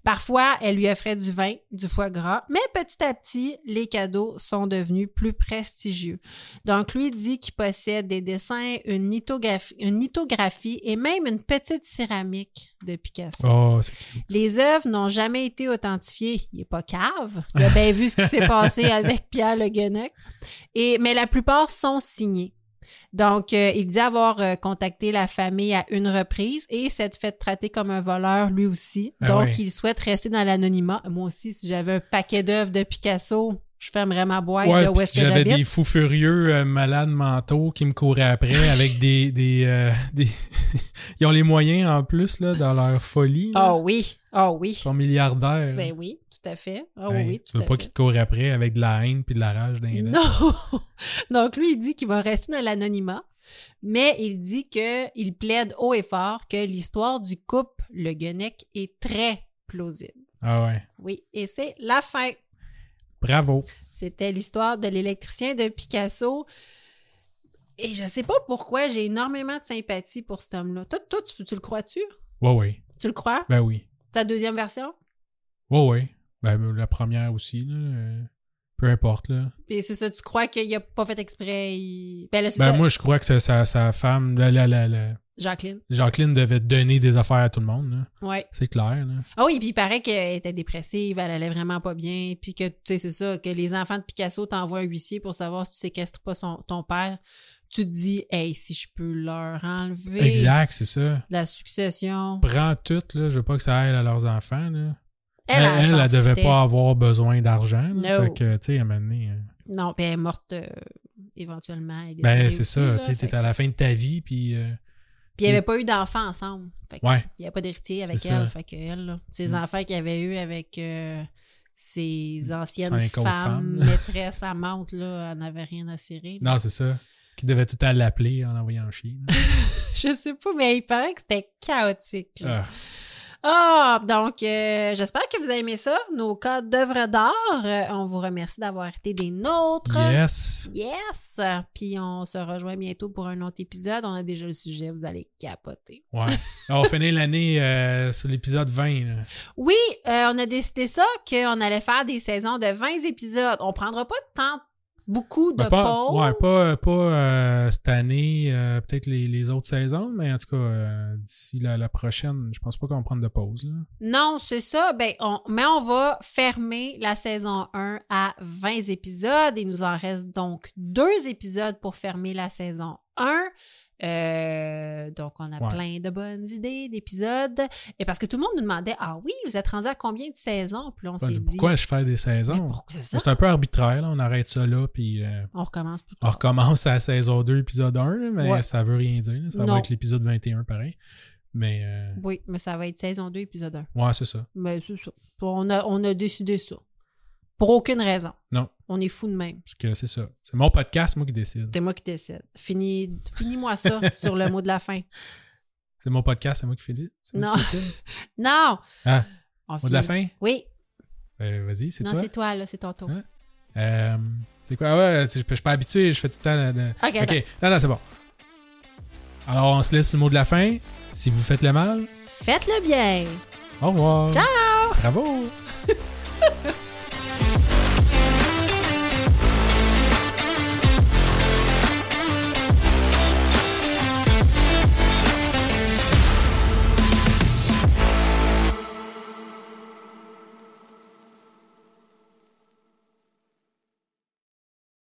[SPEAKER 1] Parfois, elle lui offrait du vin, du foie gras, mais petit à petit, les cadeaux sont devenus plus prestigieux. Donc, lui dit qu'il possède des dessins, une lithographie, une lithographie et même une petite céramique de Picasso.
[SPEAKER 2] Oh, c'est cute.
[SPEAKER 1] Les œuvres n'ont jamais été authentifiées. Il n'est pas cave. Il a bien vu ce qui s'est passé avec Pierre Le Guenec. Et Mais la plupart sont signées. Donc, euh, il dit avoir euh, contacté la famille à une reprise et s'être fait traiter comme un voleur lui aussi.
[SPEAKER 2] Ah
[SPEAKER 1] Donc,
[SPEAKER 2] ouais.
[SPEAKER 1] il souhaite rester dans l'anonymat. Moi aussi, si j'avais un paquet d'œuvres de Picasso, je fermerais ma boîte
[SPEAKER 2] Ouais,
[SPEAKER 1] de où
[SPEAKER 2] puis
[SPEAKER 1] est-ce que
[SPEAKER 2] j'avais des
[SPEAKER 1] j'habite.
[SPEAKER 2] fous furieux euh, malades mentaux qui me couraient après avec des des, euh, des- ils ont les moyens en plus là dans leur folie. là.
[SPEAKER 1] Oh oui, oh oui.
[SPEAKER 2] Ils sont milliardaires.
[SPEAKER 1] Ben oui, tout à fait. Oh
[SPEAKER 2] Hey,
[SPEAKER 1] oui,
[SPEAKER 2] tu
[SPEAKER 1] tout
[SPEAKER 2] veux
[SPEAKER 1] à
[SPEAKER 2] pas
[SPEAKER 1] fait.
[SPEAKER 2] qu'ils te courent après avec de la haine puis de la rage dans les dents.
[SPEAKER 1] Non. Donc lui, il dit qu'il va rester dans l'anonymat, mais il dit que il plaide haut et fort que l'histoire du couple Le Guenec est très plausible.
[SPEAKER 2] Ah ouais.
[SPEAKER 1] Oui, et c'est la fin.
[SPEAKER 2] Bravo.
[SPEAKER 1] C'était l'histoire de l'électricien de Picasso. Et je sais pas pourquoi j'ai énormément de sympathie pour cet homme-là. Toi, toi, tu, tu le crois-tu?
[SPEAKER 2] Ouais ouais.
[SPEAKER 1] Tu le crois?
[SPEAKER 2] Ben oui.
[SPEAKER 1] Ta deuxième version?
[SPEAKER 2] Ouais ouais. Ben la première aussi là. euh, Peu importe là.
[SPEAKER 1] Et c'est ça, tu crois qu'il a pas fait exprès? il- Ben là, c'est
[SPEAKER 2] Ben
[SPEAKER 1] ça,
[SPEAKER 2] moi je crois que c'est sa, sa femme la- la- la- la-
[SPEAKER 1] Jacqueline.
[SPEAKER 2] Jacqueline devait donner des affaires à tout le monde, là.
[SPEAKER 1] Ouais.
[SPEAKER 2] c'est clair. Là.
[SPEAKER 1] Ah oui, puis il paraît qu'elle était dépressive, elle allait vraiment pas bien, puis que, tu sais, c'est ça, que les enfants de Picasso t'envoient un huissier pour savoir si tu séquestres pas son, ton père. Tu te dis, hey, si je peux leur enlever
[SPEAKER 2] Exact, c'est ça.
[SPEAKER 1] de la succession.
[SPEAKER 2] Prends tout, là, je veux pas que ça aille à leurs enfants. Là.
[SPEAKER 1] Elle, elle,
[SPEAKER 2] elle,
[SPEAKER 1] s'en
[SPEAKER 2] elle devait
[SPEAKER 1] foutait.
[SPEAKER 2] pas avoir besoin d'argent. là.
[SPEAKER 1] No.
[SPEAKER 2] Fait que, tu sais, à un moment donné, euh,
[SPEAKER 1] Non, puis elle est morte euh, éventuellement. elle est
[SPEAKER 2] ben,
[SPEAKER 1] décédée
[SPEAKER 2] c'est
[SPEAKER 1] aussi,
[SPEAKER 2] ça.
[SPEAKER 1] là,
[SPEAKER 2] Tu sais,
[SPEAKER 1] fait
[SPEAKER 2] t'es
[SPEAKER 1] que-
[SPEAKER 2] à la fin de ta vie, puis euh,
[SPEAKER 1] Puis il n'y avait pas eu d'enfants ensemble. Fait que
[SPEAKER 2] Ouais.
[SPEAKER 1] Il n'y a pas d'héritier avec
[SPEAKER 2] C'est
[SPEAKER 1] elle.
[SPEAKER 2] ça. Mm.
[SPEAKER 1] Fait que elle, là, ses enfants qu'il avait eu avec euh, ses anciennes
[SPEAKER 2] Cinq autres
[SPEAKER 1] femmes,
[SPEAKER 2] femmes.
[SPEAKER 1] maîtresses, amantes, là, elle n'avait rien à cirer. là.
[SPEAKER 2] Non, c'est ça. Qui devait tout à l'appeler en envoyant chier. là.
[SPEAKER 1] Je sais pas, mais il paraît que c'était chaotique. là.
[SPEAKER 2] Ah.
[SPEAKER 1] Ah, donc, euh, j'espère que vous avez aimé ça. Nos cas d'œuvres d'art. Euh, on vous remercie d'avoir été des nôtres.
[SPEAKER 2] Yes.
[SPEAKER 1] Yes! Puis on se rejoint bientôt pour un autre épisode. On a déjà le sujet, vous allez capoter.
[SPEAKER 2] Ouais. On finit l'année euh, sur l'épisode 20. là.
[SPEAKER 1] Oui, euh, on a décidé ça, qu'on allait faire des saisons de 20 épisodes. On prendra pas de temps, beaucoup de
[SPEAKER 2] Ben, pas,
[SPEAKER 1] pauses.
[SPEAKER 2] ouais, pas, pas euh, cette année, euh, peut-être les, les autres saisons, mais en tout cas, euh, d'ici la, la prochaine, je pense pas qu'on va prendre de pause. là.
[SPEAKER 1] Non, c'est ça. Ben, on, mais on va fermer la saison 1 à 20 épisodes. Il nous en reste donc deux épisodes pour fermer la saison 1. Euh, donc, on a
[SPEAKER 2] Ouais.
[SPEAKER 1] plein de bonnes idées d'épisodes. Et parce que tout le monde nous demandait Ah oui, vous êtes rendu à combien de saisons Puis là, on
[SPEAKER 2] On
[SPEAKER 1] s'est
[SPEAKER 2] dit,
[SPEAKER 1] dit
[SPEAKER 2] pourquoi je fais des
[SPEAKER 1] Mais
[SPEAKER 2] saisons?
[SPEAKER 1] pourquoi c'est ça?
[SPEAKER 2] C'est un peu arbitraire, là. on arrête ça là, puis euh,
[SPEAKER 1] On recommence plus
[SPEAKER 2] on
[SPEAKER 1] tard.
[SPEAKER 2] recommence à la saison 2, épisode 1, là, mais
[SPEAKER 1] Ouais.
[SPEAKER 2] ça veut rien dire. là. Ça
[SPEAKER 1] Non.
[SPEAKER 2] va être l'épisode 21, pareil. Mais, euh,
[SPEAKER 1] Oui, mais ça va être saison 2, épisode 1.
[SPEAKER 2] ouais, c'est ça.
[SPEAKER 1] Mais c'est ça. On a, on a décidé ça. Pour aucune raison.
[SPEAKER 2] Non,
[SPEAKER 1] On est fous de même.
[SPEAKER 2] parce que c'est ça. C'est mon podcast, moi, qui décide.
[SPEAKER 1] C'est moi qui décide. Fini- Finis-moi ça sur le mot de la fin.
[SPEAKER 2] C'est mon podcast, c'est moi qui finis. C'est moi
[SPEAKER 1] Non.
[SPEAKER 2] qui décide.
[SPEAKER 1] Non!
[SPEAKER 2] Ah,
[SPEAKER 1] On
[SPEAKER 2] mot de la
[SPEAKER 1] finit.
[SPEAKER 2] fin?
[SPEAKER 1] Oui.
[SPEAKER 2] Euh, Vas-y, c'est
[SPEAKER 1] Non,
[SPEAKER 2] toi.
[SPEAKER 1] c'est toi, là, c'est ton tour.
[SPEAKER 2] Hein? Euh, c'est quoi? Ah Ouais, c'est- je suis pas habitué, je fais tout le temps. le- le-
[SPEAKER 1] Ok,
[SPEAKER 2] ok, non, non, c'est bon. Alors, on se laisse le mot de la fin. Si vous faites le mal,
[SPEAKER 1] Faites-le bien!
[SPEAKER 2] au revoir.
[SPEAKER 1] Ciao!
[SPEAKER 2] Bravo!